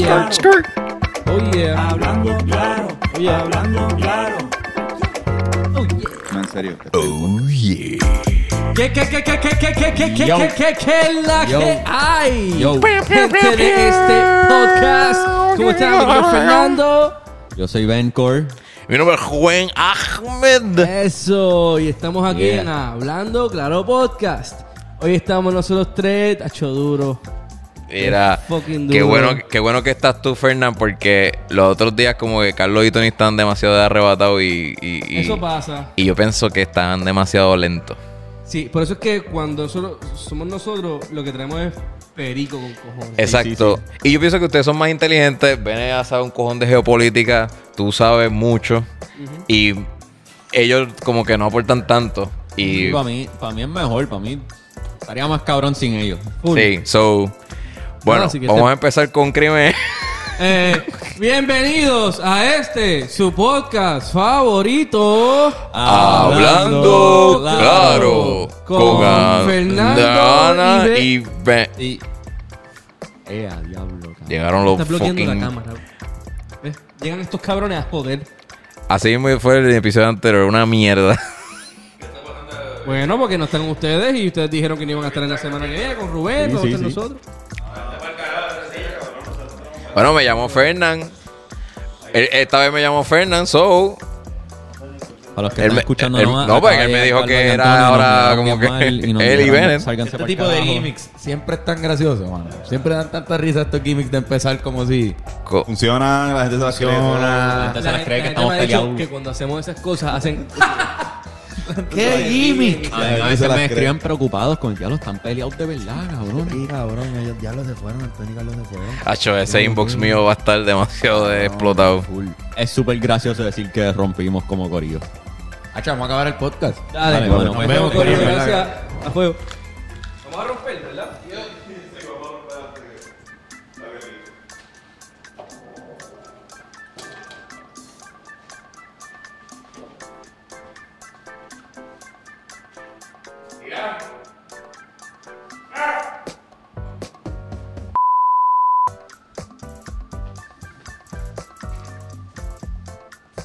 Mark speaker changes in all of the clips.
Speaker 1: yeah.
Speaker 2: Skirt. Ah.
Speaker 1: Oh yeah.
Speaker 3: Hablando claro,
Speaker 1: Oye.
Speaker 3: hablando claro.
Speaker 1: Oh yeah.
Speaker 4: No, en serio.
Speaker 5: Oh yeah.
Speaker 1: ¿Qué, qué, qué, qué, qué, qué, qué, qué, qué,
Speaker 2: Yo.
Speaker 1: qué, qué, qué, la
Speaker 2: Yo.
Speaker 1: que hay?
Speaker 2: Yo.
Speaker 1: Gente de este podcast. ¿Cómo están, doctor Fernando?
Speaker 2: Yo soy Ben Core.
Speaker 5: Mi nombre es Juan Ahmed.
Speaker 1: Eso, y estamos aquí
Speaker 2: Yeah.
Speaker 1: en Hablando Claro Podcast. Hoy estamos nosotros tres, tacho duro.
Speaker 5: Mira,
Speaker 1: Fucking
Speaker 5: qué
Speaker 1: duro.
Speaker 5: bueno, qué bueno que estás tú, Fernán, porque los otros días como que Carlos y Tony están demasiado arrebatados y, y, y-
Speaker 1: Eso pasa.
Speaker 5: y yo pienso que están demasiado lentos.
Speaker 1: Sí, por eso es que cuando nosotros somos nosotros, lo que traemos es perico con cojones.
Speaker 5: Exacto. Y yo pienso que ustedes son más inteligentes. Venea sabe un cojón de geopolítica. Tú sabes mucho. Y ellos como que no aportan tanto. Y
Speaker 2: Para mí, para mí es mejor. Para mí estaría más cabrón sin ellos.
Speaker 1: Full.
Speaker 5: sí, so bueno,
Speaker 1: así que
Speaker 5: vamos
Speaker 1: este-
Speaker 5: a empezar con crimen.
Speaker 1: Eh, bienvenidos a este, su podcast favorito.
Speaker 5: Hablando claro
Speaker 1: Con
Speaker 5: An-
Speaker 1: Fernando
Speaker 5: Ana
Speaker 1: y Be-
Speaker 5: y Ben.
Speaker 2: Y. Eh, a diablo, cabrón.
Speaker 5: Llegaron los
Speaker 1: Está bloqueando
Speaker 5: fucking...
Speaker 1: la cámara. ¿Ves? Llegan estos cabrones a joder.
Speaker 5: Así mismo fue el episodio anterior, una mierda.
Speaker 1: Bueno, porque no están ustedes y ustedes dijeron que no iban a estar en la semana que viene con Rubén,
Speaker 2: Sí,
Speaker 1: no
Speaker 2: sí,
Speaker 1: están
Speaker 2: sí.
Speaker 1: nosotros.
Speaker 5: Bueno, me llamó Fernán. E- Esta vez me llamó Fernán, so...
Speaker 2: Para los que
Speaker 5: Él
Speaker 2: están
Speaker 5: me-
Speaker 2: escuchando
Speaker 5: él-
Speaker 2: nomás,
Speaker 5: no, porque
Speaker 2: acaba
Speaker 5: él
Speaker 2: de
Speaker 5: me dijo
Speaker 2: llegar
Speaker 5: que
Speaker 2: Carlos
Speaker 5: era
Speaker 2: Antonio,
Speaker 5: ahora
Speaker 2: nos
Speaker 5: como
Speaker 2: miró
Speaker 5: que
Speaker 2: bien mal nos
Speaker 5: él y
Speaker 2: dijeron,
Speaker 5: Bennett.
Speaker 2: "Sálganse
Speaker 6: Este
Speaker 2: pa'l
Speaker 6: tipo de
Speaker 2: carajo".
Speaker 6: gimmicks siempre están graciosos, mano. Siempre dan tanta risa estos gimmicks de empezar como si.
Speaker 5: co-
Speaker 4: Funciona, la gente se las cree.
Speaker 6: Funciona.
Speaker 2: Entonces
Speaker 1: La
Speaker 2: las cree
Speaker 1: gente me
Speaker 2: que estamos
Speaker 1: ha dicho
Speaker 2: peleados.
Speaker 1: que cuando hacemos esas cosas hacen...
Speaker 6: ¡Qué gimmick!
Speaker 2: A mí
Speaker 4: La
Speaker 2: a
Speaker 4: gente se
Speaker 2: veces
Speaker 4: las
Speaker 2: me
Speaker 4: cree.
Speaker 2: escriben preocupados con el diablo. Están peleados de verdad, cabrón.
Speaker 6: Sí, cabrón, ellos ya los se fueron, Antonio y Carlos se fueron.
Speaker 5: Acho, ese inbox mío va a estar demasiado
Speaker 1: Ah.
Speaker 5: de explotado.
Speaker 2: Full. Es súper gracioso decir que rompimos como corillo.
Speaker 6: Hacha, vamos a acabar el podcast.
Speaker 1: Dale,
Speaker 2: Dale,
Speaker 1: bueno,
Speaker 2: bueno,
Speaker 1: pues,
Speaker 6: nos vemos,
Speaker 1: bueno,
Speaker 6: Corillo.
Speaker 1: gracias. A fuego. Vamos a romper, ¿verdad?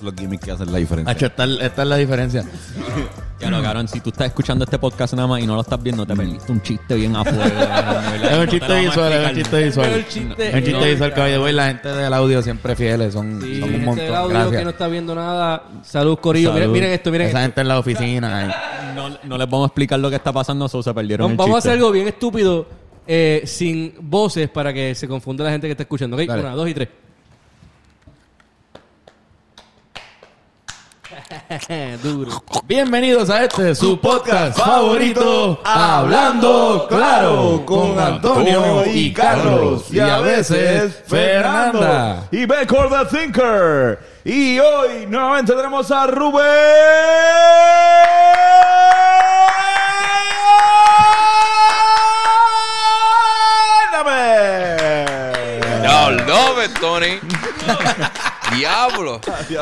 Speaker 4: Los gimmicks que hacen la diferencia.
Speaker 6: Hacha, esta, esta es la diferencia.
Speaker 2: Ya lo cabrón, si tú estás escuchando este podcast nada más y no lo estás viendo, te perdiste un chiste bien afuera.
Speaker 6: Mm. Es un chiste visual, es un chiste visual.
Speaker 1: Es un
Speaker 6: Es
Speaker 1: chiste
Speaker 6: un
Speaker 1: enorme,
Speaker 6: chiste visual,
Speaker 1: cabrón.
Speaker 6: caballo. güey, La gente del audio siempre fieles, son,
Speaker 1: Sí,
Speaker 6: son un
Speaker 1: gente del
Speaker 6: montón.
Speaker 1: audio que no
Speaker 6: Gracias.
Speaker 1: está viendo nada. Salud, Corillo. Miren,
Speaker 2: Salud.
Speaker 1: miren esto, miren
Speaker 6: Esa
Speaker 1: esto.
Speaker 6: gente en la oficina. ahí.
Speaker 2: No, no les vamos a explicar lo que está pasando, so se perdieron
Speaker 1: Vamos,
Speaker 2: el
Speaker 1: vamos a hacer
Speaker 2: chiste.
Speaker 1: algo bien estúpido, eh, sin voces, para que se confunda la gente que está escuchando. ¿ok?
Speaker 6: Dale.
Speaker 1: Una, dos y tres. Duro.
Speaker 6: Bienvenidos a este, su podcast favorito, Hablando Claro, con Antonio y Carlos, y a veces Fernanda.
Speaker 4: Y Becor the Thinker. Y hoy nuevamente tenemos a Rubén.
Speaker 5: Diablo, pues, Tony. Diablo.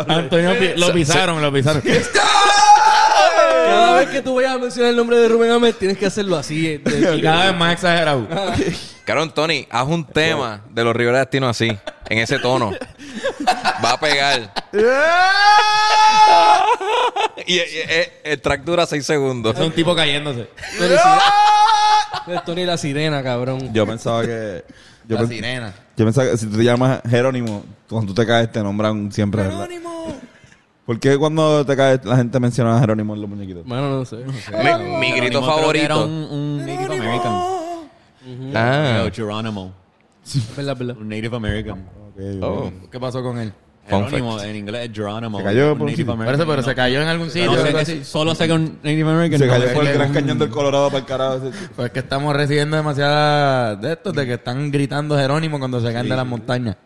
Speaker 6: Antonio pi- lo pisaron, lo pisaron.
Speaker 1: Cada vez que tú vayas a mencionar el nombre de Rubén Ahmed, tienes que hacerlo así. eh, de-
Speaker 6: Y cada vez más exagerado.
Speaker 5: Carón, Tony, haz un tema de los Rivera Destino así, en ese tono. Va a pegar. Y, y- y- el track dura 6 segundos.
Speaker 6: Es un tipo cayéndose.
Speaker 1: Felicidad. de Tony la sirena, cabrón.
Speaker 4: Yo pensaba que. Yo,
Speaker 6: La
Speaker 4: pen-
Speaker 6: sirena.
Speaker 4: yo pensaba que si tú te llamas Jerónimo, cuando tú te caes te nombran siempre. ¿verdad? ¿Por qué cuando te caes la gente menciona a Jerónimo en los muñequitos?
Speaker 1: Bueno, no sé.
Speaker 5: Mi, mi grito
Speaker 2: Creo que Era
Speaker 5: favorito.
Speaker 2: un, un Native American.
Speaker 5: Ah,
Speaker 2: Pero Geronimo.
Speaker 1: Verdad, verdad.
Speaker 2: Un Native American.
Speaker 4: Ok,
Speaker 5: oh,
Speaker 6: ¿Qué pasó con él?
Speaker 5: Fun
Speaker 2: Geronimo, en inglés es Geronimo.
Speaker 4: Se cayó por un
Speaker 2: un Native
Speaker 4: sitio.
Speaker 2: American.
Speaker 6: Parece, pero se cayó en algún sitio.
Speaker 2: No, no sé,
Speaker 6: algo
Speaker 2: es-
Speaker 6: así.
Speaker 2: solo sé que un Native American.
Speaker 4: Se
Speaker 2: no
Speaker 4: cayó
Speaker 2: sé
Speaker 4: por el
Speaker 2: que-
Speaker 4: gran cañón del Colorado para el carajo.
Speaker 6: Pues es que estamos recibiendo demasiadas de estos, de que están gritando Jerónimo cuando se caen de las montañas.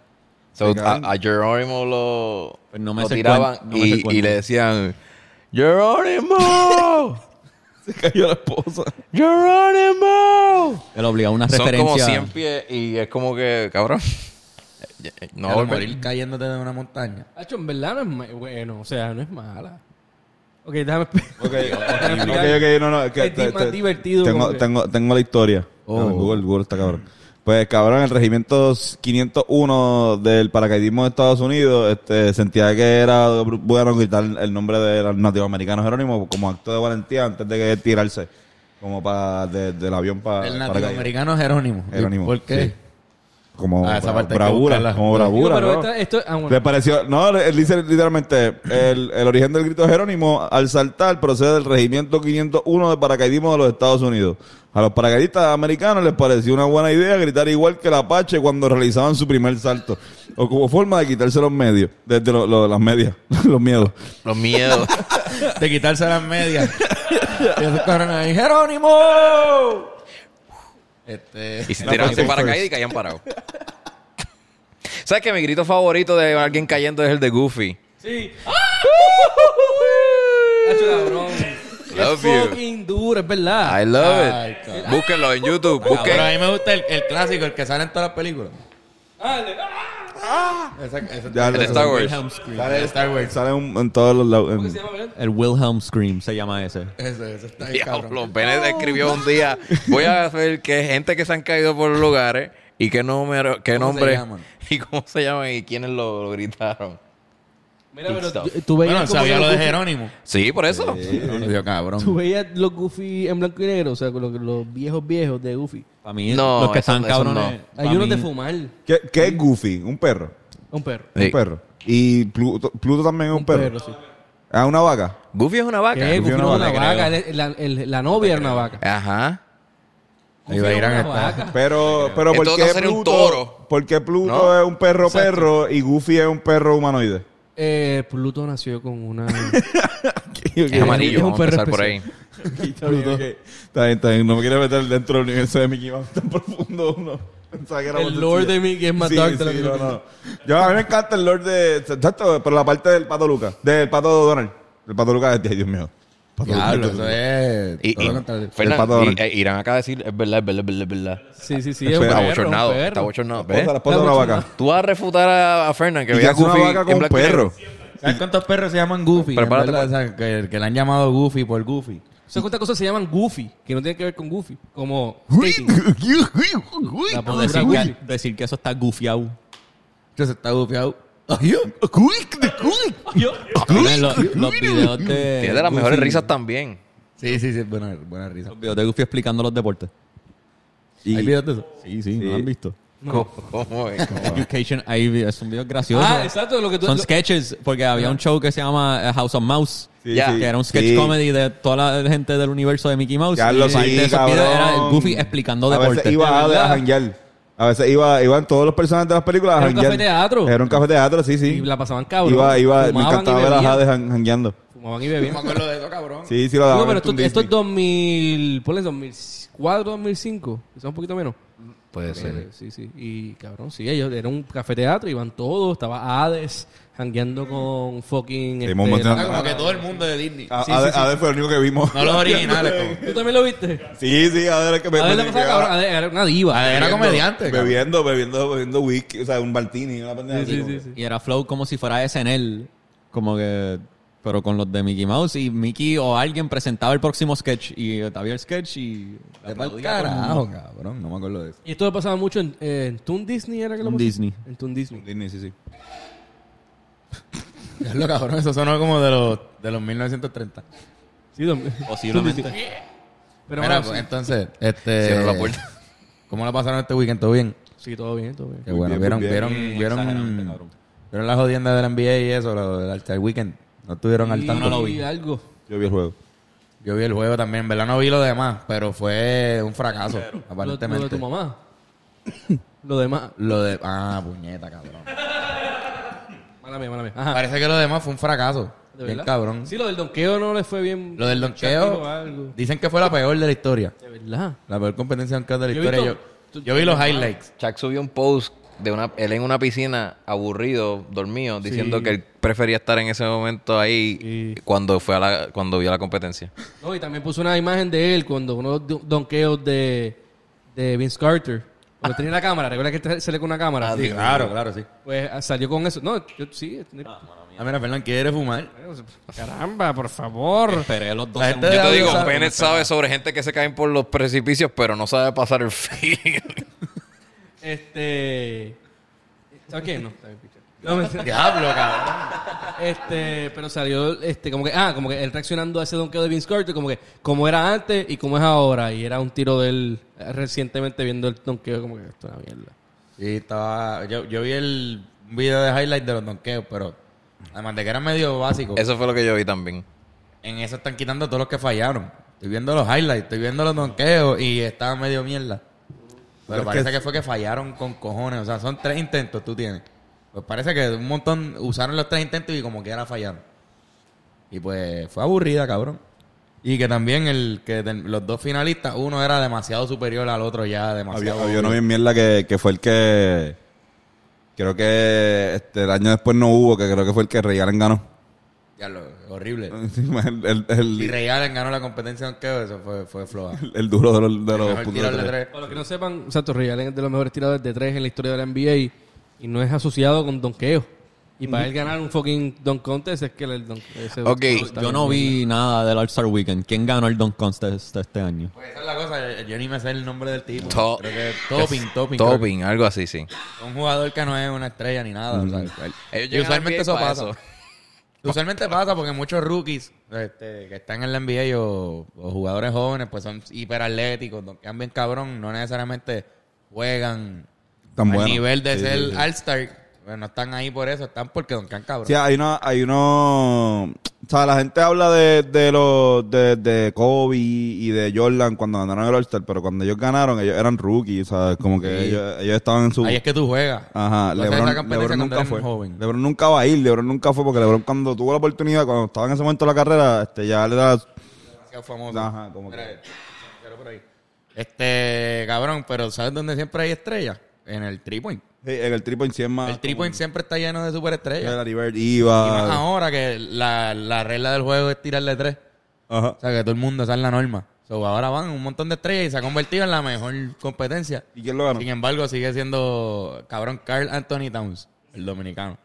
Speaker 5: So, a, a Jerónimo lo,
Speaker 2: Pues no me
Speaker 5: lo
Speaker 2: sé
Speaker 5: tiraban
Speaker 2: cuán- no me sé
Speaker 5: y,
Speaker 2: cuánto.
Speaker 5: y le decían, Jerónimo,
Speaker 4: Se cayó la esposa.
Speaker 5: Jerónimo.
Speaker 2: Él obligó a una
Speaker 5: Son como
Speaker 2: referencia.
Speaker 5: 100 pies y es como que, cabrón, no va a
Speaker 6: Claro,
Speaker 5: volver.
Speaker 6: morir cayéndote de una montaña.
Speaker 1: Hacho, en verdad no es ma- bueno, o sea, no es mala. Ok, déjame explicar.
Speaker 4: Ok, ok, ok, no, no. es que-
Speaker 1: Es di- más
Speaker 4: te- te-
Speaker 1: divertido,
Speaker 4: Tengo,
Speaker 1: como que-
Speaker 4: tengo, tengo la historia.
Speaker 6: Oh.
Speaker 4: Google, Google está cabrón. Pues cabrón, el regimiento 501 del paracaidismo de Estados Unidos este, sentía que era bueno gritar el nombre del nativo americano Jerónimo como acto de valentía antes de que tirarse como para de- del avión Ah, para
Speaker 6: El nativoamericano Jerónimo.
Speaker 4: Jerónimo,
Speaker 6: ¿Por qué?
Speaker 4: sí. como
Speaker 6: Ah, esa
Speaker 4: bra-
Speaker 6: parte hay que
Speaker 4: bravura,
Speaker 6: buscarla.
Speaker 1: Digo,
Speaker 4: como bravura.
Speaker 1: pero
Speaker 4: ¿no?
Speaker 1: esta- esto, ah, bueno.
Speaker 4: Le pareció, no, él dice literalmente, el, el origen del grito de Jerónimo al saltar procede del regimiento 501 de paracaidismo de los Estados Unidos. A los paracaidistas americanos les pareció una buena idea gritar igual que el Apache cuando realizaban su primer salto, o como forma de quitarse los medios, desde lo- lo- las medias, los miedos.
Speaker 5: Los miedos.
Speaker 6: De quitarse las medias. y esos cabrones ahí, ¡Jerónimo! Este,
Speaker 5: Y se tiraron de paracaídas y caían parados. ¿Sabes que mi grito favorito de alguien cayendo es el de Goofy?
Speaker 1: Sí. ¡Ah! Hacho, cabrón.
Speaker 5: Love
Speaker 1: es
Speaker 5: you.
Speaker 1: fucking duro, es verdad.
Speaker 5: I love
Speaker 6: Ay,
Speaker 5: it.
Speaker 6: cabrón.
Speaker 5: Búsquenlo en YouTube. Busquen.
Speaker 6: Pero a mí me gusta el, el clásico, el que sale en todas las películas.
Speaker 1: Dale. ¡Ah!
Speaker 6: Esa, esa-
Speaker 4: Ya
Speaker 5: El
Speaker 4: le-
Speaker 5: de Star Wars.
Speaker 2: Wilhelm Scream.
Speaker 6: sale de Star Wars.
Speaker 4: Sale un- en todos los lados.
Speaker 1: ¿Cómo que se
Speaker 4: en-
Speaker 1: llama, verdad?
Speaker 2: El Wilhelm Scream se llama ese.
Speaker 6: Eso, eso está bien,
Speaker 5: Diablo,
Speaker 6: cabrón.
Speaker 5: Bennett escribió un día. Voy a hacer que gente que se han caído por lugares y qué número, qué
Speaker 6: ¿Cómo se
Speaker 5: nombre
Speaker 6: llaman?
Speaker 5: y cómo se llaman y quiénes lo, lo gritaron.
Speaker 1: Mira,
Speaker 5: Good
Speaker 1: pero
Speaker 5: stuff.
Speaker 1: tú- tú veías.
Speaker 6: Bueno,
Speaker 1: como
Speaker 6: sabía
Speaker 1: los
Speaker 6: lo de
Speaker 1: Goofy-
Speaker 6: Jerónimo.
Speaker 5: Sí, por eso.
Speaker 6: Yo,
Speaker 1: Tú
Speaker 6: cabrón.
Speaker 1: veías los Goofy en blanco y negro, o sea, con los, los viejos viejos de Goofy.
Speaker 2: Para mí,
Speaker 5: No,
Speaker 2: los que
Speaker 5: eso-
Speaker 2: están
Speaker 5: eso no.
Speaker 2: cabrones.
Speaker 1: Hay
Speaker 2: pa'
Speaker 1: unos de
Speaker 2: mí-
Speaker 1: fumar.
Speaker 4: ¿Qué, qué es Goofy? Un perro.
Speaker 1: Un perro.
Speaker 5: Sí.
Speaker 4: Un perro. Y Pluto, Pluto también es un,
Speaker 1: Un
Speaker 4: perro.
Speaker 1: perro, sí.
Speaker 4: Ah, una vaca.
Speaker 5: Goofy es una vaca.
Speaker 1: ¿Qué? Goofy
Speaker 4: Goofy
Speaker 1: no es
Speaker 4: no
Speaker 1: una
Speaker 4: te
Speaker 1: vaca. el- la, el- la novia era una vaca.
Speaker 5: Ajá.
Speaker 1: Goofy era
Speaker 6: Irán
Speaker 1: una
Speaker 6: está-
Speaker 1: vaca.
Speaker 4: Pero, pero
Speaker 5: Entonces
Speaker 4: ¿por qué
Speaker 5: sería
Speaker 4: Pluto?
Speaker 5: un toro.
Speaker 4: ¿Por qué Pluto
Speaker 5: ¿No?
Speaker 4: es un perro perro y Goofy es un perro humanoide?
Speaker 1: Eh, Pluto nació con una.
Speaker 5: Es amarillo.
Speaker 1: Es un
Speaker 5: vamos a
Speaker 1: perro
Speaker 5: empezar por ahí.
Speaker 4: Está bien, ok. Está bien, está bien. No me quiero meter dentro del universo de Mickey Mouse tan profundo. Uno. Pensaba que era
Speaker 1: El
Speaker 4: más
Speaker 1: Lord de
Speaker 4: sencillo.
Speaker 1: Mickey es más
Speaker 4: Sí,
Speaker 1: dark de lo
Speaker 4: sí,
Speaker 1: que
Speaker 4: no,
Speaker 1: tú
Speaker 4: no. Yo, a mí me encanta el Lord de... Exacto, pero la parte del pato Lucas. Del pato Donald. El pato Lucas ay Dios mío. Pato
Speaker 6: Diablo,
Speaker 4: Lucas.
Speaker 6: eso es.
Speaker 5: Y,
Speaker 6: todo
Speaker 5: y-
Speaker 6: lo contrario.
Speaker 5: Fernan,
Speaker 4: El pato Donald.
Speaker 5: y- eh, irán acá a decir, es verdad, es verdad, es verdad, es verdad.
Speaker 1: Sí, sí, sí.
Speaker 4: Eso
Speaker 1: Es un
Speaker 4: era
Speaker 5: Está
Speaker 1: perro,
Speaker 5: bochornado,
Speaker 1: un perro.
Speaker 5: está bochornado. ¿ves?
Speaker 4: Esposa, la esposa de una vaca.
Speaker 5: Tú vas a refutar a, a Fernan que
Speaker 4: Y
Speaker 5: veía a
Speaker 4: ya es una
Speaker 5: Goofy
Speaker 4: vaca con
Speaker 5: en
Speaker 4: un
Speaker 5: blanco y negro.
Speaker 4: perro.
Speaker 6: ¿Sabes cuántos perros se llaman Goofy?
Speaker 5: Prepárate
Speaker 6: En verdad, o sea, que, que le han llamado Goofy por Goofy.
Speaker 1: O sea, cuántas cosas se llaman Goofy, que no tienen que ver con Goofy. Como. skating. La
Speaker 2: O
Speaker 1: postura
Speaker 2: decir,
Speaker 1: Goofy.
Speaker 2: que, decir que eso está goofiado.
Speaker 6: Entonces está goofyado.
Speaker 2: los, los videos de.
Speaker 5: Tiene de las
Speaker 2: Goofy-
Speaker 5: mejores risas también.
Speaker 6: Sí, sí, sí, buena, buena risa.
Speaker 2: Los videos de Goofy explicando los deportes.
Speaker 4: Y-
Speaker 6: ¿Hay videos de eso?
Speaker 2: Sí, sí, ¿no han visto?
Speaker 5: ¿Cómo es?
Speaker 2: Education, ahí vi- es un video gracioso.
Speaker 1: Ah, exacto, lo que tú.
Speaker 2: Son
Speaker 1: lo-
Speaker 2: sketches, porque había
Speaker 6: Ah.
Speaker 2: un show que se llama eh, House of Mouse.
Speaker 4: Sí,
Speaker 5: Ya.
Speaker 4: sí.
Speaker 2: Que era un sketch
Speaker 4: Sí.
Speaker 2: comedy de toda la gente del universo de Mickey Mouse.
Speaker 4: Ya
Speaker 2: y
Speaker 4: lo
Speaker 2: parte
Speaker 4: sí,
Speaker 2: de esos videos
Speaker 4: cabrón.
Speaker 2: era el Goofy explicando
Speaker 4: A
Speaker 2: deportes.
Speaker 4: veces iba a, a janguear. A veces iba, iban todos los personajes de las películas a
Speaker 1: Era un
Speaker 4: janguear.
Speaker 1: cafeteatro.
Speaker 4: Era un café teatro, sí, sí.
Speaker 1: Y la pasaban cabrón.
Speaker 4: Iba, iba, me
Speaker 1: Fumaban y
Speaker 4: encantaba ver a
Speaker 1: bebían.
Speaker 4: Jade jan- jangueando.
Speaker 1: Fumaban y bebían.
Speaker 6: acuerdo de eso, cabrón.
Speaker 4: Sí, sí, lo daban
Speaker 1: No, pero
Speaker 4: en
Speaker 1: esto,
Speaker 4: Toon
Speaker 1: esto es
Speaker 4: Disney.
Speaker 1: 2000, ponle 2004, 2005, quizás un poquito menos.
Speaker 5: Puede
Speaker 1: Eh, sí, sí. Y cabrón, sí, ellos era un café teatro, iban todos, estaba Hades jangueando con fucking. este,
Speaker 4: Sí, Momo
Speaker 1: la-
Speaker 4: Tran-
Speaker 6: Como que todo el mundo de Disney.
Speaker 4: A-
Speaker 1: Sí,
Speaker 4: Ade-
Speaker 1: sí, sí.
Speaker 4: Ade fue el único que vimos.
Speaker 6: No los originales, como.
Speaker 1: ¿Tú también lo viste?
Speaker 4: Sí, sí, Ade era el que
Speaker 6: Pues,
Speaker 4: me,
Speaker 1: Hades
Speaker 4: me
Speaker 1: la pasaba,
Speaker 4: llevaba
Speaker 1: cabrón, Hades era una diva.
Speaker 6: Era comediante. cabrón.
Speaker 4: bebiendo, bebiendo, bebiendo whisky, o sea, un martini, una pendeja
Speaker 1: Sí,
Speaker 4: así
Speaker 1: sí,
Speaker 4: como
Speaker 1: sí,
Speaker 4: que-
Speaker 1: sí.
Speaker 2: Y era flow como si fuera SNL. Como que. Pero con los de Mickey Mouse. Y Mickey o alguien presentaba el próximo sketch. Y había el sketch y.
Speaker 6: De pa'l carajo, cabrón. No me acuerdo de eso.
Speaker 1: Y esto lo pasaba mucho en, eh, en Toon Disney, ¿era que lo
Speaker 2: Toon
Speaker 1: pasaban?
Speaker 2: Disney.
Speaker 1: En Toon Disney.
Speaker 4: Disney, sí, sí.
Speaker 6: Ya lo cabrón, eso sonó como de los, de los 1930.
Speaker 1: Sí, también.
Speaker 2: Posiblemente.
Speaker 1: Pero
Speaker 6: Mira,
Speaker 1: bueno,
Speaker 6: pues,
Speaker 1: sí.
Speaker 6: entonces, este...
Speaker 5: Cierro la puerta.
Speaker 6: ¿Cómo la pasaron este weekend? ¿Todo bien?
Speaker 1: Sí, todo bien, todo bien.
Speaker 6: Qué
Speaker 4: Muy
Speaker 6: bueno.
Speaker 4: bien, muy
Speaker 6: ¿Vieron,
Speaker 4: bien.
Speaker 6: vieron,
Speaker 2: Sí, exageradamente,
Speaker 6: vieron,
Speaker 2: cabrón.
Speaker 6: vieron la jodienda de la NBA y eso, lo del All-Star Weekend? ¿No estuvieron al
Speaker 1: Y-
Speaker 6: tanto?
Speaker 1: y algo.
Speaker 4: Yo vi el juego.
Speaker 6: Yo vi el juego también. En verdad no vi lo demás, pero fue un fracaso,
Speaker 1: Lo, lo
Speaker 6: aparentemente.
Speaker 1: de tu mamá. lo demás.
Speaker 6: Lo de- Ah, puñeta, cabrón.
Speaker 1: Mala mía, mala mía. Ajá.
Speaker 6: Parece que lo demás fue un fracaso.
Speaker 1: ¿De
Speaker 6: Bien
Speaker 1: verdad?
Speaker 6: cabrón.
Speaker 1: Sí, lo del donqueo no le fue bien.
Speaker 6: Lo del
Speaker 1: O
Speaker 6: donqueo
Speaker 1: algo.
Speaker 6: dicen que fue la peor de la historia.
Speaker 1: De verdad.
Speaker 6: La peor competencia de donkeo de la
Speaker 1: Yo he
Speaker 6: historia. Yo,
Speaker 1: visto- tú-
Speaker 6: yo vi los highlights.
Speaker 5: Chuck subió un post de una, él en una piscina aburrido, dormido, diciendo que él prefería estar en ese momento ahí cuando fue a la, cuando vio la competencia.
Speaker 1: No, y también puso una imagen de él cuando uno de los donqueos de, de Vince Carter.
Speaker 6: Ah.
Speaker 1: Cuando tenía la cámara, recuerda que te- sale con una cámara.
Speaker 6: Sí, claro, claro, sí.
Speaker 1: Pues ah, salió con eso. No, yo sí.
Speaker 6: Ah, mira, Fernán quiere fumar.
Speaker 1: Caramba, por favor.
Speaker 2: Esperé los dos
Speaker 6: La
Speaker 2: segundos.
Speaker 5: Yo
Speaker 6: gente de
Speaker 5: te digo,
Speaker 6: audio sabe-
Speaker 5: Bennett sabe sobre gente que se caen por los precipicios, pero no sabe pasar el fin.
Speaker 1: Este. ¿Sabes qué? No, está bien, picha. No, mentira.
Speaker 5: Diablo, cabrón.
Speaker 1: Este, pero salió, este, como que, ah, como que él reaccionando a ese donkeo de Vince Carter, como que, como era antes y como es ahora. Y era un tiro de él eh, recientemente viendo el donkeo, como que esto es una mierda.
Speaker 6: Sí, estaba. Yo, yo vi el un video de highlight de los donkeos, pero además de que eran medio básicos,
Speaker 5: Eso fue lo que yo vi también.
Speaker 6: en eso están quitando todos los que fallaron. Estoy viendo los highlights, estoy viendo los donkeos y estaba medio mierda. Pero
Speaker 4: Pero es
Speaker 6: parece
Speaker 4: que-
Speaker 6: que... fue que fallaron con cojones. O sea, son tres intentos tú tienes. Pues parece que un montón usaron los tres intentos y como quiera fallaron. Y pues fue aburrida, cabrón. Y que también el que ten- los dos finalistas, uno era demasiado superior al otro ya, demasiado.
Speaker 4: Había, había una bien mierda que, que fue el que. Creo que este, el año después no hubo, que creo que fue el que Rey Allen ganó.
Speaker 6: Ya lo- horrible.
Speaker 4: el, el,
Speaker 6: Y
Speaker 4: el,
Speaker 6: Ray Allen ganó la competencia de donkeo, eso fue, fue floja.
Speaker 4: el duro de los, de los
Speaker 6: Mejor
Speaker 4: puntos de
Speaker 6: tiro de
Speaker 4: tres.
Speaker 6: tres.
Speaker 1: Para los que no sepan, Santos Ray Allen es de los mejores tiradores de tres en la historia de la NBA y no es asociado con donkeo. Y para él ganar un fucking dunk contest es que el dunk ese
Speaker 5: Ok,
Speaker 1: dunk está
Speaker 2: Yo
Speaker 1: bien
Speaker 2: no
Speaker 1: mierda.
Speaker 2: vi nada del All-Star Weekend. ¿Quién ganó el Don Contest este año?
Speaker 6: Pues esa es la cosa, yo ni me sé el nombre del tipo.
Speaker 5: To-
Speaker 6: Creo que Topping, Topping. creo que-
Speaker 5: Topping, algo así, sí.
Speaker 6: Un jugador que no es una estrella ni nada. o sea,
Speaker 5: Ellos
Speaker 6: y
Speaker 5: llegan
Speaker 6: usualmente
Speaker 5: al
Speaker 6: eso
Speaker 5: NBA
Speaker 6: pasa.
Speaker 5: para
Speaker 6: Usualmente pasa porque muchos rookies este, que están en la NBA o, o jugadores jóvenes pues son hiperatléticos, donkean bien cabrón, no necesariamente juegan
Speaker 4: Tan
Speaker 6: al
Speaker 4: bueno.
Speaker 6: nivel de
Speaker 4: Sí,
Speaker 6: ser
Speaker 4: sí, sí.
Speaker 6: All-Star. Bueno, no están ahí por eso, están porque donkean cabrón.
Speaker 4: Sí, ah, hay uno, hay uno, o sea, la gente habla de, de los, de, de Kobe y de Jordan cuando ganaron el All-Star, pero cuando ellos ganaron, ellos eran rookies, ¿sabes? Como que
Speaker 6: Sí.
Speaker 4: ellos, ellos estaban en su...
Speaker 6: Ahí es que tú juegas.
Speaker 4: Ajá,
Speaker 6: Entonces,
Speaker 4: LeBron,
Speaker 6: esa competencia
Speaker 4: LeBron
Speaker 6: cuando
Speaker 4: nunca
Speaker 6: eres
Speaker 4: fue.
Speaker 6: joven.
Speaker 4: LeBron nunca va a ir, LeBron nunca fue porque LeBron cuando tuvo la oportunidad, cuando estaba en ese momento de la carrera, este, ya le da...
Speaker 6: Demasiado famoso.
Speaker 4: Ajá, como que-
Speaker 6: Mira, eh, quiero por ahí. Este, cabrón, pero ¿sabes dónde siempre hay estrellas? En el tripoint.
Speaker 4: Sí, en el triple en sí es más...
Speaker 6: El tripoint siempre está lleno de
Speaker 4: como-
Speaker 6: superestrellas.
Speaker 4: Larry Bird,
Speaker 6: Y más
Speaker 4: Iba...
Speaker 6: ahora que la, la regla del juego es tirarle tres.
Speaker 4: Ajá.
Speaker 6: O sea, que todo el mundo, esa es la norma. So, ahora van un montón de estrellas y se ha convertido en la mejor competencia.
Speaker 4: ¿Y quién lo ganó?
Speaker 6: Sin embargo, sigue siendo, cabrón, Carl Anthony Towns, el dominicano.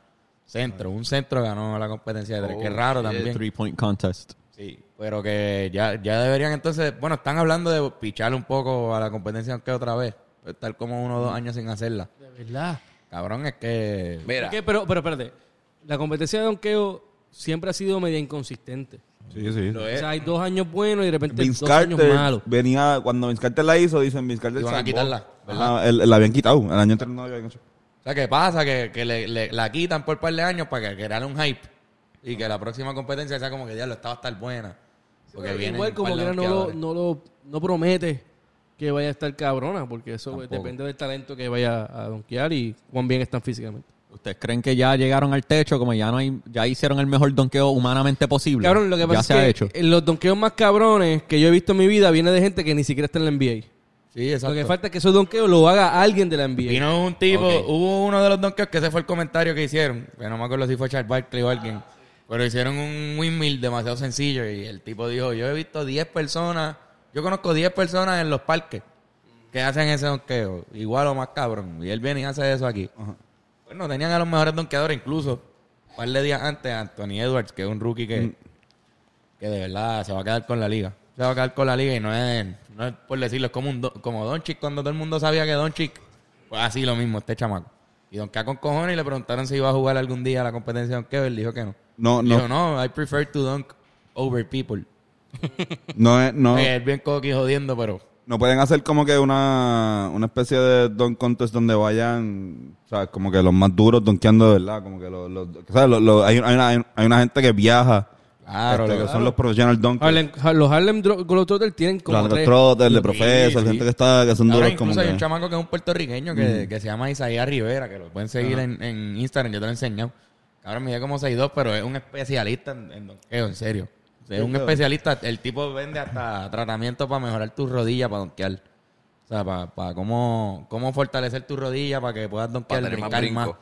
Speaker 6: Centro, un centro ganó la competencia de tres. Qué raro también.
Speaker 2: Three Point Contest.
Speaker 6: Sí, pero que ya, ya deberían entonces, bueno, están hablando de picharle un poco a la competencia aunque otra vez, estar como uno o
Speaker 1: Mm.
Speaker 6: dos años sin hacerla.
Speaker 1: De verdad.
Speaker 6: Cabrón, es que...
Speaker 5: Mira,
Speaker 1: Ok, pero, pero espérate, la competencia de donkeo siempre ha sido media inconsistente.
Speaker 4: Sí, sí.
Speaker 6: Lo
Speaker 1: O
Speaker 6: es.
Speaker 1: sea, hay dos años buenos y de repente
Speaker 4: Vince
Speaker 1: dos años
Speaker 4: Carter
Speaker 1: malos.
Speaker 4: venía, cuando Vince Carter la hizo, dicen Vince Carter
Speaker 6: Iban a
Speaker 4: salvó.
Speaker 6: quitarla, ¿verdad?
Speaker 4: Ajá, el- la habían quitado, el año anterior no la habían hecho.
Speaker 6: O sea, ¿qué pasa? Que, que le, le- la quitan por un par de años para que crear un hype y que la próxima competencia sea como que ya lo estaba estar buena. Porque
Speaker 1: Pero
Speaker 6: viene
Speaker 1: Igual como que no lo, no lo no promete que vaya a estar cabrona, porque eso
Speaker 6: Tampoco.
Speaker 1: depende del talento que vaya a donkear y cuán bien están físicamente.
Speaker 2: ¿Ustedes creen que ya llegaron al techo? Como ya no hay, ya hicieron el mejor donkeo humanamente posible.
Speaker 1: Cabrón, lo que
Speaker 2: ya
Speaker 1: pasa
Speaker 2: se ha
Speaker 1: es que
Speaker 2: hecho.
Speaker 1: eh, los donkeos más cabrones que yo he visto en mi vida viene de gente que ni siquiera está en la NBA.
Speaker 6: Sí, exacto.
Speaker 1: Lo que falta es que esos donkeos lo haga alguien de la NBA.
Speaker 6: Vino un tipo,
Speaker 5: Ok.
Speaker 6: hubo uno de los donkeos que ese fue el comentario que hicieron, que no me acuerdo si fue Charles Barkley o alguien, pero hicieron un windmill demasiado sencillo y el tipo dijo, yo he visto 10 personas, yo conozco 10 personas en los parques que hacen ese donkeo, igual o más cabrón, y él viene y hace eso aquí. Bueno, tenían a los mejores donkeadores incluso, un par de días antes Anthony Edwards, que es un rookie que,
Speaker 4: Mm.
Speaker 6: que de verdad se va a quedar con la liga. Se va a quedar con la liga y no es, no es por decirlo, es como, un do- como Doncic cuando todo el mundo sabía que Doncic, pues así lo mismo, este chamaco. Y Don K con cojones y le preguntaron si iba a jugar algún día a la competencia de Don Kev, él dijo que no.
Speaker 4: No,
Speaker 6: Dijo,
Speaker 4: no,
Speaker 6: no, I prefer to dunk over people.
Speaker 4: no, es- no,
Speaker 6: Eh, Es bien coqui jodiendo, pero...
Speaker 4: no pueden hacer como que una, una especie de don contest donde vayan, o sea, como que los más duros donkeando de verdad, como que los, los- ¿sabes? Los- los- hay, hay una, hay una gente que viaja,
Speaker 6: Claro,
Speaker 4: este, que
Speaker 6: claro.
Speaker 4: son los professional donkers,
Speaker 1: Harlem- ha- los Harlem Dro- Globetrotters tienen como
Speaker 4: los
Speaker 1: tres.
Speaker 4: trotters, de profesor, gente que está, que son
Speaker 6: Ahora
Speaker 4: duros como
Speaker 6: incluso hay
Speaker 4: que,
Speaker 6: un chamaco que es un puertorriqueño que, que se llama Isaías Rivera, que lo pueden seguir en, en Instagram, yo te lo he enseñado. Ahora mide como 6'2", pero es un especialista en, en donqueo, en serio. O sea, es un
Speaker 4: Claro.
Speaker 6: especialista, el tipo vende hasta tratamiento para mejorar tu rodilla para donkear. O sea, para, para cómo, cómo fortalecer tu rodilla para que puedas donkear,
Speaker 5: Para tener más
Speaker 6: brincar más.
Speaker 5: brinco.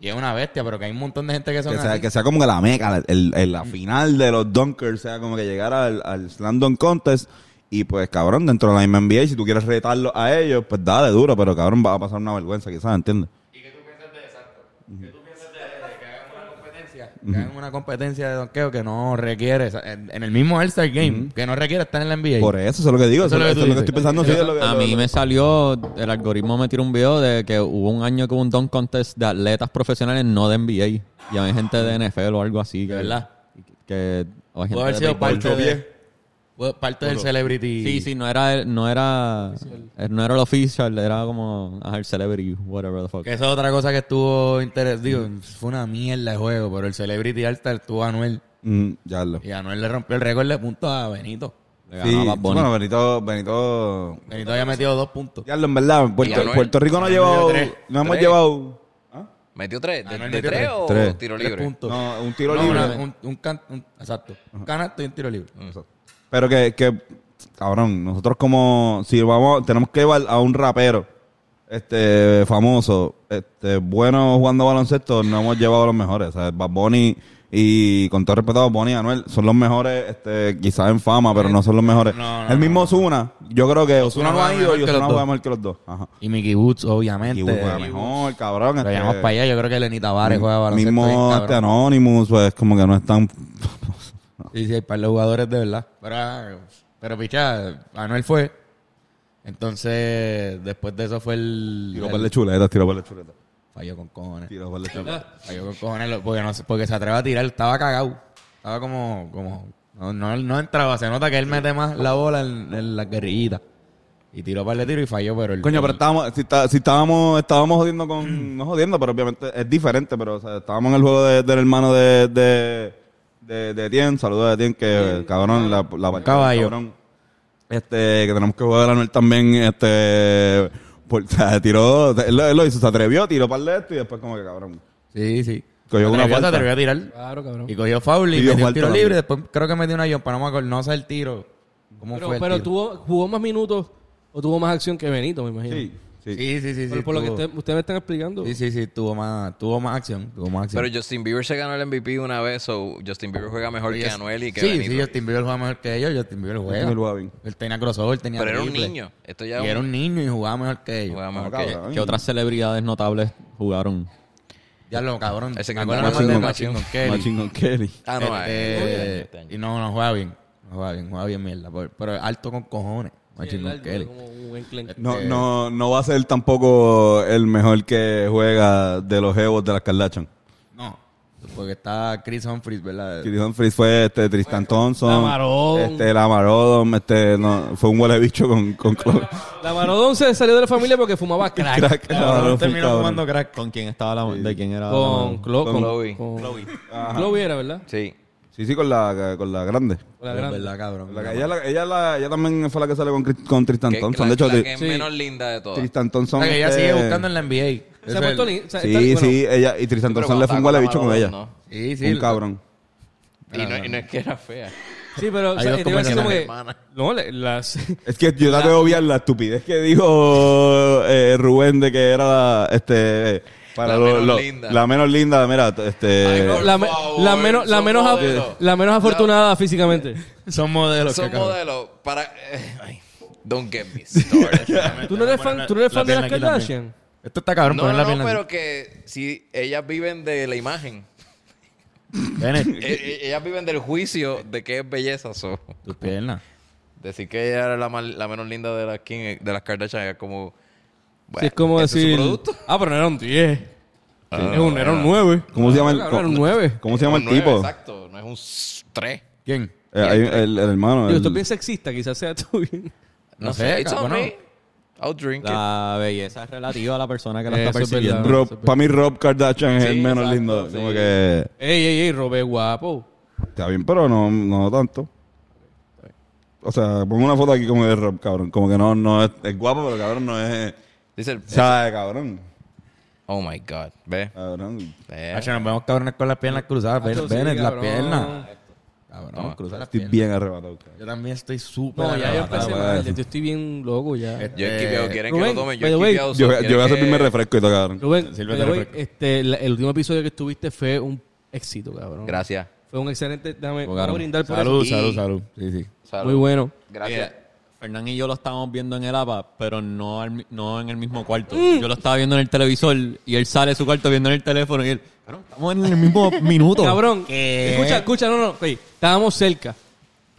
Speaker 6: Y es una bestia, pero que hay un montón de gente que son
Speaker 4: que sea,
Speaker 6: así.
Speaker 4: que sea como que la meca, el- el- la final de los dunkers, sea como que llegar al, al slam dunk contest y pues cabrón, dentro de la misma NBA, si tú quieres retarlo a ellos, pues dale duro, pero cabrón, va a pasar una vergüenza quizás, ¿entiendes?
Speaker 6: ¿Y qué tú piensas de exacto? ¿Qué tú piensas de, de que hagan una competencia Está en una competencia de donkeo que no requiere, esa- en, en el mismo All-Star Game, que no requiere estar en la NBA.
Speaker 4: Por eso, eso es lo que digo. Eso,
Speaker 6: Eso es lo que
Speaker 4: eso
Speaker 6: tú
Speaker 4: es lo que
Speaker 6: dices.
Speaker 4: estoy pensando. sí, es lo que-
Speaker 2: A
Speaker 4: lo-
Speaker 2: mí
Speaker 4: lo-
Speaker 2: me salió, el algoritmo me tiró un video de que hubo un año que hubo un dunk contest de atletas profesionales, no de NBA. Y había gente de NFL o algo así. Que,
Speaker 6: verdad?
Speaker 2: Que, o gente
Speaker 6: Pudo haber
Speaker 2: de
Speaker 6: sido
Speaker 2: béisbol.
Speaker 6: parte,
Speaker 4: Ocho
Speaker 6: de,
Speaker 4: pies.
Speaker 6: fue parte del celebrity.
Speaker 2: Sí, sí, no era, el- no era, el- no era el official, era como ajá, el celebrity, whatever the fuck.
Speaker 6: Que esa es otra cosa que estuvo
Speaker 2: Mm.
Speaker 6: interes- digo, fue una mierda de juego, pero el Celebrity All-Star tuvo a Anuel.
Speaker 4: Mm, ya lo.
Speaker 6: Y Anuel le rompió el récord de puntos a Benito.
Speaker 2: Le
Speaker 4: Sí,
Speaker 2: ganó a Bad Bunny.
Speaker 4: bueno, Benito, Benito.
Speaker 6: Benito había metido dos puntos.
Speaker 4: Ya lo, en verdad,
Speaker 5: Y
Speaker 4: Puerto,
Speaker 5: Anuel.
Speaker 4: Puerto Rico no ha
Speaker 6: Anuel
Speaker 4: llevado.
Speaker 6: dio tres.
Speaker 4: No hemos
Speaker 5: Tres.
Speaker 4: llevado.
Speaker 5: ¿Metió tres? ¿De,
Speaker 6: Anuel
Speaker 5: de
Speaker 6: metió
Speaker 5: tres,
Speaker 6: tres.
Speaker 5: o
Speaker 4: Tres.
Speaker 5: tiro
Speaker 6: Tres
Speaker 5: libre?
Speaker 6: puntos.
Speaker 4: No, un tiro
Speaker 6: No,
Speaker 4: libre.
Speaker 6: una- un, un can- un- exacto. Un canasto y un tiro libre.
Speaker 4: Pero que, que, cabrón, nosotros como, si vamos, tenemos que llevar a un rapero, este, famoso, este, bueno jugando baloncesto, no hemos llevado a los mejores. O sea, Bad Bunny y, con todo respeto, Bad Bunny y Anuel son los mejores, este, quizás en fama, pero no son los mejores.
Speaker 6: No, no,
Speaker 4: El mismo Ozuna, yo creo que Ozuna
Speaker 6: Ozuna
Speaker 4: no ha
Speaker 6: juega
Speaker 4: ido
Speaker 6: mejor
Speaker 4: y
Speaker 6: que los
Speaker 4: Ozuna juega
Speaker 6: dos.
Speaker 4: mejor que los dos. Ajá.
Speaker 6: Y Mickey Woods, obviamente.
Speaker 4: Y Wu juega mejor, cabrón.
Speaker 6: Lo
Speaker 4: este,
Speaker 6: llamamos para allá. Yo creo que Lenita Vares juega baloncesto. bien,
Speaker 4: mismo
Speaker 6: cabrón.
Speaker 4: este Anonymous, pues como que no es tan
Speaker 6: Sí, sí, hay par de jugadores de verdad. Pero, ah, pero picha, Anuel fue. Entonces, después de eso fue el.
Speaker 4: Tiro
Speaker 6: el-
Speaker 4: para la chuleta, tiro para la chuleta.
Speaker 6: falló con cojones.
Speaker 4: Tiro para la chuleta.
Speaker 6: Falló con cojones lo- porque, no, se- porque se atreve a tirar. Estaba cagado. Estaba como. como no, no, no entraba. Se nota que él mete más la bola en, en la guerrillita. Y tiró para el tiro y falló, pero el.
Speaker 4: Coño, pero estábamos, si, está- si estábamos, estábamos jodiendo con, no jodiendo, pero obviamente es diferente, pero o sea, estábamos en el juego de- del hermano de, de, de, de Tien, saludos a Tien, que cabrón, la, la parte del
Speaker 6: Caballo.
Speaker 4: cabrón, este, que tenemos que jugar a Anuel también, este, por, o sea, tiró, él, lo- él lo hizo, se atrevió, tiró para el de esto y después como que cabrón,
Speaker 6: Sí, sí.
Speaker 4: Cogió
Speaker 6: Se
Speaker 4: una
Speaker 6: atrevió, se
Speaker 4: falta.
Speaker 6: atrevió a tirar.
Speaker 1: Claro, cabrón.
Speaker 6: Y cogió foul
Speaker 4: Y
Speaker 6: y
Speaker 4: dio
Speaker 6: metió un
Speaker 4: falta
Speaker 6: tiro
Speaker 4: también.
Speaker 6: libre. Después creo que metió una jumpa. No me acuerdo. No sé el tiro. ¿Cómo
Speaker 1: Pero,
Speaker 6: fue el
Speaker 1: pero
Speaker 6: tiro?
Speaker 1: tuvo, jugó más minutos o tuvo más acción que Benito, me imagino.
Speaker 4: sí, sí.
Speaker 6: Sí, sí, sí.
Speaker 1: Pero
Speaker 6: sí,
Speaker 1: por lo que
Speaker 6: tuvo.
Speaker 1: usted- ustedes me están explicando.
Speaker 6: Sí, sí, sí, tuvo más, tuvo más acción, tuvo más acción.
Speaker 5: Pero Justin Bieber se ganó el MVP una vez, so Justin Bieber juega mejor que Anuel y que
Speaker 6: sí,
Speaker 5: Benito.
Speaker 6: sí, Justin Bieber juega mejor que ellos, Justin Bieber
Speaker 4: Justin Bieber
Speaker 6: juega.
Speaker 4: juega bien.
Speaker 6: Él tenía crossover, tenía
Speaker 5: Pero era un
Speaker 6: triple.
Speaker 5: niño. Esto
Speaker 6: Y
Speaker 5: ya
Speaker 6: era un niño y jugaba mejor que
Speaker 5: juega
Speaker 6: ellos.
Speaker 5: mejor
Speaker 4: No,
Speaker 5: que-
Speaker 4: Ah, cabrón.
Speaker 2: ¿Qué otras celebridades notables jugaron?
Speaker 6: Ya lo cabrón.
Speaker 5: Ese
Speaker 6: me
Speaker 5: que
Speaker 6: acuerdo
Speaker 5: cantaba
Speaker 6: más de
Speaker 5: Machín
Speaker 6: Machín
Speaker 5: con
Speaker 6: con Kelly.
Speaker 4: Machín con Kelly.
Speaker 5: Ah, no,
Speaker 6: Este,
Speaker 5: eh, este año.
Speaker 6: y no, no juega bien. No juega bien, juega bien mierda. Pero, pero alto con cojones. Machín con Kelly.
Speaker 1: Como un buen clenque.
Speaker 4: No, no, no va a ser tampoco el mejor que juega de los Evos de las Kardashian.
Speaker 6: No. Porque está Chris Humphries, ¿verdad?
Speaker 4: Chris Humphries fue este, Tristan Thompson.
Speaker 1: Lamar Odom.
Speaker 4: Este, Lamar Odom, este, no, fue un huele bicho con, con clo-
Speaker 1: La Marodón se salió de la familia porque fumaba crack.
Speaker 4: crack. Lamar Odom
Speaker 6: Cabrón,
Speaker 4: fue un
Speaker 6: terminó
Speaker 4: cabrón.
Speaker 6: jugando crack.
Speaker 2: ¿Con quién estaba la ¿De quién era?
Speaker 1: Con, Clo-
Speaker 4: Con
Speaker 1: con
Speaker 5: Chloe.
Speaker 1: con- Chloe era, ¿verdad?
Speaker 5: Sí.
Speaker 4: Sí, sí, con la, con la grande.
Speaker 1: La
Speaker 6: Es
Speaker 1: grande.
Speaker 6: ¿Verdad, cabrón?
Speaker 4: La que ella, la- ella, la- ella también fue la que sale con, Chris- con Tristan
Speaker 5: Que-
Speaker 4: Thompson. de
Speaker 5: la-
Speaker 4: hecho,
Speaker 5: la que es
Speaker 1: sí.
Speaker 5: menos linda de todas.
Speaker 4: Tristan Thompson.
Speaker 6: O sea, que ella
Speaker 4: este,
Speaker 6: sigue buscando en la NBA.
Speaker 1: Se
Speaker 6: Eso
Speaker 1: ha puesto
Speaker 6: es-
Speaker 1: li- o sea,
Speaker 4: Sí,
Speaker 1: está- bueno,
Speaker 4: sí, ella, y Tristan
Speaker 5: Pero
Speaker 4: Thompson le fue un
Speaker 5: cuando
Speaker 4: huele
Speaker 5: estaba
Speaker 4: bicho con ella.
Speaker 5: Maradona, ¿no?
Speaker 6: Sí, sí.
Speaker 4: Un cabrón.
Speaker 5: Y no,
Speaker 6: Ah,
Speaker 5: y no es que era fea.
Speaker 1: Sí, pero o sea,
Speaker 6: Hay dos
Speaker 1: te iba a decir como que-
Speaker 5: conversaciones.
Speaker 1: no, le- las
Speaker 4: Es que yo traté de obviar la estupidez que dijo eh, Rubén de que era la, este, para
Speaker 5: La
Speaker 4: lo-
Speaker 5: menos
Speaker 4: lo-
Speaker 5: linda.
Speaker 4: La menos linda, mira, t- este.
Speaker 5: Ay, no,
Speaker 1: la, me-
Speaker 5: favor,
Speaker 1: la menos la
Speaker 5: son
Speaker 1: menos af-
Speaker 5: modelos.
Speaker 1: la menos afortunada físicamente.
Speaker 6: Son modelos.
Speaker 5: Son
Speaker 6: qué cabrón.
Speaker 5: modelos para... eh, ay, don't get me started.
Speaker 1: ¿Tú no eres fan, tú no eres
Speaker 6: La
Speaker 1: fan de las
Speaker 6: pierna aquí también.
Speaker 1: Kardashian?
Speaker 6: Esto está cabrón,
Speaker 5: no,
Speaker 6: poner la
Speaker 5: no, no,
Speaker 6: pierna así.
Speaker 5: pero que si ellas viven de la imagen.
Speaker 6: Bennett,
Speaker 5: Eh, eh, ellas viven del juicio de qué es belleza. So.
Speaker 6: tus piernas.
Speaker 5: Decir que ella era la, más- la menos linda de las, Kim- de las Kardashian es como... bueno,
Speaker 1: Sí, es como
Speaker 5: ¿ese
Speaker 1: decir.
Speaker 5: Es su producto?
Speaker 1: Ah, pero no era un 10.
Speaker 6: Ah,
Speaker 1: es un, era un 9.
Speaker 4: ¿Cómo se llama el,
Speaker 1: Era un 9.
Speaker 4: ¿Cómo se llama
Speaker 5: Un
Speaker 4: el
Speaker 5: nueve,
Speaker 4: tipo?
Speaker 5: Exacto, no es un s- tres.
Speaker 6: ¿Quién?
Speaker 4: Eh, hay un- el, el hermano.
Speaker 1: Digo,
Speaker 4: el-
Speaker 1: esto es bien sexista, quizás sea tú.
Speaker 5: No,
Speaker 6: No
Speaker 5: sé,
Speaker 6: sé,
Speaker 5: it's on
Speaker 6: bueno.
Speaker 5: me. I'll drink it.
Speaker 2: La belleza es relativa a la persona que la está
Speaker 1: Eso es
Speaker 2: persiguiendo.
Speaker 1: verdad.
Speaker 4: Rob- para mí Rob Kardashian es
Speaker 5: Sí,
Speaker 4: el menos
Speaker 5: exacto,
Speaker 4: lindo.
Speaker 5: sí.
Speaker 4: Como que
Speaker 1: ey, ey, ey, Robé guapo.
Speaker 4: está bien, pero no, no tanto. O sea, pongo una foto aquí como de Rob, cabrón. Como que no, no es, es guapo, pero cabrón no es.
Speaker 5: Dice el-
Speaker 4: O sea, cabrón.
Speaker 5: Oh my God. Ve.
Speaker 4: Cabrón.
Speaker 5: ve.
Speaker 6: Eh.
Speaker 1: Ah,
Speaker 6: Hacho, nos vemos cabrones con las piernas cruzadas. Ben-
Speaker 1: Hacho, sí,
Speaker 6: Bennett, las
Speaker 1: cabrón.
Speaker 6: piernas. Cabrón, cruzar las
Speaker 4: Estoy
Speaker 6: piernas.
Speaker 4: bien arrebatado. cabrón.
Speaker 6: Yo también estoy súper.
Speaker 1: No, ya yo
Speaker 6: arrebatado.
Speaker 1: empecé
Speaker 4: bueno,
Speaker 1: mal.
Speaker 4: eso.
Speaker 1: Yo estoy bien loco ya.
Speaker 5: Yo he esquipeado, quieren que
Speaker 1: eh, Rubén,
Speaker 5: lo tomen. Yo
Speaker 1: by
Speaker 5: he
Speaker 1: the way,
Speaker 5: esquipeado. so
Speaker 4: Yo, yo
Speaker 5: quieren
Speaker 4: voy a servirme
Speaker 5: que-
Speaker 4: refresco y todo, cabrón.
Speaker 1: Rubén,
Speaker 6: Sírvete
Speaker 1: by the way,
Speaker 6: refresco.
Speaker 1: este, la- el último episodio que estuviste fue un éxito, cabrón.
Speaker 5: Gracias.
Speaker 1: Fue un excelente. Dame,
Speaker 6: Cabrón.
Speaker 1: vamos a brindar por
Speaker 6: Salud,
Speaker 5: eso.
Speaker 6: salud,
Speaker 5: Y-
Speaker 6: salud. Sí, sí.
Speaker 1: eso.
Speaker 5: Salud.
Speaker 1: Muy bueno.
Speaker 5: Gracias.
Speaker 2: Fernán y yo lo estábamos viendo en el APA, pero no, al mi- no en el mismo cuarto.
Speaker 1: Mm.
Speaker 2: Yo lo estaba viendo en el televisor y él sale de su cuarto viendo en el teléfono y él, "Cabrón, estamos en el mismo minuto.
Speaker 1: Cabrón. Escucha, escucha, no, no. no. Oye, estábamos cerca.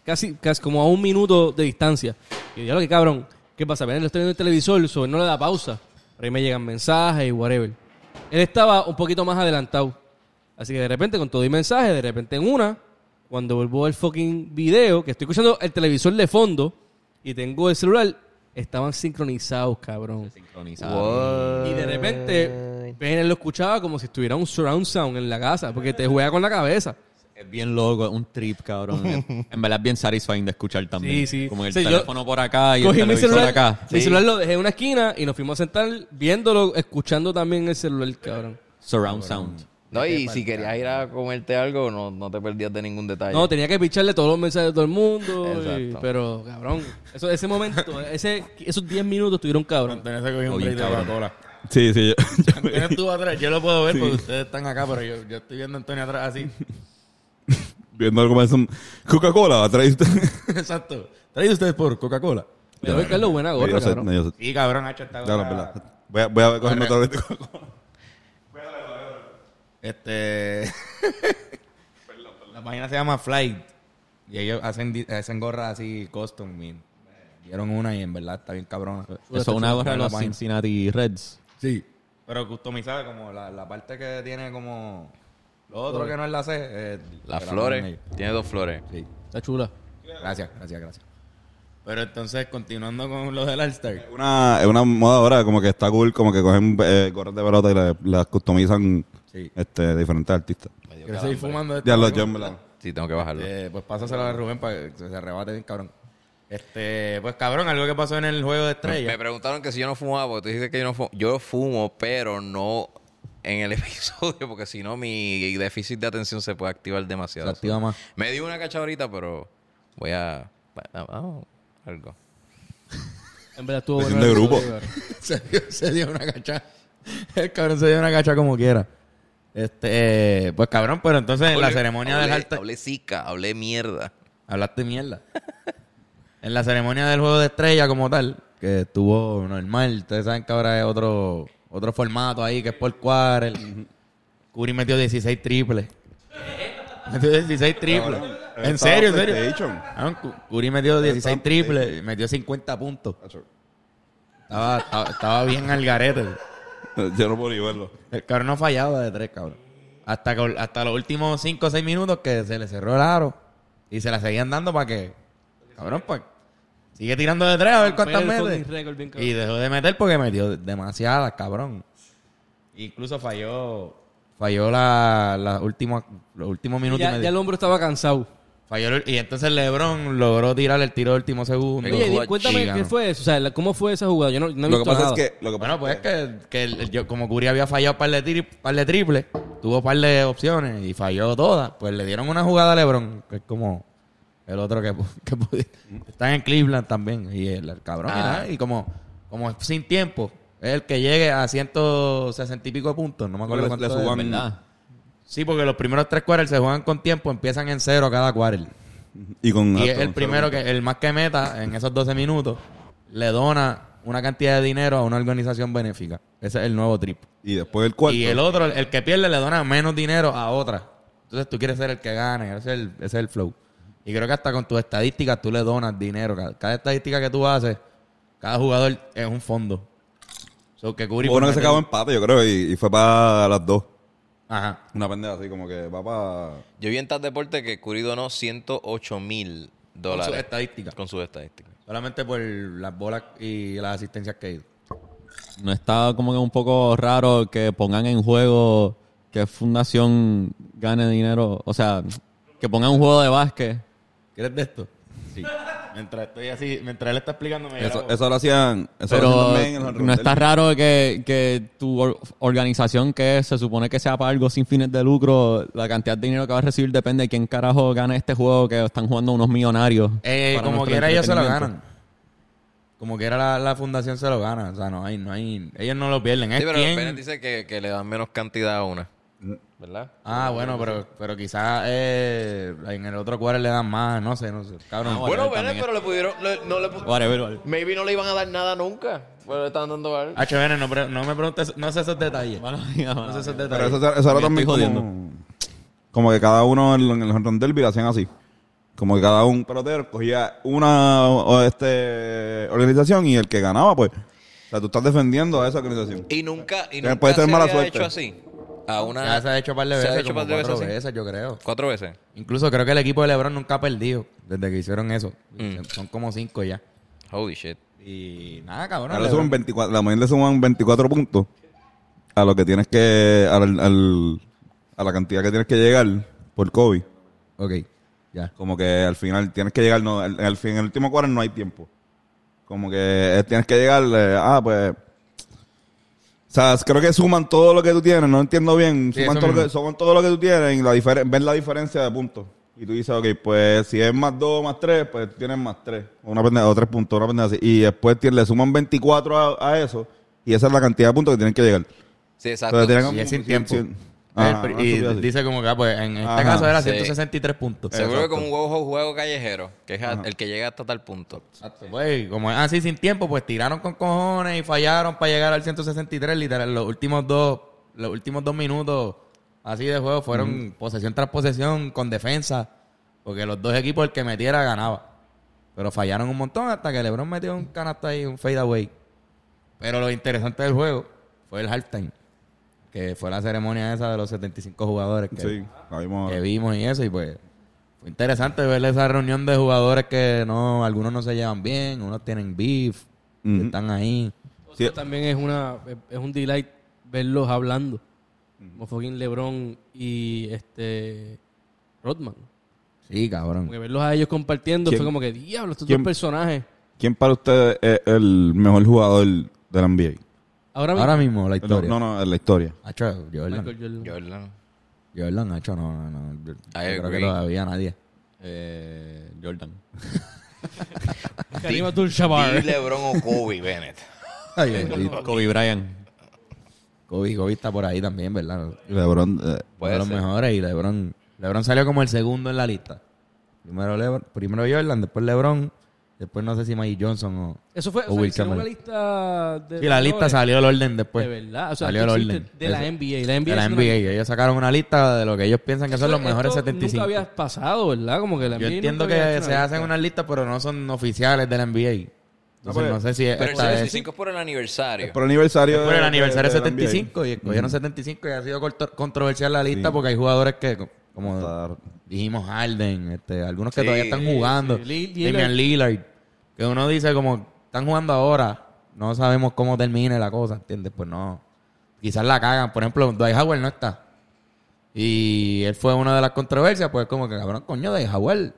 Speaker 1: Casi, casi como a un minuto de distancia. Y yo, que cabrón, ¿qué pasa? Ven, lo estoy viendo en el televisor, sobre no le da pausa. Por ahí me llegan mensajes y whatever. Él estaba un poquito más adelantado. Así que de repente, con todo y mensaje, de repente en una, cuando vuelvo el fucking video, que estoy escuchando el televisor de fondo y tengo el celular, estaban sincronizados, cabrón.
Speaker 2: Sincronizado.
Speaker 1: Y de repente, ven, él lo escuchaba como si estuviera un surround sound en la casa, porque te juega con la cabeza.
Speaker 2: Es bien loco, es un trip, cabrón. en verdad es bien satisfying de escuchar también.
Speaker 1: Sí, sí.
Speaker 2: Como el
Speaker 1: Sí, yo-
Speaker 2: teléfono por acá y el
Speaker 1: Cogí mi
Speaker 2: televisor
Speaker 1: celular,
Speaker 2: acá.
Speaker 1: mi celular lo dejé en una esquina y nos fuimos a sentar viéndolo, escuchando también el celular, cabrón.
Speaker 2: Surround sound.
Speaker 5: No, y si querías ir a comerte algo, no, no te perdías de ningún detalle.
Speaker 1: No, tenía que picharle todos los mensajes de todo el mundo. y-
Speaker 5: Exacto.
Speaker 1: pero, cabrón, eso, ese momento, ese, esos 10 minutos estuvieron cabrón.
Speaker 6: Antonio se cogió un
Speaker 2: Oye,
Speaker 6: break de
Speaker 2: cabrón.
Speaker 6: Coca-Cola.
Speaker 4: Sí, sí. yo-
Speaker 6: Antonio estuvo atrás. Yo lo puedo ver porque ustedes están acá, pero yo, yo estoy viendo a Antonio atrás así.
Speaker 4: Viendo algo más. un- Coca-Cola, atrás.
Speaker 6: Exacto. Traído ustedes por Coca-Cola.
Speaker 1: Pero, oye, Carlos, buena
Speaker 4: Me dio
Speaker 1: gorra,
Speaker 4: sed,
Speaker 1: cabrón.
Speaker 4: me dio sed.
Speaker 6: Sí, cabrón, Hacho está
Speaker 4: Claro, en verdad. Voy a, voy a cogerme otra vez de Coca-Cola.
Speaker 6: Este. La página se llama Flight. Y ellos hacen, di- hacen gorras así custom. y Dieron una y en verdad está bien cabrona.
Speaker 2: Eso es una gorra de
Speaker 6: la
Speaker 2: los
Speaker 6: página.
Speaker 2: Cincinnati Reds.
Speaker 6: Sí. Pero customizada, como la, la parte que tiene como. Lo otro que no es la C. eh,
Speaker 5: Las
Speaker 6: te la
Speaker 5: flores.
Speaker 6: ponen ellos.
Speaker 5: Tiene dos flores.
Speaker 6: Sí.
Speaker 1: Está chula.
Speaker 6: Gracias, gracias, gracias. Pero entonces, continuando con lo del All-Star.
Speaker 4: Una, es una moda ahora, como que está cool, como que cogen eh, gorras de pelota y la- las customizan
Speaker 6: Sí.
Speaker 4: este, de diferentes artistas.
Speaker 6: ¿Quieres seguir fumando de esto?
Speaker 4: Ya lo yo, en verdad.
Speaker 5: Sí, tengo que bajarlo.
Speaker 6: Eh, pues pásaselo a Rubén para que se arrebate bien, cabrón. Este, pues cabrón, algo que pasó en el juego de estrellas.
Speaker 5: Me preguntaron que si yo no fumaba, porque tú dijiste que yo no fumo. Yo fumo, pero no en el episodio, porque si no, mi déficit de atención se puede activar demasiado.
Speaker 6: más.
Speaker 5: Me dio una cacha ahorita, pero voy a. Vamos, algo.
Speaker 1: En verdad estuvo
Speaker 4: Es
Speaker 1: buena.
Speaker 4: de
Speaker 1: la-
Speaker 4: grupo.
Speaker 6: se, dio, se dio una cacha. El cabrón se dio una cacha como quiera. Este, pues cabrón, pero entonces en la
Speaker 5: Hablé-
Speaker 6: ceremonia del
Speaker 5: hablé-
Speaker 6: alta.
Speaker 5: Hablé zica, hablé mierda.
Speaker 6: Hablaste mierda. en la ceremonia del juego de estrella como tal, que estuvo normal. Ustedes saben que ahora es otro, otro formato ahí, que es por quarter. Curry metió 16 triples. Metió 16 triples.
Speaker 4: Cabrón,
Speaker 6: en
Speaker 4: estaba
Speaker 6: serio, en serio.
Speaker 4: PlayStation.
Speaker 6: Cabrón, Cu- Curry metió 16
Speaker 4: estaba
Speaker 6: triples, metió 50 puntos. Estaba, estaba, estaba bien al garete.
Speaker 4: Yo no podía verlo.
Speaker 6: El cabrón no fallaba de tres, cabrón. Hasta, que- hasta los últimos cinco o seis minutos que se le cerró el aro. Y se la seguían dando para que... Cabrón, pues... Sigue tirando de tres a ver cuántas
Speaker 1: Romper el fucking
Speaker 6: mete.
Speaker 1: récord bien cabrón.
Speaker 6: Y dejó de meter porque metió demasiadas, cabrón. Incluso falló... Falló la, la última, los últimos minutos y
Speaker 1: Ya,
Speaker 6: medio.
Speaker 1: ya el hombro estaba cansado.
Speaker 6: Falló el- y entonces LeBron logró tirar el tiro del último segundo.
Speaker 5: Oye,
Speaker 1: Oye, di-
Speaker 5: Guachi,
Speaker 1: cuéntame
Speaker 6: ganó.
Speaker 1: qué fue eso. O sea, la- ¿cómo fue esa jugada? Yo no, no he
Speaker 4: Lo que
Speaker 1: visto
Speaker 4: pasa
Speaker 1: nada.
Speaker 4: es que. Lo que pasa
Speaker 6: Bueno, pues
Speaker 4: es
Speaker 6: es que, que el- yo- como Curry había fallado par de, tri, par de triples, tuvo par de opciones y falló todas, pues le dieron una jugada a LeBron, que es como el otro que, pu- que pude- Están en Cleveland también, y el, el cabrón, y, nada, y como, como es sin tiempo, es el que llegue a 160 y pico de puntos, no me acuerdo
Speaker 4: Le-
Speaker 6: cuánto
Speaker 4: le
Speaker 6: es.
Speaker 4: suban-
Speaker 2: ¿Verdad?
Speaker 6: Sí, porque los primeros tres quarters se juegan con tiempo, empiezan en cero cada quarter.
Speaker 4: y con
Speaker 6: Y es el primero que, el más que meta en esos 12 minutos, le dona una cantidad de dinero a una organización benéfica. Ese es el nuevo trip.
Speaker 4: Y después el cuarto.
Speaker 6: Y el otro, el que pierde, le dona menos dinero a otra. Entonces tú quieres ser el que gane, ese es el, ese es el flow. Y creo que hasta con tus estadísticas tú le donas dinero. Cada, cada estadística que tú haces, cada jugador es un fondo. So, que Curry
Speaker 4: Hubo uno que
Speaker 6: por
Speaker 4: se
Speaker 6: meter-
Speaker 4: acabó empate, yo creo, y, y fue para las dos.
Speaker 6: Ajá.
Speaker 4: Una pendeja así, como que va para.
Speaker 5: Yo vi en Taz Deporte que Curry donó 108 mil
Speaker 6: Con sus
Speaker 5: dólares
Speaker 6: estadísticas.
Speaker 5: con sus estadísticas.
Speaker 6: Solamente por las bolas y las asistencias que hizo.
Speaker 2: ¿No está como que un poco raro que pongan en juego que fundación gane dinero? O sea, que pongan un juego de básquet.
Speaker 6: ¿Quieres de esto? Sí. mientras estoy así, mientras él está explicando, me
Speaker 4: Eso, eso lo hacían. Eso lo hacían
Speaker 2: Pero
Speaker 4: también en los
Speaker 2: no
Speaker 4: Roundel.
Speaker 2: está raro que, que tu or- organización que se supone que sea para algo sin fines de lucro, la cantidad de dinero que va a recibir depende de quién carajo gane este juego que están jugando unos millonarios.
Speaker 6: Eh,
Speaker 2: para
Speaker 6: como
Speaker 2: nuestro
Speaker 6: quiera ellos se lo ganan.
Speaker 2: entretenimiento.
Speaker 6: Como quiera la, la fundación se lo gana. O sea, no hay, no hay. Ellos no lo pierden.
Speaker 5: Sí,
Speaker 6: Es
Speaker 5: pero
Speaker 6: quién-
Speaker 5: Bennett dice que, que le dan menos cantidad a una. ¿Verdad?
Speaker 6: Ah, bueno, pero, pero quizás eh, en el otro cuadro le dan más, no sé, no sé. Cabrón,
Speaker 5: Ah, Bueno,
Speaker 6: también
Speaker 5: Bennett, pero le pudieron. le- no le pu-
Speaker 2: Whatever, whatever.
Speaker 5: Maybe no le iban a dar nada nunca. Bueno, le estaban dando algo.
Speaker 6: es- H, Bennett, no, pre- no me preguntes, no sé esos detalles.
Speaker 2: Mala mía, mala
Speaker 6: No sé
Speaker 2: mía.
Speaker 4: Pero
Speaker 6: esos detalles.
Speaker 4: eso, eso era
Speaker 2: Me
Speaker 4: también
Speaker 2: estoy
Speaker 4: como, como que cada uno en, en el home run derby lo hacían así. Como que cada un pelotero cogía una o, este, organización y el que ganaba, pues. O sea, tú estás defendiendo a esa organización.
Speaker 5: Y nunca. Y
Speaker 4: Puede
Speaker 5: nunca
Speaker 4: ser
Speaker 5: se
Speaker 4: mala
Speaker 5: había
Speaker 4: suerte.
Speaker 5: hecho así. A una.
Speaker 6: Ya se ha hecho un par de
Speaker 5: se ha
Speaker 6: veces,
Speaker 5: hecho
Speaker 6: como
Speaker 5: par de
Speaker 6: cuatro
Speaker 5: veces, sí.
Speaker 6: veces, yo creo.
Speaker 5: Cuatro veces.
Speaker 6: Incluso creo que el equipo de LeBron nunca ha perdido desde que hicieron eso.
Speaker 5: Mm.
Speaker 6: Son como cinco ya.
Speaker 5: Holy shit.
Speaker 6: Y nada, cabrón.
Speaker 4: Ahora le
Speaker 6: LeBron.
Speaker 4: suman 24, la mañana le suman 24 puntos a lo que tienes que. al- al- a la cantidad que tienes que llegar por COVID.
Speaker 6: Ok, ya.
Speaker 4: Como que al final tienes que llegar, no, al, al fin, en el último cuadro no hay tiempo. Como que eh, tienes que llegar, eh, ah, pues. O sea, creo que suman todo lo que tú tienes, no entiendo bien.
Speaker 6: Sí,
Speaker 4: suman,
Speaker 6: eso
Speaker 4: todo lo que,
Speaker 6: mismo.
Speaker 4: suman todo lo que tú tienes y la diferen- ven la diferencia de puntos. Y tú dices, ok, pues si es más 2 más 3, pues tienes más 3. Una pendeja, o 3 puntos, una pendeja así. Y después tien- le suman 24 a, a eso y esa es la cantidad de puntos que tienen que llegar.
Speaker 5: Sí, exacto.
Speaker 4: Entonces, tienen como-
Speaker 6: Y es sin
Speaker 4: sí,
Speaker 6: tiempo.
Speaker 4: sí. Ajá,
Speaker 6: Eh,
Speaker 4: una
Speaker 6: y
Speaker 4: estupidez Ah, así.
Speaker 6: dice como que, ah, pues, en este
Speaker 4: Ajá,
Speaker 6: caso era
Speaker 5: sí.
Speaker 6: 163 puntos.
Speaker 5: Se vuelve como un juego, juego callejero, que es a- el que llega hasta tal punto.
Speaker 6: Exacto. Pues, y como es así sin tiempo, pues tiraron con cojones y fallaron para llegar al 163. Literal, los últimos dos, los últimos dos minutos así de juego fueron posesión tras posesión con defensa. Porque los dos equipos, el que metiera, ganaba. Pero fallaron un montón hasta que LeBron metió un canasto ahí, un fadeaway. Pero lo interesante del juego fue el halftime. Que fue la ceremonia esa de los 75 jugadores. Que
Speaker 4: Sí, la vimos ahora.
Speaker 6: que vimos y eso y pues fue interesante ver esa reunión de jugadores que no algunos no se llevan bien unos tienen beef que
Speaker 4: Ujú.
Speaker 6: están ahí
Speaker 4: Sí.
Speaker 1: Eso También es una es- es un delight verlos hablando. Como fucking LeBron y este Rodman.
Speaker 6: sí cabrón
Speaker 1: Porque verlos a ellos compartiendo
Speaker 4: ¿Quién?
Speaker 1: fue como que, diablo, estos
Speaker 4: ¿Quién?
Speaker 1: dos personajes.
Speaker 4: ¿Quién para ustedes es el mejor jugador de la NBA?
Speaker 1: Ahora mismo,
Speaker 6: ahora mismo la
Speaker 4: No,
Speaker 6: historia
Speaker 4: no, no, en la historia.
Speaker 6: Hacho, Jordan
Speaker 1: Michael Jordan.
Speaker 5: Jordan.
Speaker 6: Jordan Hacho, no no no yo, yo
Speaker 5: I
Speaker 6: creo que
Speaker 5: agree.
Speaker 6: todavía nadie
Speaker 2: Eh, Jordan.
Speaker 1: Kareem Abdul-Jabbar.
Speaker 5: Y LeBron o Kobe Bennett.
Speaker 6: Ay, bendito.
Speaker 2: Kobe Bryant.
Speaker 6: Kobe Kobe está por ahí también verdad
Speaker 4: LeBron, eh,
Speaker 6: Uno de
Speaker 5: Puede
Speaker 6: los
Speaker 5: ser.
Speaker 6: mejores y LeBron LeBron salió como el segundo en la lista primero LeBron primero Jordan después LeBron después no sé si Magic Johnson o
Speaker 1: Eso fue,
Speaker 6: o
Speaker 1: o sea,
Speaker 6: Oh, Will
Speaker 1: hicieron
Speaker 6: Chamberlain.
Speaker 1: una lista de...
Speaker 6: Sí, la lista
Speaker 1: jugadores.
Speaker 6: salió el orden después.
Speaker 1: De verdad, o sea,
Speaker 6: salió el
Speaker 1: que
Speaker 6: orden.
Speaker 1: existe de la
Speaker 6: Eso.
Speaker 1: NBA. La NBA
Speaker 6: De la
Speaker 1: es una- Pues,
Speaker 6: NBA. Ellos sacaron una lista de lo que ellos piensan que son los
Speaker 1: Esto
Speaker 6: mejores 75.
Speaker 1: Nunca había pasado, ¿verdad? Como que la
Speaker 6: Yo
Speaker 1: NBA
Speaker 6: entiendo
Speaker 1: nunca
Speaker 6: que
Speaker 1: había
Speaker 6: se
Speaker 1: hecho una
Speaker 6: hacen
Speaker 1: lista.
Speaker 6: unas listas, pero no son oficiales de la
Speaker 4: No,
Speaker 6: NBA. Entonces,
Speaker 4: pero-
Speaker 6: no sé si
Speaker 5: Pero el
Speaker 6: esta es...
Speaker 5: 75 es por el aniversario.
Speaker 4: es eh, por el aniversario.
Speaker 6: Por el
Speaker 4: de-
Speaker 6: aniversario
Speaker 4: de la
Speaker 6: 75 y escogieron 75 y ha sido corto- controversial la lista
Speaker 4: Sí.
Speaker 6: porque hay jugadores que, co- como
Speaker 4: Está-
Speaker 6: dijimos, Harden, este, algunos que
Speaker 5: Sí,
Speaker 6: todavía están jugando,
Speaker 1: sí. Lil-
Speaker 6: Damian Lillard, que uno dice como, están jugando ahora, no sabemos cómo termine la cosa, ¿entiendes? Pues no, quizás la cagan, por ejemplo, Dwight Howard no está. Y él fue una de las controversias, pues como que, cabrón, coño, Dwight Howard.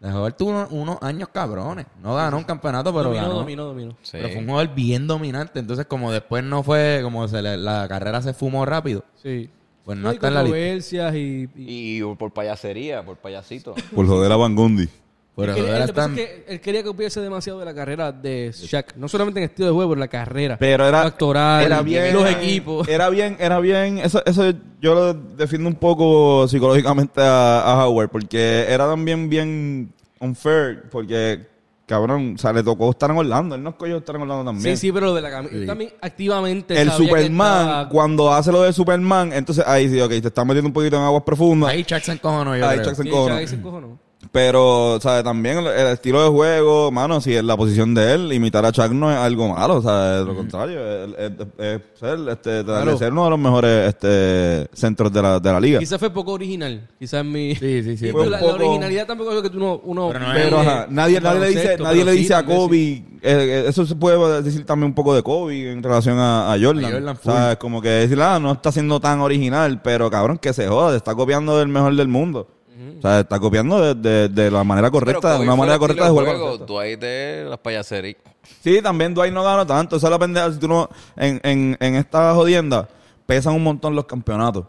Speaker 6: Dwight Howard tuvo unos, unos años cabrones, no ganó un campeonato, pero
Speaker 1: dominó,
Speaker 6: ganó.
Speaker 1: dominó, dominó.
Speaker 5: Sí.
Speaker 6: Pero fue un jugador bien dominante. Entonces, como después no fue, como se le- la carrera se fumó rápido,
Speaker 1: Sí.
Speaker 6: pues no
Speaker 1: No hay
Speaker 6: está en la lista.
Speaker 1: controversias y... y-
Speaker 5: Y por payasería, por payasito.
Speaker 4: Por joder a Van Gundy.
Speaker 6: Pero
Speaker 1: él,
Speaker 6: ahora
Speaker 1: él- lo que pasa
Speaker 6: están-
Speaker 1: es que él quería que hubiese demasiado de la carrera de Shaq. No solamente en el estilo de juego, pero la carrera.
Speaker 4: Pero era.
Speaker 1: actoral,
Speaker 4: era bien,
Speaker 1: los equipos.
Speaker 4: Era bien, era bien. Eso, eso yo lo defiendo un poco psicológicamente a, a Howard. Porque era también bien unfair. Porque, cabrón, o sea, le tocó estar en Orlando. Él no escogió estar en Orlando también.
Speaker 1: Sí, sí, pero lo de la camisa. También activamente.
Speaker 4: El
Speaker 1: sabía que
Speaker 4: Superman,
Speaker 1: estaba-
Speaker 4: cuando hace lo de Superman, entonces ahí sí, ok, te estás metiendo un poquito en aguas profundas.
Speaker 6: Ahí Chuck se encojonó, yo
Speaker 4: Ahí
Speaker 6: creo.
Speaker 4: Chuck se
Speaker 1: Sí,
Speaker 4: encojonó.
Speaker 1: Shaq se encojonó.
Speaker 4: Pero, o sea, también el, el estilo de juego, mano, si es la posición de él, imitar a Chuck no es algo malo, o sea, es lo contrario, es, es- es ser, este, tratar de
Speaker 1: Claro.
Speaker 4: ser uno de los mejores este, centros de la, de la liga.
Speaker 1: Quizás fue poco original. Quizás mi.
Speaker 6: Sí, sí, sí.
Speaker 1: Y
Speaker 4: Fue
Speaker 1: tú,
Speaker 4: un
Speaker 1: la, la
Speaker 4: poco-
Speaker 1: originalidad tampoco es lo que tú no, uno.
Speaker 6: Pero no es-
Speaker 4: Pero,
Speaker 1: ve
Speaker 4: ajá, nadie,
Speaker 1: en
Speaker 4: nadie le dice,
Speaker 1: baloncesto,
Speaker 4: nadie
Speaker 1: pero
Speaker 4: le
Speaker 1: sí,
Speaker 4: dice a
Speaker 1: tal vez
Speaker 4: Kobe,
Speaker 1: sí.
Speaker 4: eh, eh, eso se puede decir también un poco de Kobe en relación a, a Jordan.
Speaker 6: A Jordan,
Speaker 4: o sea, es como que decir, ah, no está siendo tan original, pero cabrón, que se joda, se está copiando del mejor del mundo. O sea, se está copiando de, de- de la manera correcta, de una manera correcta de jugar. baloncesto.
Speaker 5: Tú ahí de las payaserías.
Speaker 4: Sí, también Dwight no ganó tanto. Esa es la pendeja. Si tú no, en, en, en esta jodienda pesan un montón los campeonatos.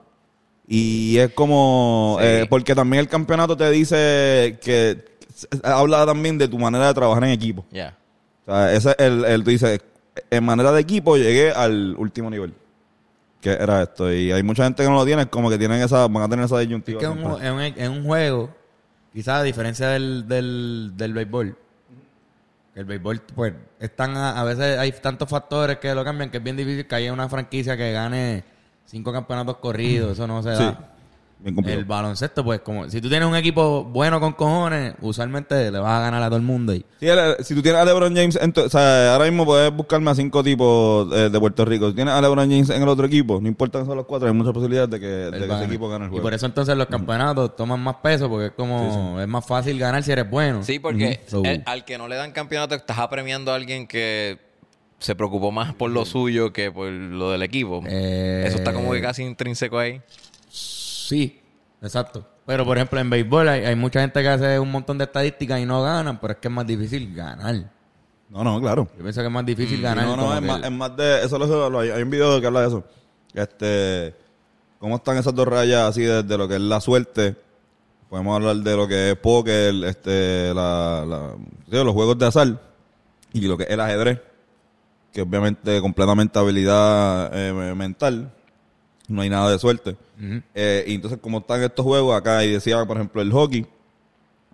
Speaker 4: Y es como...
Speaker 5: Sí.
Speaker 4: eh, porque también el campeonato te dice que... eh, Habla también de tu manera de trabajar en equipo.
Speaker 5: Ya.
Speaker 4: O sea, ese es el, el... Tú dices, en manera de equipo llegué al último nivel. ¿Qué era esto? Y hay mucha gente que no lo tiene, como que tienen esa, van a tener esa
Speaker 6: Es
Speaker 4: disyuntiva.
Speaker 6: que en un,
Speaker 4: siempre.
Speaker 6: en un- en un juego, quizás a diferencia del, del, del béisbol, que el béisbol, pues, están a, a veces hay tantos factores que lo cambian que es bien difícil que haya una franquicia que gane cinco campeonatos corridos. Eso no se
Speaker 4: Sí.
Speaker 6: da.
Speaker 4: Bien complicado.
Speaker 6: El baloncesto, pues, como si tú tienes un equipo bueno con cojones, usualmente le vas a ganar a todo el mundo. Y,
Speaker 4: Sí, el- si tú tienes a LeBron James, ento- o sea, ahora mismo puedes buscarme a cinco tipos eh, de Puerto Rico. Si tienes a LeBron James en el otro equipo, no importa que son los cuatro, hay muchas posibilidades de que, de que
Speaker 6: él va a
Speaker 4: ese
Speaker 6: ganar.
Speaker 4: equipo gane el Mm.
Speaker 6: y
Speaker 4: juego.
Speaker 6: por eso entonces los campeonatos toman más peso porque es como es más fácil ganar si eres bueno.
Speaker 5: Sí, porque
Speaker 6: Ujú. So-
Speaker 5: el- al que no le dan campeonato estás apremiando a alguien que se preocupó más por lo suyo que por lo del equipo.
Speaker 6: Eh.
Speaker 5: Eso está como que casi intrínseco ahí.
Speaker 6: Sí, exacto. Pero por ejemplo, en béisbol hay, hay mucha gente que hace un montón de estadísticas y no ganan, pero es que es más difícil ganar.
Speaker 4: No, no, claro.
Speaker 6: Yo pienso que es más difícil ganar.
Speaker 4: Mm, No, no,
Speaker 6: como
Speaker 4: es
Speaker 6: que
Speaker 4: más,
Speaker 6: el-
Speaker 4: es más de. Eso lo, lo- hay, hay un video que habla de eso. Este. ¿Cómo están esas dos rayas así desde lo que es la suerte? Podemos hablar de lo que es póker, este, la, la- sí, los juegos de azar y lo que es el ajedrez, que obviamente completamente habilidad eh, mental, no hay nada de suerte.
Speaker 6: Ujú.
Speaker 4: Eh, y entonces, como están estos juegos acá, y decía, por ejemplo, el hockey,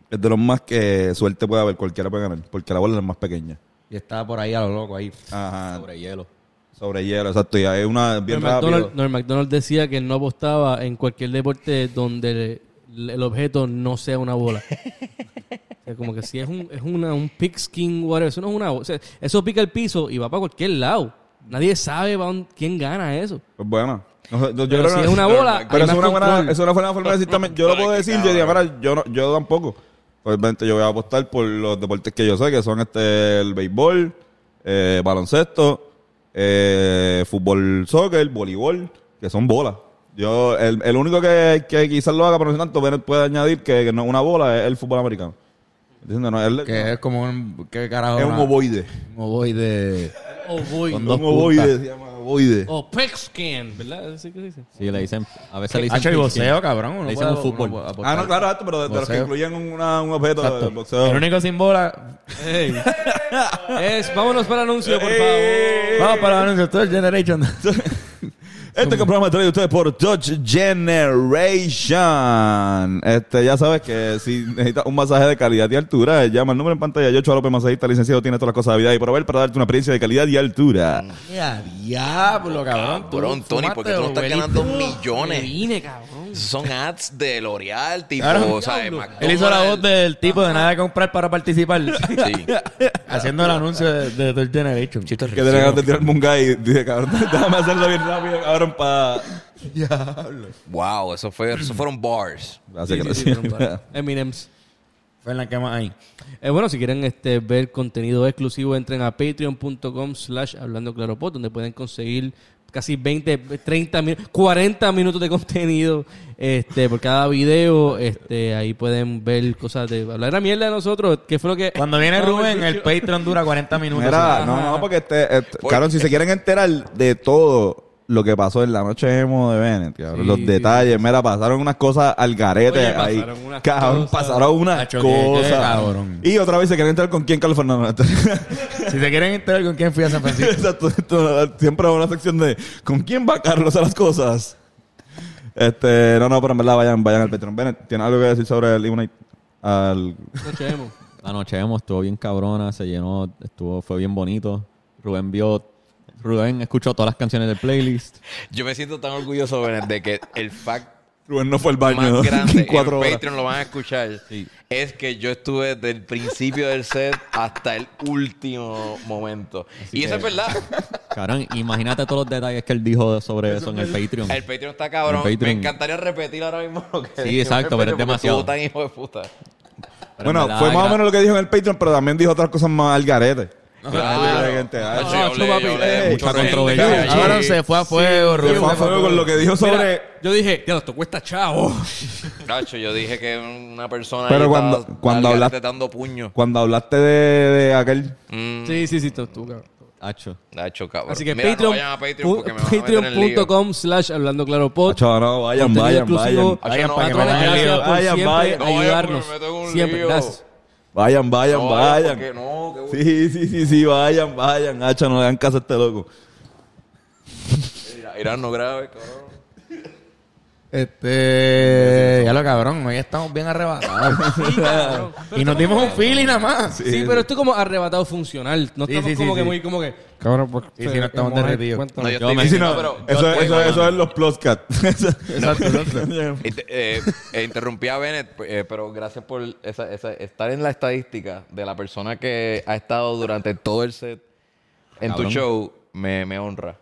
Speaker 4: es de los más que suerte puede haber, cualquiera puede ganar, porque la bola es la más pequeña.
Speaker 6: Y estaba por ahí a lo loco ahí.
Speaker 4: Ajá.
Speaker 2: Sobre hielo.
Speaker 4: Sobre hielo, exacto. Y es una bien
Speaker 1: Norm
Speaker 4: rápido.
Speaker 1: McDonald, Norm MacDonald decía que él no apostaba en cualquier deporte donde el, el objeto no sea una bola. o sea, como que si es un, es una, un pigskin, whatever, eso no es una bola. O sea, eso pica el piso y va para cualquier lado. Nadie sabe pa' dónde- quién gana eso.
Speaker 4: Pues bueno. No sé, yo-
Speaker 1: Pero
Speaker 4: yo creo
Speaker 1: si
Speaker 4: que-
Speaker 1: es una bola, hay
Speaker 4: Pero eso
Speaker 1: más
Speaker 4: es una, buena,
Speaker 1: control.
Speaker 4: eso es una buena forma de decir también. Yo lo puedo decir, yo diría, mira, yo, no, yo tampoco. Obviamente yo voy a apostar por los deportes que yo sé, que son este el béisbol, eh, baloncesto, eh, fútbol, soccer, voleibol, que son bolas. Yo, el, el único que, que quizás lo haga, pero no tanto, Bennett puede añadir que, que no, una bola es el fútbol americano. ¿Entiendes? No, él-
Speaker 6: Que es como un. ¿Qué carajo?
Speaker 4: es un
Speaker 6: Una-
Speaker 4: ovoide.
Speaker 6: un ovoide.
Speaker 1: O voy.
Speaker 6: Con
Speaker 4: Un
Speaker 6: dos
Speaker 4: ovoide,
Speaker 6: puntas.
Speaker 4: se llama ovoide.
Speaker 1: O Oh, pigskin, ¿verdad? ¿Así que se dice?
Speaker 2: Sí, le dicen. A veces le
Speaker 6: Ha
Speaker 2: dicen.
Speaker 6: hecho el
Speaker 2: pigskin.
Speaker 6: voceo, cabrón. uno
Speaker 2: Le dicen
Speaker 6: puede-
Speaker 2: un fútbol.
Speaker 6: uno puede apostar.
Speaker 4: Ah, no, claro, exacto, pero de, de los que
Speaker 6: Boxeo.
Speaker 4: incluyen un, una- un objeto
Speaker 6: Exacto.
Speaker 4: de boxeo.
Speaker 6: El único sin bola.
Speaker 1: Ey. Es, vámonos para el anuncio, por favor.
Speaker 4: Ey.
Speaker 6: Vamos para los anuncios. Todo el Generation.
Speaker 4: Este que el programa traído a ustedes por Dutch Generation. Este, ya sabes que si necesitas un masaje de calidad y altura, llama al número en pantalla. Yo, Chua López, masajista licenciado, tiene todas las cosas de vida y por ver para darte una experiencia de calidad y altura.
Speaker 1: Mm,
Speaker 6: Ya, diablo, cabrón. tú
Speaker 5: Cabrón, Tony,
Speaker 6: fumaste,
Speaker 5: porque tú no estás
Speaker 6: abuelito.
Speaker 5: ganando millones.
Speaker 1: Vine, cabrón.
Speaker 5: Esos Son ads de L'Oreal, tipo,
Speaker 6: Claro.
Speaker 5: o sea, de
Speaker 6: Él hizo la voz
Speaker 5: McDonald's.
Speaker 6: del tipo de nada de comprar para participar.
Speaker 5: Sí.
Speaker 6: Haciendo el anuncio de, de Third Generation. Chito
Speaker 4: Que te ganas de tirar munga y dice, cabrón, déjame hacerlo bien rápido, cabrón, para.
Speaker 6: Diablo.
Speaker 5: Wow, eso, fue, eso fueron bars.
Speaker 4: Gracias,
Speaker 1: Sí, sí, sí,
Speaker 4: gracias.
Speaker 1: pero bueno. Eminems.
Speaker 6: Fernan, ¿qué más hay?
Speaker 1: Eh, bueno, si quieren este, ver contenido exclusivo, entren a patreon.com slash hablando claro pod, donde pueden conseguir casi 20, 30, minu- 40 minutos de contenido este, por cada video. Este, ahí pueden ver cosas de hablar la mierda de nosotros, que fue lo que...
Speaker 6: Cuando viene
Speaker 1: No,
Speaker 6: Rubén,
Speaker 1: el
Speaker 6: el Patreon dura 40 minutos.
Speaker 4: Mira, no, no, porque este, este- cabrón, si se quieren enterar de todo lo que pasó en la noche emo de Bennett, cabrón,
Speaker 1: Sí,
Speaker 4: los
Speaker 1: sí.
Speaker 4: detalles, mira, pasaron unas cosas al garete
Speaker 1: Oye, pasaron
Speaker 4: ahí.
Speaker 1: unas
Speaker 4: cabrón,
Speaker 1: cosas.
Speaker 4: pasaron unas
Speaker 6: Nacho, qué- qué
Speaker 4: cosas.
Speaker 6: cabrón.
Speaker 4: Y otra vez se quieren entrar con quién, Carlos Fernando.
Speaker 6: Si se quieren enterar con quién fui a San Francisco.
Speaker 4: Exacto, esto, siempre va una sección de ¿con quién va Carlos a las cosas? Este, no, no, pero en verdad vayan, vayan al Patreon. Bennett, ¿tienes algo que decir sobre el Imunite? Al...
Speaker 1: No chemo.
Speaker 2: La noche hemos, estuvo bien cabrona, se llenó, estuvo, fue bien bonito. Rubén vio, Rubén escuchó todas las canciones del playlist.
Speaker 5: Yo me siento tan orgulloso, Benet, de que el fact
Speaker 4: Rubén no fue al baño
Speaker 5: más grande
Speaker 4: en cuatro
Speaker 5: en
Speaker 4: horas.
Speaker 5: Patreon lo van a escuchar es que yo estuve desde el principio del set hasta el último momento. y eso
Speaker 2: que-
Speaker 5: es verdad.
Speaker 2: Cabrón, imagínate todos los detalles que el dijo sobre eso en el Patreon.
Speaker 5: El Patreon está cabrón.
Speaker 2: El Patreon-
Speaker 5: Me encantaría repetir ahora mismo lo que
Speaker 2: Sí,
Speaker 5: dije en el
Speaker 2: exacto, pero es
Speaker 5: Patreon porque
Speaker 2: demasiado.
Speaker 5: estuvo tan hijo de puta.
Speaker 2: Pero en
Speaker 4: Bueno,
Speaker 2: verdad,
Speaker 4: fue más o
Speaker 2: gra-
Speaker 4: menos lo que dijo en el Patreon, pero también dijo otras cosas más al garete.
Speaker 1: Ah,
Speaker 5: No, yo hablé- yo hablé de
Speaker 1: eh,
Speaker 4: Ey,
Speaker 5: mucho
Speaker 2: mucha
Speaker 5: rey,
Speaker 2: controversia.
Speaker 5: de calle.
Speaker 6: Ahora se fue a fuego,
Speaker 4: Se fue a
Speaker 6: Rubén.
Speaker 4: fuego con lo que dijo sobre...
Speaker 1: Mira, yo dije, ya esto cuesta chavo.
Speaker 5: Nacho, yo dije que una persona
Speaker 4: Pero
Speaker 5: ahí
Speaker 4: cuando-
Speaker 5: estaba
Speaker 4: cuando
Speaker 5: al
Speaker 4: hablaste-
Speaker 5: garete dando puño.
Speaker 4: Cuando hablaste de, de aquel...
Speaker 5: Mm,
Speaker 1: Sí, sí, sí, tú, tú, cabrón.
Speaker 2: Hacho.
Speaker 5: Nacho, cabrón.
Speaker 1: Así que
Speaker 5: Mira, no
Speaker 1: Patreon-
Speaker 5: vayan a Patreon
Speaker 1: pu-
Speaker 5: porque me van a meter en lío.
Speaker 1: patreon.com slash hablando claro
Speaker 5: Oh.
Speaker 1: pod.
Speaker 4: Chaval, no, vayan,
Speaker 1: Contenido
Speaker 4: vayan,
Speaker 1: exclusivo.
Speaker 4: vayan.
Speaker 5: Vayan
Speaker 1: Patrones,
Speaker 5: para que me
Speaker 1: gracias
Speaker 5: metan en lío.
Speaker 1: por
Speaker 4: Vayan,
Speaker 1: siempre
Speaker 4: vayan.
Speaker 5: No vayan porque
Speaker 1: ayudarnos.
Speaker 5: me meto en un
Speaker 1: Siempre,
Speaker 5: lío.
Speaker 1: gracias.
Speaker 4: Vayan, vayan,
Speaker 5: No,
Speaker 4: vayan.
Speaker 5: porque no, qué bueno.
Speaker 4: Sí, sí, sí, sí, vayan, vayan. Hacha, no le dan caso a este loco.
Speaker 5: Mira, Irán no grave, cabrón.
Speaker 6: Este. Ya lo cabrón, hoy estamos bien arrebatados. y nos dimos un feeling nada más.
Speaker 1: Sí, pero esto es como arrebatado funcional. No
Speaker 6: Sí,
Speaker 1: estamos
Speaker 6: sí, sí,
Speaker 1: como que
Speaker 6: sí.
Speaker 1: muy como que.
Speaker 6: Cabrón, pues. Sí, sí, no estamos derretidos.
Speaker 5: No, yo
Speaker 2: Yo
Speaker 5: estoy
Speaker 2: me-
Speaker 4: Y si
Speaker 5: diciendo,
Speaker 4: no,
Speaker 5: pero... yo
Speaker 4: eso,
Speaker 5: estoy-
Speaker 4: eso, eso es los Ploscat.
Speaker 6: Exacto, exacto.
Speaker 5: Int- eh, eh, interrumpí a Bennett, eh, pero gracias por esa- esa- estar en la estadística de la persona que ha estado durante todo el set en tu
Speaker 2: Cabrón.
Speaker 5: show. Me, me honra.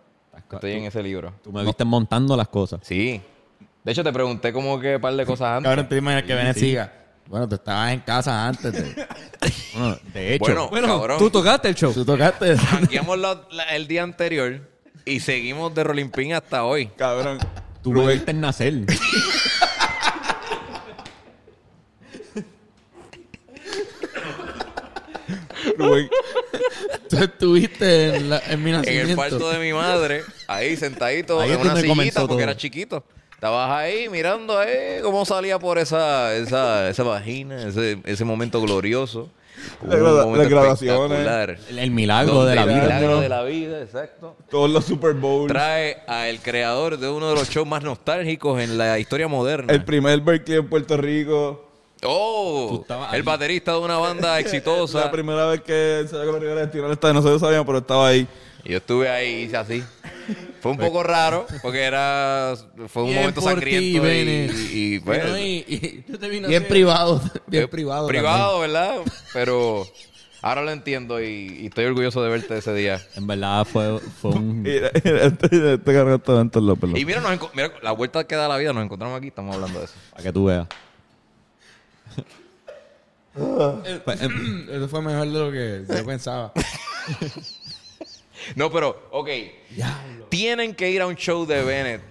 Speaker 2: ca-
Speaker 5: Estoy en ese libro.
Speaker 2: Tú me viste montando las cosas.
Speaker 5: Sí. De hecho, te pregunté como que un par de cosas antes.
Speaker 6: Cabrón, te imaginas que Benet siga. Bueno, tú estabas en casa antes. De...
Speaker 2: Bueno, de hecho,
Speaker 5: Bueno,
Speaker 1: Bueno,
Speaker 5: cabrón.
Speaker 1: tú tocaste el show.
Speaker 6: Tú tocaste.
Speaker 5: jangueamos la- la- el día anterior y seguimos de Rolimpín hasta hoy.
Speaker 4: Cabrón.
Speaker 2: tú me
Speaker 4: Rubén,
Speaker 2: viste en nacer.
Speaker 4: Rubén,
Speaker 6: Tú estuviste en, la, en mi
Speaker 5: En
Speaker 6: nacimiento.
Speaker 5: el cuarto de mi madre, ahí sentadito
Speaker 2: Ahí
Speaker 5: en
Speaker 2: es
Speaker 5: una
Speaker 2: donde
Speaker 5: sillita
Speaker 2: comenzó
Speaker 5: porque
Speaker 2: todo.
Speaker 5: era chiquito. Estabas ahí mirando eh, cómo salía por esa, esa, esa vagina, ese, ese momento glorioso.
Speaker 4: La
Speaker 5: Un
Speaker 4: gra- las
Speaker 5: momento
Speaker 4: graduaciones.
Speaker 5: espectacular.
Speaker 2: El, el milagro de la
Speaker 5: Donde el
Speaker 2: vida.
Speaker 5: milagro de la vida, exacto.
Speaker 4: todos los Super Bowls.
Speaker 5: Trae al creador de uno de los shows más nostálgicos en la historia moderna.
Speaker 4: El primer Berkeley en Puerto Rico.
Speaker 5: oh,
Speaker 2: estabas ahí.
Speaker 5: el baterista de una banda exitosa.
Speaker 4: la primera vez que se con Rivera Destino estaba, nosotros sabíamos, pero estaba ahí.
Speaker 5: Y Yo estuve ahí hice así. Fue un poco raro porque era fue un
Speaker 1: Bien
Speaker 5: momento
Speaker 1: por
Speaker 5: sangriento
Speaker 1: ti,
Speaker 5: y,
Speaker 1: Bennett.
Speaker 5: y- y,
Speaker 1: Bueno,
Speaker 5: bueno,
Speaker 1: y- y- yo te vi
Speaker 6: Bien
Speaker 1: nacer.
Speaker 6: privado. Bien
Speaker 5: eh,
Speaker 6: privado.
Speaker 5: privado, ¿verdad? Pero ahora lo entiendo y, y estoy orgulloso de verte ese día.
Speaker 2: En verdad fue, fue un...
Speaker 4: Y este, este cargó todo en todos los pelos.
Speaker 5: Y mira, nos enco- mira, la vuelta que da la vida, nos encontramos aquí, estamos hablando de eso.
Speaker 2: Para que tú veas.
Speaker 6: también. Pues, em, Eso fue mejor de lo que yo pensaba.
Speaker 5: No, pero, ok. Tienen que ir a un show de Bennett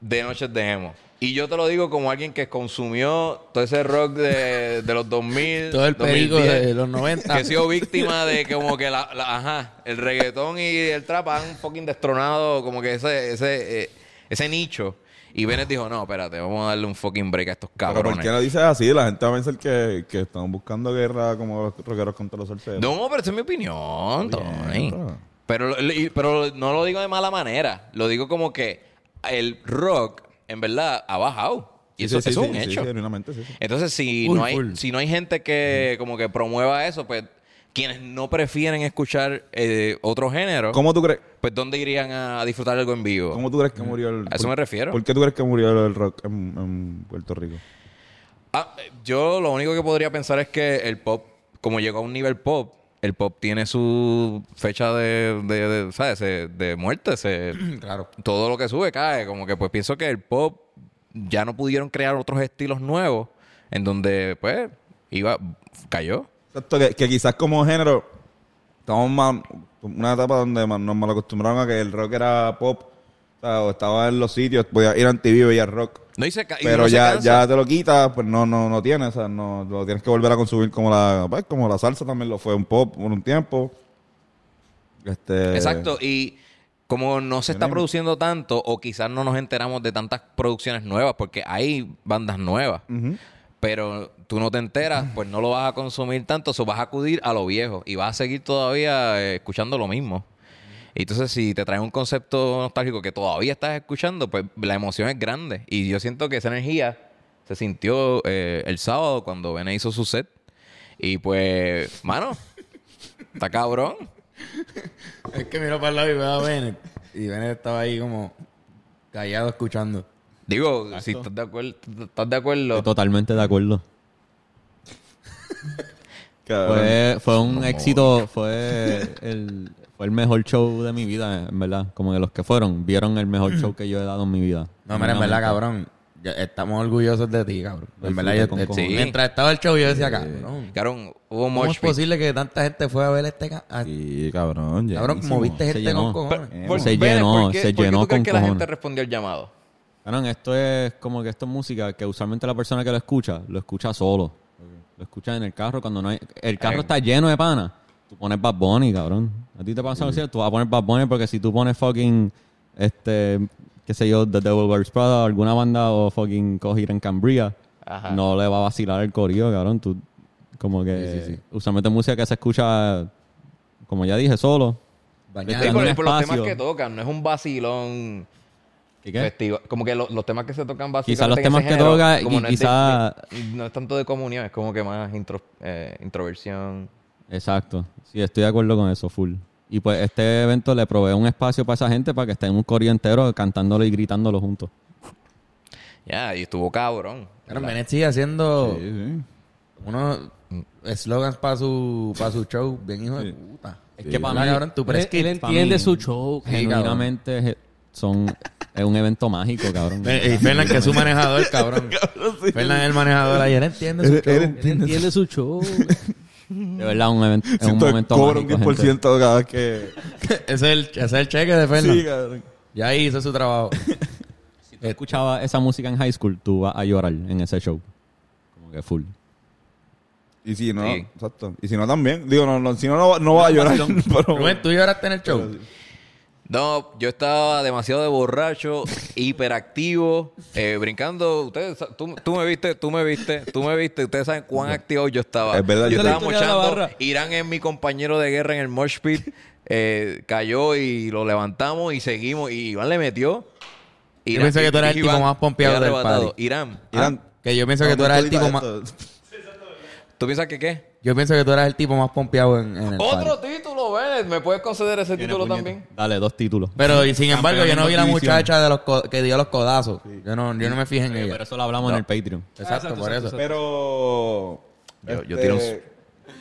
Speaker 5: de Noches de Emo. Y yo te lo digo como alguien que consumió todo ese rock de, de los 2000.
Speaker 6: Todo el perigo
Speaker 5: 2010.
Speaker 6: de los 90.
Speaker 5: que he sido víctima de como que la, la- ajá, el reggaetón y el trap han fucking destronado como que ese ese eh, ese nicho y Bennett dijo, "No, espérate, vamos a darle un fucking break a estos
Speaker 4: Pero ¿por qué
Speaker 5: cabrones."
Speaker 4: lo dices así? La gente va a pensar que, que están buscando guerra como los rockeros contra los Eh, salseros.
Speaker 5: No, pero esa es mi opinión, Tony.
Speaker 4: bro.
Speaker 5: Pero, lo- y- pero no lo digo de mala manera. Lo digo como que el rock, en verdad, ha bajado. Y
Speaker 4: Sí,
Speaker 5: eso,
Speaker 4: sí,
Speaker 5: eso
Speaker 4: sí,
Speaker 5: es un
Speaker 4: sí,
Speaker 5: hecho.
Speaker 4: Sí, genuinamente, sí, sí.
Speaker 5: Entonces, si,
Speaker 6: Full,
Speaker 5: no hay,
Speaker 6: full.
Speaker 5: si no hay gente que como que promueva eso, pues quienes no prefieren escuchar eh, otro género,
Speaker 4: ¿Cómo tú crees?
Speaker 5: pues ¿dónde irían a disfrutar algo en vivo?
Speaker 4: ¿Cómo tú crees que murió el
Speaker 5: A eso
Speaker 4: por-
Speaker 5: me refiero.
Speaker 4: ¿Por qué tú crees que murió el rock en, en Puerto Rico?
Speaker 5: Ah, eh, yo lo único que podría pensar es que el pop, como llegó a un nivel pop, el pop tiene su fecha de, de- de, ¿sabes? Se- De muerte. se-
Speaker 6: Claro.
Speaker 5: todo lo que sube cae. Como que pues pienso que el pop ya no pudieron crear otros estilos nuevos en donde pues iba, cayó.
Speaker 4: Exacto, que, que quizás como género estamos más una etapa donde ma- nos mal acostumbraron a que el rock era pop o, sea, o estaba en los sitios, podía ir a TV y veía rock.
Speaker 5: No hice ca- y
Speaker 4: Pero
Speaker 5: uno se
Speaker 4: ya,
Speaker 5: cansa.
Speaker 4: ya te lo quitas, pues no, no, no tienes, o sea, no, lo tienes que volver a consumir como la, pues, como la salsa también lo fue un pop por un tiempo. Este,
Speaker 5: Exacto, y como no se está
Speaker 4: Tenemos.
Speaker 5: produciendo tanto, o quizás no nos enteramos de tantas producciones nuevas, porque hay bandas nuevas, pero tú no te enteras, pues no lo vas a consumir tanto, o vas a acudir a lo viejo y vas a seguir todavía eh, escuchando lo mismo. Y Entonces, si te traes un concepto nostálgico que todavía estás escuchando, pues la emoción es grande. Y yo siento que esa energía se sintió eh, el sábado cuando Bene hizo su set. Y pues, mano, está cabrón.
Speaker 6: Es que miró para el lado y veo a Benet. Y Benet estaba ahí como callado escuchando.
Speaker 5: Digo, si estás de acuerdo, estás de acuerdo.
Speaker 2: Totalmente de acuerdo.
Speaker 4: cabrón.
Speaker 2: Fue, fue un éxito, fue el, fue el mejor show de mi vida, en verdad. Como que los que fueron, vieron el mejor show que yo he dado en mi vida.
Speaker 6: Mm. No, mira, en verdad, cabrón. ya estamos orgullosos de ti, cabrón. En
Speaker 2: Disfruta
Speaker 6: verdad, yo,
Speaker 2: con
Speaker 6: eh,
Speaker 2: cojones.
Speaker 5: Sí.
Speaker 6: mientras estaba el show, yo decía, cabrón.
Speaker 5: Cabrón, hubo
Speaker 6: ¿Cómo es
Speaker 5: much pit.
Speaker 6: posible que tanta gente fue a ver este ca- a-
Speaker 4: Sí, cabrón.
Speaker 6: Cabrón,
Speaker 4: llenísimo.
Speaker 6: moviste
Speaker 2: Se
Speaker 6: gente con
Speaker 2: llenó.
Speaker 6: cojones.
Speaker 5: Pero,
Speaker 4: Eh,
Speaker 5: por-
Speaker 2: se
Speaker 5: Bennett,
Speaker 2: llenó,
Speaker 5: ¿por qué-
Speaker 2: se
Speaker 5: por qué
Speaker 2: llenó
Speaker 5: tú crees
Speaker 2: con
Speaker 5: que la gente
Speaker 2: cojones.
Speaker 5: respondió el llamado?
Speaker 2: Cabrón, esto es como que esto es música que usualmente la persona que lo escucha, lo escucha solo. Lo escucha en el carro cuando no hay... El carro
Speaker 5: Ay.
Speaker 2: está lleno de pana. Tú pones Bad Bunny, cabrón. A ti te pasa lo cierto, tú vas a poner Bad Bunny porque si tú pones fucking, este, qué sé yo, The Devil Wears Prada, alguna banda o fucking Cogir en Cambria,
Speaker 5: Ajá.
Speaker 2: no le va a vacilar el corillo, cabrón. Tú, como que, usualmente música que se escucha, como ya dije, solo.
Speaker 6: Bañado.
Speaker 5: Sí,
Speaker 2: dando
Speaker 5: por,
Speaker 2: un
Speaker 5: por los temas
Speaker 2: espacio.
Speaker 5: que tocan, no es un vacilón
Speaker 2: ¿Y qué?
Speaker 5: festivo. Como que lo- los temas que se tocan básicamente.
Speaker 2: Quizá los
Speaker 5: en
Speaker 2: temas
Speaker 5: ese
Speaker 2: que
Speaker 5: género,
Speaker 2: toca
Speaker 5: como
Speaker 2: y
Speaker 5: no es de-
Speaker 2: quizá-
Speaker 5: no es tanto de comunión, es como que más intro- eh, introversión.
Speaker 2: Exacto. Sí, estoy de acuerdo con eso, full. Y pues este evento le provee un espacio para esa gente para que esté en un corrido entero cantándolo y gritándolo juntos.
Speaker 5: Ya, y estuvo cabrón.
Speaker 6: Claro, Menet sigue haciendo
Speaker 4: Sí,
Speaker 6: unos slogans para su, pa' su show. Bien hijo de puta.
Speaker 2: Es que pa'
Speaker 6: ¿Verdad,
Speaker 2: mí-
Speaker 6: cabrón? Tú, pero
Speaker 1: Él,
Speaker 6: es que-
Speaker 1: él entiende su show.
Speaker 6: Sí, cabrón.
Speaker 2: Genuinamente je- son, es un evento mágico, cabrón.
Speaker 6: Eh, Y Fernan, que es su manejador, cabrón. Fernan es el manejador ayer. Entiende su
Speaker 4: Él-
Speaker 6: show.
Speaker 4: él
Speaker 1: Él entiende su show.
Speaker 2: De verdad, un evento, es
Speaker 4: sí.
Speaker 2: un
Speaker 4: Siento que
Speaker 2: momento
Speaker 4: cobra un
Speaker 2: mágico. gente.
Speaker 4: 10% cada vez que...
Speaker 6: Ese es, el, ese es el cheque de Fernan.
Speaker 4: Sí, cabrón.
Speaker 6: Ya ahí hizo su trabajo.
Speaker 2: Si tú escuchabas esa música en high school, tú vas a llorar en ese show. Como que full.
Speaker 4: Y si no,
Speaker 5: Sí.
Speaker 4: exacto. Y si no también. Digo, no, no, si no, no, va- no va a llorar. pero-
Speaker 6: Rubén, tú lloraste en el show.
Speaker 5: No, yo estaba demasiado de borracho, hiperactivo, eh, brincando. Ustedes, sa- tú, tú me viste, tú me viste, tú me viste. Ustedes saben cuán activo yo estaba.
Speaker 4: Es verdad,
Speaker 5: yo
Speaker 4: yo te-
Speaker 5: estaba
Speaker 1: Yo te la
Speaker 5: mochando.
Speaker 1: barra.
Speaker 5: Irán es mi compañero de guerra en el mosh pit. Eh, cayó y lo levantamos y seguimos. Y Iván le metió. Irán-
Speaker 6: pensé que tú eras el
Speaker 5: Iván-
Speaker 6: tipo más pompeado
Speaker 5: Iván
Speaker 6: del
Speaker 5: arrebatado.
Speaker 6: party.
Speaker 5: Irán,
Speaker 4: Irán,
Speaker 6: Que yo pienso ah, que tú eras el tipo más...
Speaker 5: ¿tú piensas que qué?
Speaker 6: Yo pienso que tú eras el tipo más pompeado en, en el
Speaker 5: Otro
Speaker 6: party.
Speaker 5: título, Vélez. ¿Me puedes conceder ese
Speaker 2: Tiene
Speaker 5: título
Speaker 2: puñeta.
Speaker 5: también?
Speaker 2: Dale, dos títulos.
Speaker 6: Pero, y sin embargo, yo no vi la
Speaker 4: Campeón de
Speaker 6: muchacha de los co- que dio los codazos. Yo, no, yo no me fijé en
Speaker 2: Eh,
Speaker 6: ella.
Speaker 2: Pero eso lo hablamos en el Patreon.
Speaker 6: Exacto, por eso.
Speaker 4: Pero. este,
Speaker 5: Yo- yo tiro un s-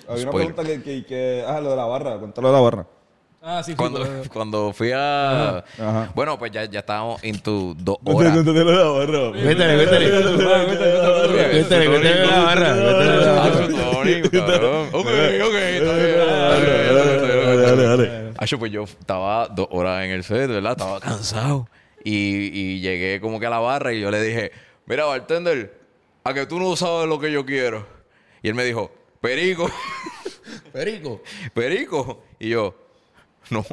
Speaker 4: Había una
Speaker 5: spoiler.
Speaker 4: pregunta que, que, que- Ah, lo de la barra. Cuéntalo de la barra.
Speaker 1: Ah, sí, sí.
Speaker 5: Cuando,
Speaker 1: pero-
Speaker 5: cuando fui a...
Speaker 4: Ajá.
Speaker 5: Bueno, pues ya, ya estábamos en tus dos horas.
Speaker 4: lo de la barra.
Speaker 6: Cuéntale, cuéntale. Cuéntale, cuéntale la barra. cuéntale la barra.
Speaker 5: Acho, pues yo estaba dos horas en el set, ¿verdad? Estaba cansado. Y, y llegué como que a la barra y yo le dije, mira, bartender, a que tú no sabes lo que yo quiero. Y él me dijo, perico,
Speaker 6: Perico.
Speaker 5: perico. Y yo, no.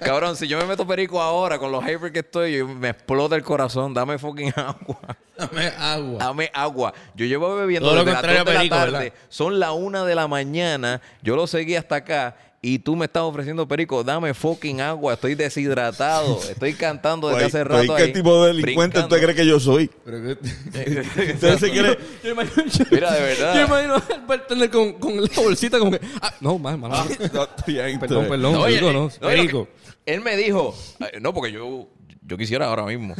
Speaker 5: Cabrón, si yo me meto perico ahora con los hyper que estoy, yo- me explota el corazón. Dame fucking agua.
Speaker 6: Dame agua.
Speaker 5: Dame agua. Yo llevo bebiendo
Speaker 6: Todo lo
Speaker 5: desde las
Speaker 6: contrario
Speaker 5: 2 de
Speaker 6: a Perico,
Speaker 5: la tarde.
Speaker 6: ¿verdad?
Speaker 5: Son las 1 de la mañana. Yo lo seguí hasta acá. Y tú me estás ofreciendo perico, dame fucking agua, estoy deshidratado, estoy cantando desde hace rato.
Speaker 4: ¿Qué
Speaker 5: ahí,
Speaker 4: tipo de delincuente
Speaker 5: brincando.
Speaker 4: usted cree que yo soy?
Speaker 6: Pero que-
Speaker 4: Usted se quiere.
Speaker 1: Yo imagino- yo-
Speaker 5: Mira, de verdad.
Speaker 1: Yo imagino al bartender con, con la bolsita como que... Ah, no, más, más.
Speaker 4: No, está bien,
Speaker 1: Perdón,
Speaker 4: usted.
Speaker 1: perdón.
Speaker 5: No, oye,
Speaker 1: digo, no.
Speaker 5: no, y lo
Speaker 6: eh, perico.
Speaker 5: que- él me dijo, eh, no, porque yo, yo quisiera ahora mismo.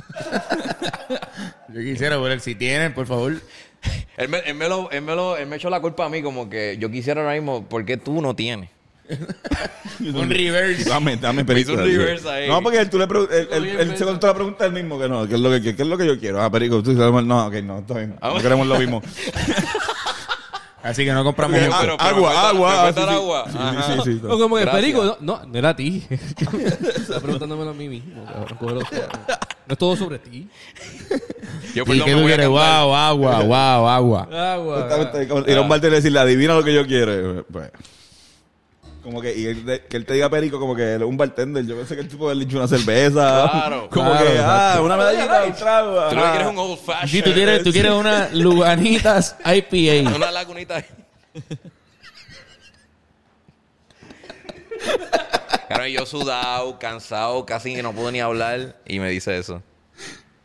Speaker 6: Yo quisiera volver. Si tienen, por favor.
Speaker 5: Él me, él me lo, él me lo- él me echó la culpa a mí, como que yo quisiera ahora mismo, ¿por qué tú no tienes?
Speaker 6: Un reverse.
Speaker 4: Dame, dame perico.
Speaker 5: hizo un
Speaker 4: dale.
Speaker 5: reverse ahí.
Speaker 4: No, porque él, tú le pregu- él, él,
Speaker 1: Oye,
Speaker 4: él se
Speaker 1: pero-
Speaker 4: contó la pregunta él mismo que no, que es lo que, que, que es lo que yo quiero. Ah, perico, tú dices, no, ok, no, está
Speaker 5: Ah,
Speaker 4: bien. No queremos lo mismo.
Speaker 6: Así que no compramos
Speaker 4: Ah,
Speaker 6: mucho.
Speaker 5: pero- pero me
Speaker 4: agua,
Speaker 5: cuesta- me
Speaker 4: agua.
Speaker 5: cuesta el agua.
Speaker 4: Sí, sí, sí, sí, sí.
Speaker 1: O como que
Speaker 5: Gracias.
Speaker 1: perico, no, no, no era a ti. Estaba preguntándomelo a mí mismo. cabrón, cógelo suave. No es todo sobre ti.
Speaker 5: Yo
Speaker 6: ¿Y
Speaker 5: perdón,
Speaker 6: qué
Speaker 5: me
Speaker 6: tú
Speaker 5: voy a
Speaker 6: quieres?
Speaker 5: cantar.
Speaker 6: Wow, agua, wow, agua.
Speaker 1: Ah, Agua.
Speaker 5: Ah,
Speaker 4: Exactamente, como Ir a un bartender y decirle, adivina lo que yo quiero. Eh, pues. Como que, y él, de- que él te diga perico, como que él es un bartender. Yo pensé que el tipo le echó una cerveza.
Speaker 5: Claro.
Speaker 4: Como
Speaker 6: Claro,
Speaker 4: que, ah,
Speaker 6: exacto.
Speaker 4: una medallita, un trago.
Speaker 5: Tú lo que
Speaker 4: ajá.
Speaker 5: quieres es un old fashioned.
Speaker 6: Si tú quieres, tú quieres una Luganitas IPA.
Speaker 5: Una lagunita ahí. Claro, yo sudado, cansado, casi que no puedo ni hablar y me dice eso.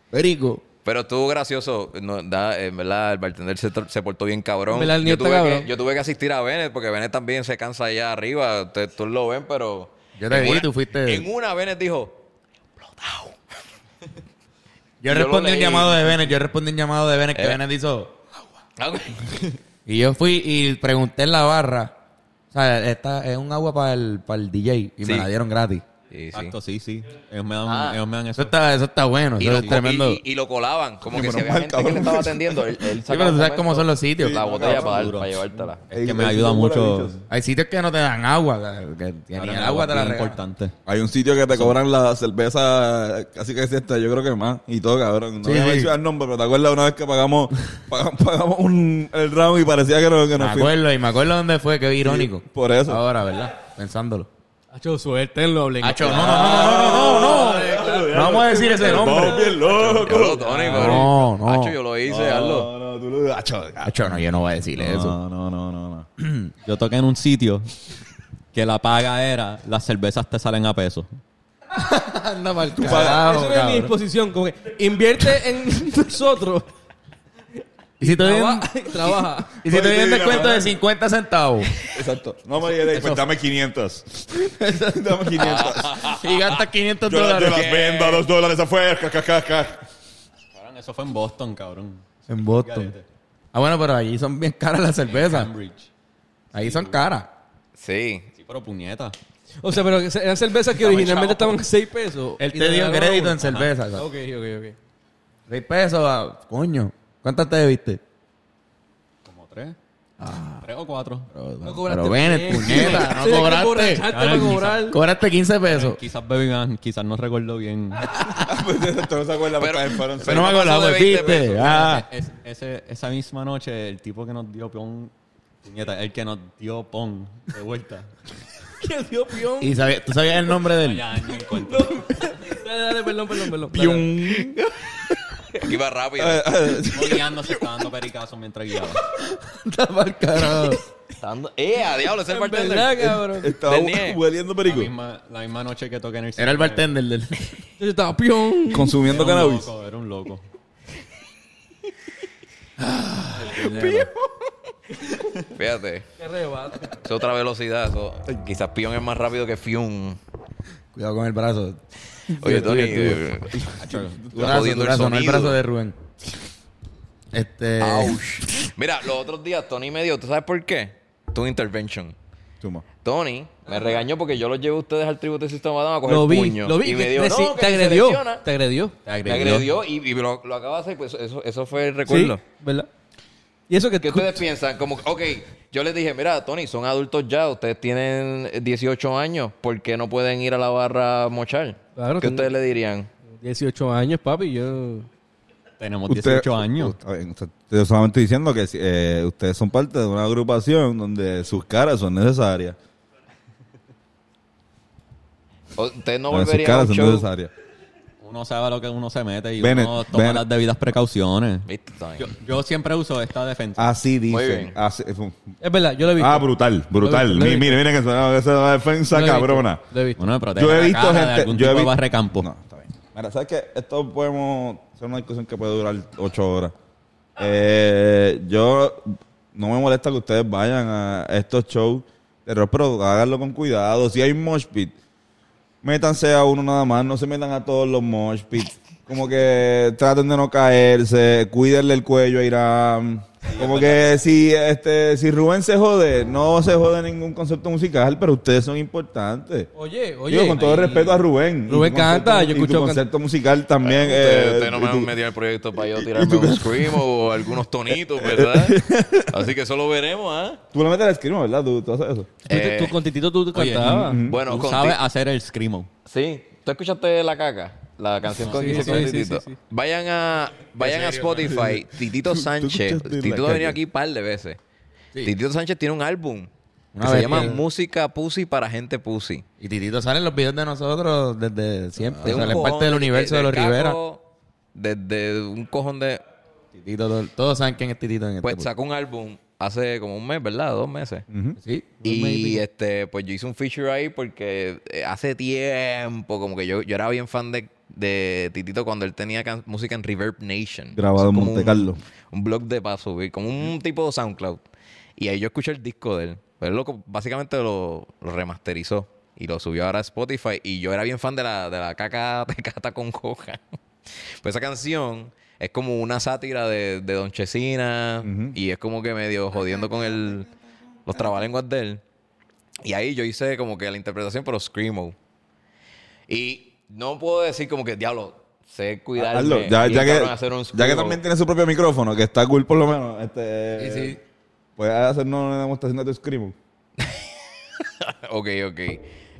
Speaker 6: Perico.
Speaker 5: Pero estuvo gracioso, no, da, en verdad, el bartender se, tr- se portó bien cabrón.
Speaker 1: En verdad, el
Speaker 5: Yo
Speaker 1: nieto
Speaker 5: tuve,
Speaker 1: cabrón.
Speaker 5: Que, yo tuve que asistir a Bennett porque Bennett también se cansa allá arriba, ustedes todos lo ven, pero...
Speaker 6: Yo te
Speaker 5: en
Speaker 6: vi,
Speaker 5: una-
Speaker 6: tú fuiste-
Speaker 5: En una Bennett dijo, Yo
Speaker 6: Yo, respondí
Speaker 5: lo
Speaker 6: un
Speaker 5: leí.
Speaker 6: llamado de Bennett. Yo respondí un llamado de Bennett que
Speaker 5: Eh.
Speaker 6: Bennett hizo.
Speaker 5: "Ah, güey".
Speaker 6: Y yo fui y pregunté en la barra. O sea, esta es un agua para el, para el DJ. Y
Speaker 5: Sí.
Speaker 6: me la dieron gratis.
Speaker 5: Y, sí.
Speaker 2: Exacto, sí, sí. Ellos me dan,
Speaker 5: Ah.
Speaker 2: ellos me dan eso.
Speaker 6: Eso está, eso está bueno.
Speaker 5: Y
Speaker 6: Eso
Speaker 5: lo,
Speaker 6: es tremendo.
Speaker 5: y- y- y lo colaban, como que
Speaker 4: Coño,
Speaker 5: si
Speaker 4: pero
Speaker 5: había
Speaker 4: mal,
Speaker 5: gente que
Speaker 4: cabrón.
Speaker 5: le estaba atendiendo, él, él
Speaker 6: Sí,
Speaker 5: sacaba
Speaker 6: pero tú
Speaker 5: un
Speaker 6: sabes cómo
Speaker 5: momento
Speaker 6: son los sitios.
Speaker 5: la
Speaker 6: cabrón.
Speaker 5: botella para,
Speaker 2: duro.
Speaker 5: para llevártela.
Speaker 2: Es que
Speaker 4: Ey,
Speaker 2: me
Speaker 4: ey,
Speaker 2: ayuda
Speaker 4: son
Speaker 2: mucho.
Speaker 4: maravillosos.
Speaker 6: Hay sitios que no te dan agua. que- Que, que ni
Speaker 2: Ahora,
Speaker 6: el
Speaker 2: el
Speaker 6: agua te la
Speaker 2: bien
Speaker 6: regalan.
Speaker 2: importante.
Speaker 4: Hay un sitio que te cobran la cerveza, casi que es esta, yo creo que más, y todo, cabrón. No
Speaker 6: Sí,
Speaker 4: voy a
Speaker 6: sí.
Speaker 4: mencionar nombre, pero te acuerdas una vez que pagamos, pag- pagamos un, el round y parecía que no, que
Speaker 6: Me
Speaker 4: no fui-
Speaker 6: acuerdo, y me acuerdo dónde fue, qué irónico.
Speaker 4: por eso.
Speaker 6: Ahora, ¿verdad? Pensándolo.
Speaker 1: Hacho, suerte en lo hablé.
Speaker 6: Hacho, no, no, no, no, no, no, no. No vamos a decir ese
Speaker 4: Vamos
Speaker 6: nombre.
Speaker 4: bien loco.
Speaker 5: Yo lo, Tony,
Speaker 6: No,
Speaker 5: pero-
Speaker 6: no.
Speaker 5: Hacho, yo lo hice,
Speaker 4: No,
Speaker 5: hazlo.
Speaker 4: no, tú lo... Acho,
Speaker 6: Hacho, no, yo no voy a decir eso.
Speaker 4: No, no, no, no, no.
Speaker 2: Yo toqué en un sitio que la paga era las cervezas te salen a peso.
Speaker 6: Anda mal
Speaker 1: Eso era mi disposición. Como que invierte en nosotros.
Speaker 6: Y si te doy-
Speaker 1: Traba- trabaja.
Speaker 6: y si te doy un
Speaker 4: Oye,
Speaker 6: descuento
Speaker 4: mira,
Speaker 6: de 50 centavos
Speaker 4: Exacto. No me digas, pues dame 500. dame 500.
Speaker 6: y gastas 500
Speaker 4: Yo, las- yo las
Speaker 6: dólares.
Speaker 4: vendo a dos dólares afuera. ca, ca, ca, ca.
Speaker 2: Cabrón, eso fue en Boston, cabrón.
Speaker 6: En Boston. Ah, bueno, pero allí son bien caras las cervezas.
Speaker 2: Cambridge.
Speaker 6: Ahí son caras.
Speaker 5: Sí.
Speaker 2: Sí, pero puñeta.
Speaker 1: O sea, pero que se- eran cervezas que originalmente estaban a 6 pesos.
Speaker 6: Él
Speaker 1: Y
Speaker 6: te dio
Speaker 1: regalaron
Speaker 6: crédito
Speaker 1: una.
Speaker 6: en cerveza.
Speaker 1: Ah,
Speaker 6: exacto.
Speaker 1: Ok, ok, ok.
Speaker 6: Seis pesos, ah, coño. ¿Cuántas te debiste?
Speaker 2: Como tres.
Speaker 6: Ah.
Speaker 2: Tres o cuatro.
Speaker 1: No cobraste
Speaker 6: Pero ven,
Speaker 1: bien. Sí,
Speaker 6: puñeta, no
Speaker 1: hay que
Speaker 6: cobraste.
Speaker 1: emborracharte para cobrar.
Speaker 6: Cobraste 15 pesos.
Speaker 2: Eh, Quizás bebí más, quizás no recuerdo bien.
Speaker 4: Pues esto no se acuerda, pero, también fueron
Speaker 6: Pero no me
Speaker 5: pasó
Speaker 6: acordaba,
Speaker 5: de
Speaker 6: pues,
Speaker 5: 20
Speaker 6: viste.
Speaker 5: pesos.
Speaker 6: Ah.
Speaker 2: Es- ese- esa misma noche, el tipo que nos dio pon, puñeta, el que nos dio pon de vuelta.
Speaker 1: Que dio pion.
Speaker 6: ¿Y sabía- tú sabías el nombre de él?
Speaker 2: Ya, no encuentro.
Speaker 1: Dale, dale, perdón, perdón, perdón. Dale, dale.
Speaker 6: Pium.
Speaker 5: Iba rápido.
Speaker 4: Eh.
Speaker 2: No guiando, se estaba dando pericazo mientras guiaba.
Speaker 6: Está mal carajo.
Speaker 5: Estando- ¡Eh, a diablo! Ese es el
Speaker 1: En
Speaker 5: bartender.
Speaker 1: verdad, cabrón.
Speaker 4: Estaba
Speaker 5: Tenía-
Speaker 4: hueliendo
Speaker 2: La
Speaker 4: perico.
Speaker 2: misma, la misma noche que toqué en el
Speaker 6: Era el
Speaker 2: cine,
Speaker 6: bartender del...
Speaker 1: Yo estaba pion.
Speaker 4: Consumiendo
Speaker 2: Era un
Speaker 4: cannabis.
Speaker 2: loco, era un loco.
Speaker 5: Fíjate.
Speaker 1: Qué rebato.
Speaker 5: Es otra velocidad. eso- Quizás Pion es más rápido que Fium.
Speaker 6: Cuidado con el brazo.
Speaker 5: Oye, Tony.
Speaker 6: Tuyo, tuyo.
Speaker 5: eh,
Speaker 6: Tu
Speaker 5: está
Speaker 6: brazo,
Speaker 5: jodiendo
Speaker 6: tu
Speaker 5: el
Speaker 6: brazo, no el
Speaker 5: sonido.
Speaker 6: brazo de Rubén. Este...
Speaker 5: Ouch. Mira, los otros días Tony me dio, ¿tú sabes por qué? Tu intervention.
Speaker 4: Chuma.
Speaker 5: Tony me regañó porque yo los llevo a ustedes al tributo de Sistema Dama a coger
Speaker 1: Lo vi,
Speaker 5: puño.
Speaker 1: lo vi.
Speaker 5: Y me
Speaker 1: que
Speaker 5: dio,
Speaker 1: te-
Speaker 5: no,
Speaker 1: sí,
Speaker 5: que
Speaker 1: te
Speaker 5: si
Speaker 1: agredió.
Speaker 5: selecciona-
Speaker 1: Te agredió.
Speaker 5: Te agredió y, y lo, lo acabas de hacer, pues eso, eso fue el recuerdo.
Speaker 1: Sí, ¿verdad? Y eso que
Speaker 5: ¿Qué ustedes piensan? Como, que, ok, yo les dije, mira, Tony, son adultos ya, ustedes tienen 18 años, ¿por qué no pueden ir a la barra a mochar?
Speaker 1: Claro,
Speaker 5: ¿Qué
Speaker 1: tengo-
Speaker 5: ustedes le dirían?
Speaker 1: 18 años, papi, yo...
Speaker 2: Tenemos
Speaker 4: Usted-
Speaker 2: 18 años.
Speaker 4: Está bien, usted- Yo solamente diciendo que eh, ustedes son parte de una agrupación donde sus caras son necesarias.
Speaker 5: O- Ustedes no
Speaker 4: Donde sus
Speaker 5: volverían a
Speaker 4: caras
Speaker 5: un
Speaker 4: son
Speaker 5: show.
Speaker 4: necesarias.
Speaker 2: Uno sabe a lo que uno se mete y
Speaker 4: Bennett,
Speaker 2: uno toma
Speaker 4: Bennett.
Speaker 2: las debidas precauciones.
Speaker 5: ¿Viste, Tony?
Speaker 2: Yo, yo siempre uso esta defensa.
Speaker 4: Así dicen.
Speaker 5: bien.
Speaker 4: Así- es un-
Speaker 1: Es verdad, yo lo he visto.
Speaker 4: ah, brutal, brutal.
Speaker 1: Lo he visto, lo he
Speaker 4: Mi- Mire, mire que suena esa
Speaker 1: Lo
Speaker 4: defensa
Speaker 1: he visto,
Speaker 4: cabrona.
Speaker 1: Lo he visto.
Speaker 2: Bueno, pero
Speaker 4: Yo he visto gente-
Speaker 2: de algún
Speaker 4: yo he
Speaker 2: tipo de
Speaker 4: vi-
Speaker 2: barrecampo.
Speaker 4: No, está bien. Mira, ¿sabes qué? Esto podemos hacer una discusión que puede durar ocho horas. Eh, yo no me molesta que ustedes vayan a estos shows de rock, pero háganlo con cuidado. Si hay mosh pit, métanse a uno nada más, no se metan a todos los mosh pits. Como que traten de no caerse, cuídenle el cuello a Irán. Como que si este si Rubén se jode, no se jode ningún concepto musical, pero ustedes son importantes.
Speaker 1: Oye, oye.
Speaker 4: Digo, con todo
Speaker 1: ahí-
Speaker 4: respeto a Rubén.
Speaker 1: Rubén
Speaker 4: Y tu
Speaker 1: canta,
Speaker 4: concepto-
Speaker 1: yo
Speaker 4: y tu
Speaker 1: escucho
Speaker 4: concepto musical también.
Speaker 5: Ustedes,
Speaker 4: eh,
Speaker 5: ustedes no
Speaker 4: y
Speaker 5: me
Speaker 4: tu-
Speaker 5: han metido en el proyecto para yo tirarme un scream o algunos tonitos, ¿verdad? Así que eso lo veremos, ¿ah?
Speaker 4: Tú le metes el escrimo, ¿verdad? Tú, tú haces eso.
Speaker 1: Tú, te-
Speaker 5: Eh,
Speaker 1: tú con Titito tú te
Speaker 2: Oye,
Speaker 1: cantabas.
Speaker 2: mm, mm,
Speaker 5: Bueno,
Speaker 2: tú
Speaker 5: con
Speaker 2: sabes
Speaker 5: ti-
Speaker 2: hacer el screamo.
Speaker 5: Sí, ¿tú escuchaste La Caca? La canción con
Speaker 1: Sí,
Speaker 5: Guille
Speaker 1: sí,
Speaker 5: con
Speaker 1: sí,
Speaker 5: Titito.
Speaker 1: sí, sí.
Speaker 5: Vayan a, vayan a Spotify. Titito Sánchez.
Speaker 4: escuchaste La
Speaker 5: Titito ha venido
Speaker 4: Caca?
Speaker 5: aquí un par de veces. Titito Sánchez tiene un álbum
Speaker 6: Una
Speaker 5: que se
Speaker 6: vez
Speaker 5: llama
Speaker 6: que-
Speaker 5: Música Pussy para Gente Pussy.
Speaker 6: Y Titito sale en los videos de nosotros desde siempre.
Speaker 5: De
Speaker 6: o
Speaker 5: un
Speaker 6: sea, él es parte
Speaker 5: cojón
Speaker 6: del universo de, los
Speaker 5: Caco,
Speaker 6: Rivera.
Speaker 5: Desde un cojón de...
Speaker 6: Titito, to- todos saben quién es Titito en este
Speaker 5: Pues
Speaker 6: pueblo.
Speaker 5: sacó un álbum hace como un mes, ¿verdad? Dos meses.
Speaker 6: Sí.
Speaker 5: Y este, pues yo hice un feature ahí porque eh, hace tiempo, como que yo, yo era bien fan de, de Titito cuando él tenía can- música en Reverb Nation.
Speaker 4: Grabado en
Speaker 5: como
Speaker 4: Monte
Speaker 5: un-
Speaker 4: Carlo.
Speaker 5: Un, blog de paso, subir, como un tipo de SoundCloud. Y ahí yo escuché el disco de él. Pero él lo co- básicamente lo, lo remasterizó y lo subió ahora a Spotify. Y yo era bien fan de la, de la caca de cata con coja. Pues esa canción es como una sátira de, de Don Chesina y es como que medio jodiendo con el, los trabalenguas de él. Y ahí yo hice como que la interpretación, pero Screamo. Y no puedo decir como que, diablo, sé cuidarme.
Speaker 4: Hazlo. Ya,
Speaker 5: y
Speaker 4: ya que,
Speaker 5: cabrón hacer un
Speaker 4: ya que
Speaker 5: Screamo".
Speaker 4: también tiene su propio micrófono, que está cool por lo menos. Este,
Speaker 6: Sí, sí.
Speaker 4: Puedes hacernos una demostración de tu escrimo.
Speaker 5: ok, ok.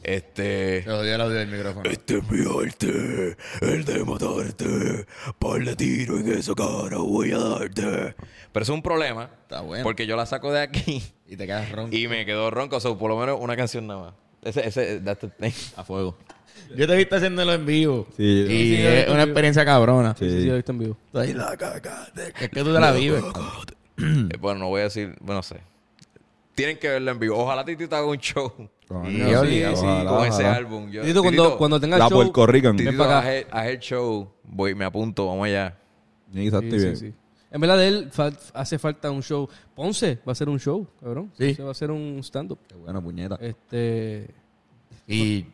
Speaker 5: Este...
Speaker 6: Se jodió el audio del micrófono.
Speaker 5: Este es mi arte, el de matarte. Par de tiro en esa cara voy a darte. Pero es un problema.
Speaker 6: Está bueno.
Speaker 5: Porque yo la saco de aquí
Speaker 6: Y te quedas ronco.
Speaker 5: y me quedo ronco. O sea, por lo menos una canción nada más. Ese, ese, that's the thing.
Speaker 2: A fuego.
Speaker 6: Yo te he visto haciéndolo en vivo.
Speaker 4: Sí,
Speaker 6: y
Speaker 4: yo-
Speaker 1: Sí, yo-
Speaker 6: es una experiencia cabrona.
Speaker 1: Sí, sí, sí, lo he visto en vivo.
Speaker 6: Tú ahí la caca de- Es que tú te la vives.
Speaker 5: Mm. Eh, bueno, no voy a decir, bueno, no sé. Tienen que verlo en vivo. Ojalá Titito haga un show
Speaker 4: Coño,
Speaker 5: Sí,
Speaker 6: Dios,
Speaker 5: sí,
Speaker 6: Dios,
Speaker 5: sí,
Speaker 4: ojalá,
Speaker 5: con ese
Speaker 4: ojalá.
Speaker 5: álbum. Yo,
Speaker 1: Tito, cuando,
Speaker 5: Titito,
Speaker 1: cuando tenga el
Speaker 4: La
Speaker 1: show...
Speaker 4: Puerto Rican.
Speaker 5: Titito,
Speaker 1: Ven pa' acá.
Speaker 5: haz el- haz el show, voy, me apunto, vamos allá.
Speaker 1: Sí, sí, sí. En verdad, de él fa- hace falta un show. Ponce va a ser un show, cabrón.
Speaker 6: Sí.
Speaker 1: Ponce va a ser un stand-up.
Speaker 2: Qué bueno, puñeta.
Speaker 1: Este...
Speaker 6: Y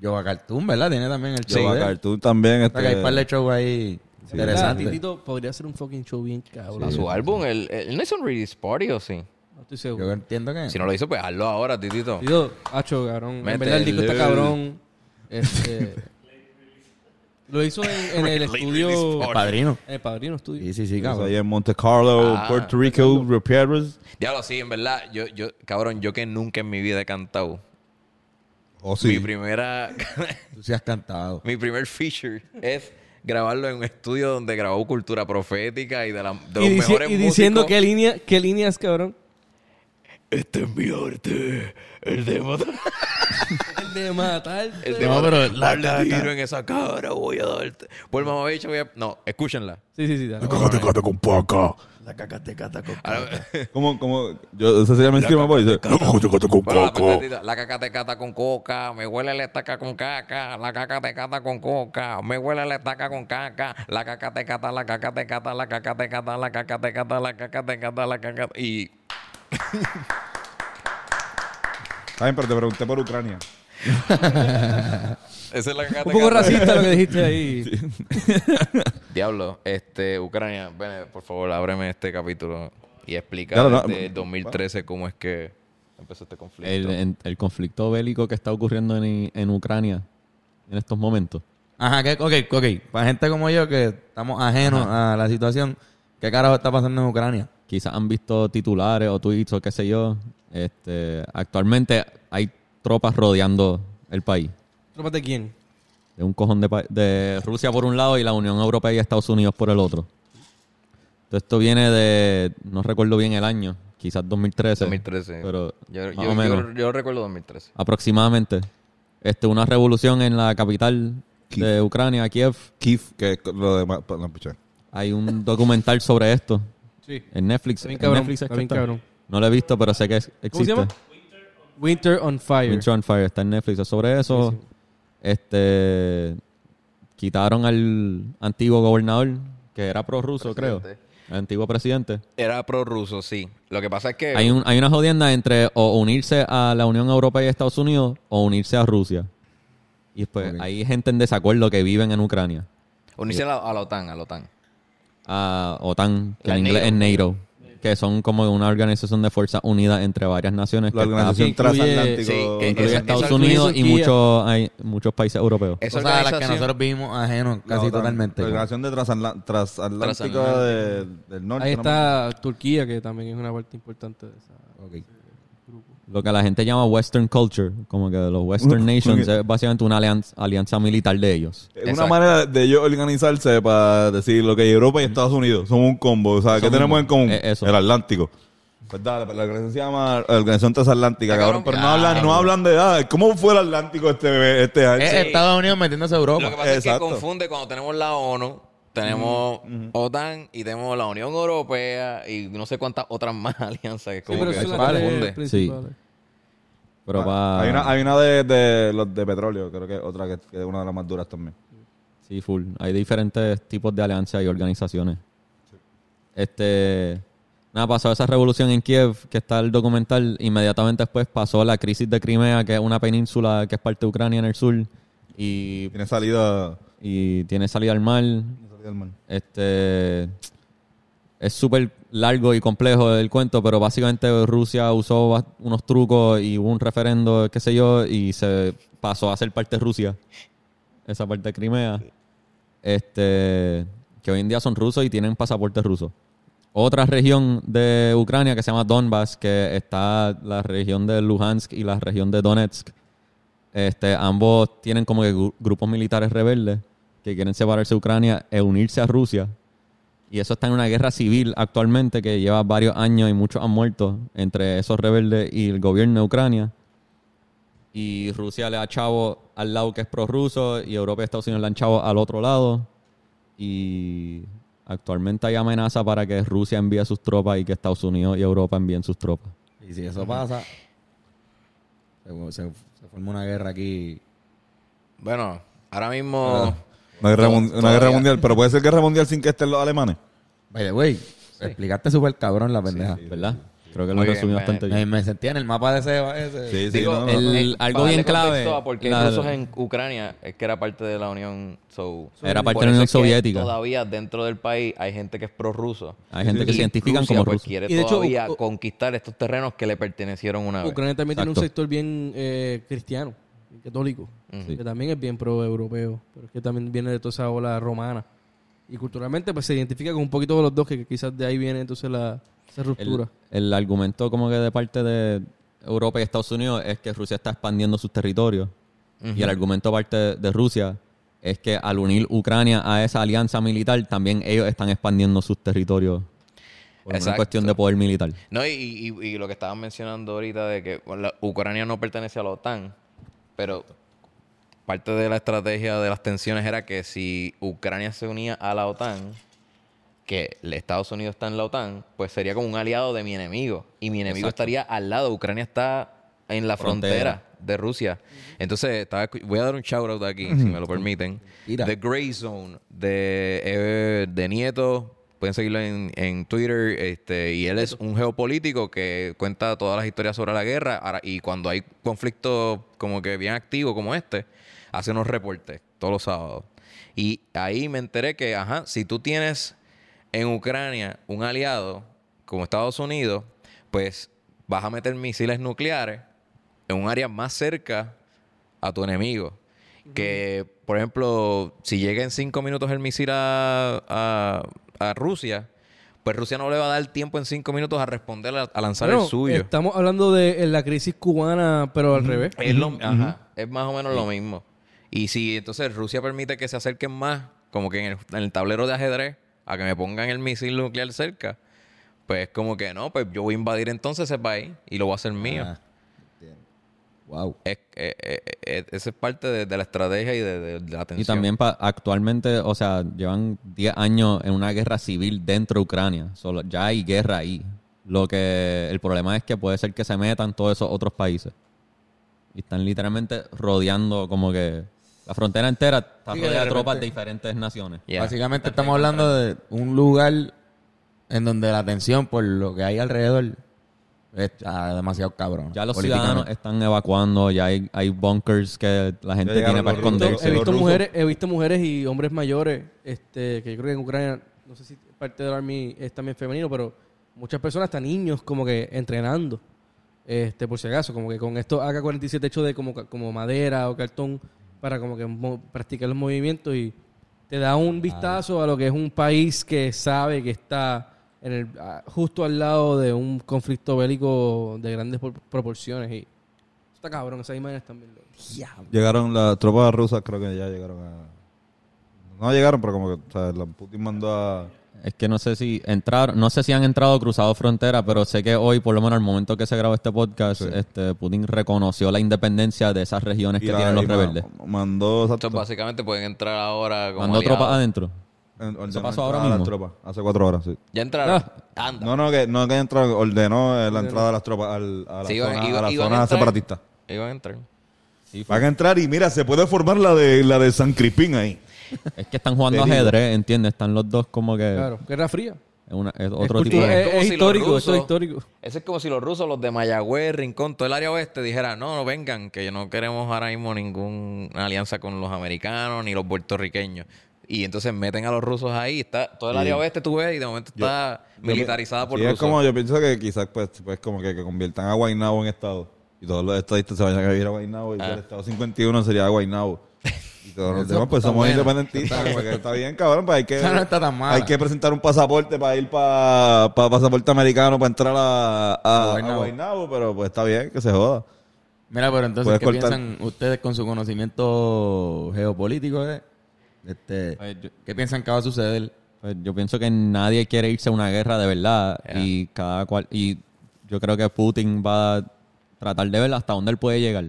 Speaker 6: Yobacartún, ¿verdad? Tiene también el
Speaker 4: Sí,
Speaker 6: show. de él.
Speaker 4: tú también. este, pues,
Speaker 6: O sea, que hay par de shows ahí
Speaker 1: ¿Verdad?
Speaker 6: interesantes.
Speaker 1: Titito podría ser un fucking show bien cabrón.
Speaker 5: A su álbum, el, el- ¿no hizo un release party o sí?
Speaker 1: No estoy
Speaker 6: Yo
Speaker 1: seguro.
Speaker 6: entiendo que...
Speaker 5: Si no lo hizo, pues hazlo ahora, Titito.
Speaker 1: Tito, hacho, cabrón. En
Speaker 5: Métele.
Speaker 1: verdad, el disco está cabrón. Este... Lo hizo en, en el estudio...
Speaker 6: El padrino.
Speaker 1: En el Padrino Studio.
Speaker 6: Sí, sí, sí, cabrón.
Speaker 4: Ahí en Monte Carlo,
Speaker 5: Ah,
Speaker 4: Puerto Rico, Repairs.
Speaker 5: Diablo, sí, en verdad, yo, yo, cabrón, yo que nunca en mi vida he cantado.
Speaker 4: Oh,
Speaker 5: Mi
Speaker 4: sí.
Speaker 5: primera,
Speaker 6: Tú sí has cantado.
Speaker 5: mi primer feature es grabarlo en un estudio donde grabó cultura profética y de, la, de los
Speaker 1: Y, dici-
Speaker 5: mejores
Speaker 1: y diciendo
Speaker 5: músicos.
Speaker 1: qué, línea, qué líneas, cabrón.
Speaker 5: Este es mi arte, el de matar.
Speaker 1: El de matarte.
Speaker 5: El de matar. Darle tiro en esa cara, voy a darte. Por mamá bicho, voy a... No, escúchenla.
Speaker 1: Sí, sí, sí. dale.
Speaker 7: con paca.
Speaker 5: Ahora-
Speaker 4: ¿Cómo, cómo? Yo, ese sería mi esquema, pues. dice,
Speaker 7: con
Speaker 5: Bueno, la patentita, la caca te cata con coca, me huele la estaca con caca, la caca te cata con coca, me huele la estaca con caca, la caca te cata, la caca te cata, la caca te cata, la caca te cata, la caca te cata, la caca y
Speaker 4: Está bien, pero te pregunté por Ucrania.
Speaker 5: esa es la caca.
Speaker 1: Un poco racista lo que dijiste ahí.
Speaker 5: Diablo, este Ucrania, ven, por favor, ábreme este capítulo y explica
Speaker 4: Claro, no,
Speaker 5: desde
Speaker 4: bueno.
Speaker 5: 2013 cómo es que empezó este conflicto.
Speaker 2: el, en- el conflicto bélico que está ocurriendo en, en Ucrania en estos momentos.
Speaker 6: Ajá, que, ok, ok. Para gente como yo que estamos ajenos a la situación, ¿qué carajo está pasando en Ucrania?
Speaker 2: Quizás han visto titulares o tweets o qué sé yo. Este, actualmente hay tropas rodeando el país.
Speaker 1: ¿Tropas de quién?
Speaker 2: De un cojón de, pa- de Rusia por un lado y la Unión Europea y Estados Unidos por el otro. Entonces, esto viene de, no recuerdo bien el año, quizás 2013.
Speaker 5: 2013.
Speaker 2: Pero
Speaker 5: yo,
Speaker 2: más
Speaker 5: yo-
Speaker 2: o menos.
Speaker 5: yo- yo recuerdo 2013.
Speaker 2: aproximadamente. Este, una revolución en la capital de Ucrania, Kiev.
Speaker 4: Kiev, que es lo de... ma- pa- No, pichón.
Speaker 2: Hay un documental sobre esto
Speaker 1: Sí.
Speaker 2: en Netflix.
Speaker 1: Está bien
Speaker 2: En
Speaker 1: cabrón,
Speaker 2: Netflix es
Speaker 1: está
Speaker 2: que
Speaker 1: bien cabrón.
Speaker 2: No lo he visto, pero sé que es- existe.
Speaker 1: ¿Cómo se llama? Winter on Fire.
Speaker 2: Winter on Fire está en Netflix. Es Sobre eso, este, quitaron al antiguo gobernador, que era prorruso, creo.
Speaker 5: Presidente.
Speaker 2: El antiguo presidente.
Speaker 5: Era prorruso, sí. Lo que pasa es que
Speaker 2: Hay, un- hay una jodienda entre o unirse a la Unión Europea y Estados Unidos o unirse a Rusia. Y pues hay gente en desacuerdo que viven en Ucrania.
Speaker 5: unirse a la, a la OTAN, a la OTAN.
Speaker 2: a OTAN, que
Speaker 5: La
Speaker 2: en inglés es NATO, que son como una organización de fuerzas unidas entre varias naciones.
Speaker 4: La
Speaker 2: que está-
Speaker 4: organización
Speaker 1: incluye-
Speaker 4: transatlántico.
Speaker 5: Sí, que-
Speaker 2: incluye
Speaker 5: esa-
Speaker 2: Estados
Speaker 5: esa-
Speaker 2: Unidos y
Speaker 1: incluye Turquía.
Speaker 2: muchos, hay muchos países europeos.
Speaker 5: Esa
Speaker 6: o sea, las que
Speaker 5: organización-
Speaker 6: nosotros vivimos ajenos
Speaker 4: La
Speaker 6: casi
Speaker 4: OTAN,
Speaker 6: totalmente.
Speaker 4: La organización de transatla- transatlántico
Speaker 5: Transatlántico.
Speaker 4: de- del norte.
Speaker 1: Ahí
Speaker 4: ¿no?
Speaker 1: está Turquía, que también es una parte importante de esa.
Speaker 2: Lo que la gente llama Western Culture, como que los Western Nations, es básicamente una alianza, alianza militar de ellos.
Speaker 4: Es una
Speaker 5: Exacto.
Speaker 4: manera de ellos organizarse para decir lo que Europa y Estados Unidos son un combo. O sea, ¿qué
Speaker 2: Son
Speaker 4: tenemos en común?
Speaker 2: eh, eso.
Speaker 4: El Atlántico. Pues dale, pues la organización se llama eh, Organización Transatlántica,
Speaker 5: Ah,
Speaker 4: cabrón.
Speaker 5: cabrón,
Speaker 4: Pero no
Speaker 5: claro.
Speaker 4: hablan, no hablan de nada. ¿Cómo fue el Atlántico este, este año?
Speaker 6: Es Estados Unidos metiéndose a
Speaker 5: Lo que
Speaker 6: Europa.
Speaker 5: pasa
Speaker 4: Exacto.
Speaker 5: es que confunde cuando tenemos la ONU, tenemos OTAN y tenemos la Unión Europea y no sé cuántas otras más alianzas que como que eso confunde.
Speaker 1: principales.
Speaker 2: Pero
Speaker 4: Ah,
Speaker 2: va...
Speaker 4: Hay una, hay una de, de los de petróleo, creo que es otra que, que es una de las más duras también.
Speaker 2: Sí, full. Hay diferentes tipos de alianzas y organizaciones. Este, nada, pasó esa revolución en Kiev, que está el documental. Inmediatamente después pasó la crisis de Crimea, que es una península que es parte de Ucrania en el sur y,
Speaker 4: Tiene salida,
Speaker 2: y tiene salida al mar.
Speaker 4: tiene salida al mar.
Speaker 2: Este, es súper largo y complejo el cuento, pero básicamente Rusia usó ba- unos trucos y hubo un referendo, qué sé yo, y se pasó a ser parte de Rusia. Esa parte de Crimea. Este, que hoy en día son rusos y tienen pasaporte ruso. Otra región de Ucrania que se llama Donbass, que está la región de Luhansk y la región de Donetsk. Este, ambos tienen como que gru- grupos militares rebeldes que quieren separarse de Ucrania e unirse a Rusia. Y eso está en una guerra civil actualmente que lleva varios años y muchos han muerto entre esos rebeldes y el gobierno de Ucrania. Y Rusia le da chavo al lado que es prorruso y Europa y Estados Unidos le han chavo al otro lado. Y actualmente hay amenaza para que Rusia envíe sus tropas y que Estados Unidos y Europa envíen sus tropas.
Speaker 6: Y si eso pasa, Se, se- se formó una guerra aquí.
Speaker 5: Bueno, ahora mismo.
Speaker 2: Ah.
Speaker 4: Una guerra, mun- una guerra
Speaker 5: todavía.
Speaker 4: mundial, pero puede ser guerra mundial sin que estén los alemanes.
Speaker 6: By the way, explicaste súper cabrón la pendeja.
Speaker 2: ¿verdad? Creo que lo
Speaker 5: Muy bien, pues,
Speaker 2: resumí
Speaker 5: me-
Speaker 2: bastante bien.
Speaker 6: Me, me sentía en el mapa de Seba ese.
Speaker 4: Sí, sí,
Speaker 5: Digo,
Speaker 4: no, no.
Speaker 2: el-
Speaker 5: eh,
Speaker 2: algo
Speaker 5: para
Speaker 2: bien
Speaker 5: darle contexto
Speaker 2: clave,
Speaker 5: a por qué
Speaker 2: la-
Speaker 5: rusos en Ucrania es que era parte de la Unión so-
Speaker 2: Era
Speaker 5: por
Speaker 2: parte de la
Speaker 5: eso
Speaker 2: Unión
Speaker 5: es que
Speaker 2: Soviética.
Speaker 5: Todavía dentro del país hay gente que es prorruso.
Speaker 2: Hay gente que
Speaker 5: Y
Speaker 2: se identifican
Speaker 5: Rusia,
Speaker 2: como
Speaker 5: pues,
Speaker 2: rusos.
Speaker 5: quiere
Speaker 1: Y de hecho,
Speaker 5: todavía
Speaker 1: U-
Speaker 5: conquistar estos terrenos que le pertenecieron una vez.
Speaker 1: Ucrania también tiene un
Speaker 2: Exacto.
Speaker 1: sector bien eh, cristiano, católico,
Speaker 2: Sí.
Speaker 1: que también es bien pro-europeo, pero es que también viene de toda esa ola romana. Y culturalmente pues se identifica con un poquito de los dos, que, que quizás de ahí viene entonces la, esa
Speaker 2: El,
Speaker 1: ruptura.
Speaker 2: el argumento como que de parte de Europa y Estados Unidos es que Rusia está expandiendo sus territorios. Y el argumento parte de, de Rusia es que al unir Ucrania a esa alianza militar, también ellos están expandiendo sus territorios. Por una
Speaker 5: Exacto.
Speaker 2: cuestión de poder militar.
Speaker 5: No, y, y- y lo que estaban mencionando ahorita de que bueno, la- Ucrania no pertenece a la OTAN, pero parte de la estrategia de las tensiones era que si Ucrania se unía a la OTAN, que el Estados Unidos está en la OTAN, pues sería como un aliado de mi enemigo. Y mi enemigo
Speaker 2: Exacto.
Speaker 5: estaría al lado. Ucrania está en la frontera,
Speaker 2: Frontera.
Speaker 5: de Rusia. Entonces, estaba escu- voy a dar un shout out aquí, si me lo permiten.
Speaker 6: Tira.
Speaker 5: The Gray Zone de, eh, de Nieto. Pueden seguirlo en, en Twitter. Este, y él es un geopolítico que cuenta todas las historias sobre la guerra. Ahora, y cuando hay conflictos como que bien activos como este, hace unos reportes todos los sábados. Y ahí me enteré que, ajá, si tú tienes en Ucrania un aliado como Estados Unidos, pues vas a meter misiles nucleares en un área más cerca a tu enemigo. Que, por ejemplo, si llega en cinco minutos el misil a, a- a Rusia, pues Rusia no le va a dar tiempo en cinco minutos a responder a, a lanzar
Speaker 1: Bueno,
Speaker 5: el suyo.
Speaker 1: Estamos hablando de eh, la crisis cubana, pero al revés.
Speaker 5: Es, lo- ajá, es más o menos lo mismo. Y si entonces Rusia permite que se acerquen más, como que en el, en el tablero de ajedrez, a que me pongan el misil nuclear cerca, pues como que no, pues yo voy a invadir entonces ese país y lo voy a hacer mío.
Speaker 6: Ah, Wow.
Speaker 5: Es- eh, eh, eh, esa es parte de, de la estrategia y de, de- de la tensión.
Speaker 2: Y también pa- actualmente, o sea, llevan 10 años en una guerra civil dentro de Ucrania. Solo, ya hay guerra ahí. Lo que el problema es que puede ser que se metan todos esos otros países. Y están literalmente rodeando como que la frontera entera está
Speaker 6: Sí, que de
Speaker 2: rodeada de tropas de
Speaker 6: repente-
Speaker 2: diferentes naciones.
Speaker 5: Yeah.
Speaker 6: Básicamente estamos hablando de un lugar en donde la atención por lo que hay alrededor está demasiado cabrón.
Speaker 2: Ya los ciudadanos
Speaker 6: Políticamente.
Speaker 2: están evacuando, ya hay, hay bunkers que la gente
Speaker 4: llegaron
Speaker 2: tiene para
Speaker 4: los rusos.
Speaker 1: He
Speaker 2: esconderse.
Speaker 1: visto- he visto
Speaker 4: Los rusos.
Speaker 1: mujeres, he visto mujeres y hombres mayores, este, que yo creo que en Ucrania, no sé si parte del army es también femenino, pero muchas personas hasta niños como que entrenando, este, por si acaso, como que con esto AK-47 hecho de como, ca- como madera o cartón para como que mo- practicar los movimientos y te da un vistazo a lo que es un país que sabe que está en el, ah, justo al lado de un conflicto bélico de grandes por- proporciones y está cabrón, esas imágenes también. loco.
Speaker 4: Llegaron las tropas rusas, creo que ya llegaron a... No llegaron, pero como que o sea, la- Putin mandó a...
Speaker 2: Es que no sé si entraron, no sé si han entrado o cruzado frontera, pero sé que hoy, por lo menos al momento que se grabó este podcast, este Putin reconoció la independencia de esas regiones
Speaker 4: y
Speaker 2: que
Speaker 4: la-
Speaker 2: tienen los
Speaker 4: y ma-
Speaker 2: rebeldes.
Speaker 4: Mandó... exacto,
Speaker 5: Entonces, básicamente pueden entrar ahora como
Speaker 2: Mandó
Speaker 5: aliados.
Speaker 2: tropas adentro.
Speaker 4: en- ordenó
Speaker 2: pasó ahora
Speaker 4: entrada a
Speaker 2: mismo.
Speaker 4: Las tropas, hace cuatro horas, sí.
Speaker 5: Ya entraron.
Speaker 1: Ah.
Speaker 5: Anda.
Speaker 4: No, no, que no que entró, ordenó eh, la entrada de las tropas al, a la
Speaker 5: Sí, iban-
Speaker 4: zona,
Speaker 5: iban-
Speaker 4: a la
Speaker 5: iban
Speaker 4: zona
Speaker 5: a entrar.
Speaker 4: separatista.
Speaker 5: Iban a entrar.
Speaker 4: Van a entrar y mira, se puede formar la de la de San Crispín ahí.
Speaker 2: Es que están jugando
Speaker 4: Te digo.
Speaker 2: ajedrez, ¿entiendes? Están los dos como que
Speaker 1: Claro, guerra fría.
Speaker 2: es, una- es otro
Speaker 1: cultu-
Speaker 2: tipo de...
Speaker 1: Es-
Speaker 5: como
Speaker 1: es
Speaker 5: si los
Speaker 1: histórico, eso
Speaker 5: rusos-
Speaker 1: es histórico.
Speaker 5: Eso es como si los rusos, los de Mayagüez, Rincón, todo el área oeste, dijeran, no, no vengan, que no queremos ahora mismo ninguna alianza con los americanos ni los puertorriqueños. Y entonces meten a los rusos ahí, está todo el área oeste, tú ves, y de momento está militarizada por
Speaker 4: Sí,
Speaker 5: rusos.
Speaker 4: es como yo pienso que quizás pues, pues como que, que conviertan a Guaynabo en estado y todos los estadistas se vayan a vivir a Guaynabo y
Speaker 5: Ah.
Speaker 4: el estado 51 sería Guaynabo. Y todos los
Speaker 6: Eso
Speaker 4: demás pues
Speaker 6: está
Speaker 4: somos
Speaker 6: bueno.
Speaker 4: independentistas,
Speaker 6: Está
Speaker 4: porque está bien, cabrón, pues hay que
Speaker 6: Esa no está tan mala.
Speaker 4: hay que presentar un pasaporte para ir para pasaporte americano para entrar a, a- a
Speaker 6: Guaynabo.
Speaker 4: Guaynabo, pero pues está bien que se joda.
Speaker 6: Mira, pero entonces,
Speaker 4: Puedes
Speaker 6: ¿qué
Speaker 4: cortar.
Speaker 6: piensan ustedes con su conocimiento geopolítico? eh? Este,
Speaker 2: Ay, yo-
Speaker 6: ¿Qué piensan que va a suceder?
Speaker 2: Pues yo pienso que nadie quiere irse a una guerra de verdad y cada cual y yo creo que Putin va a tratar de ver hasta dónde él puede llegar.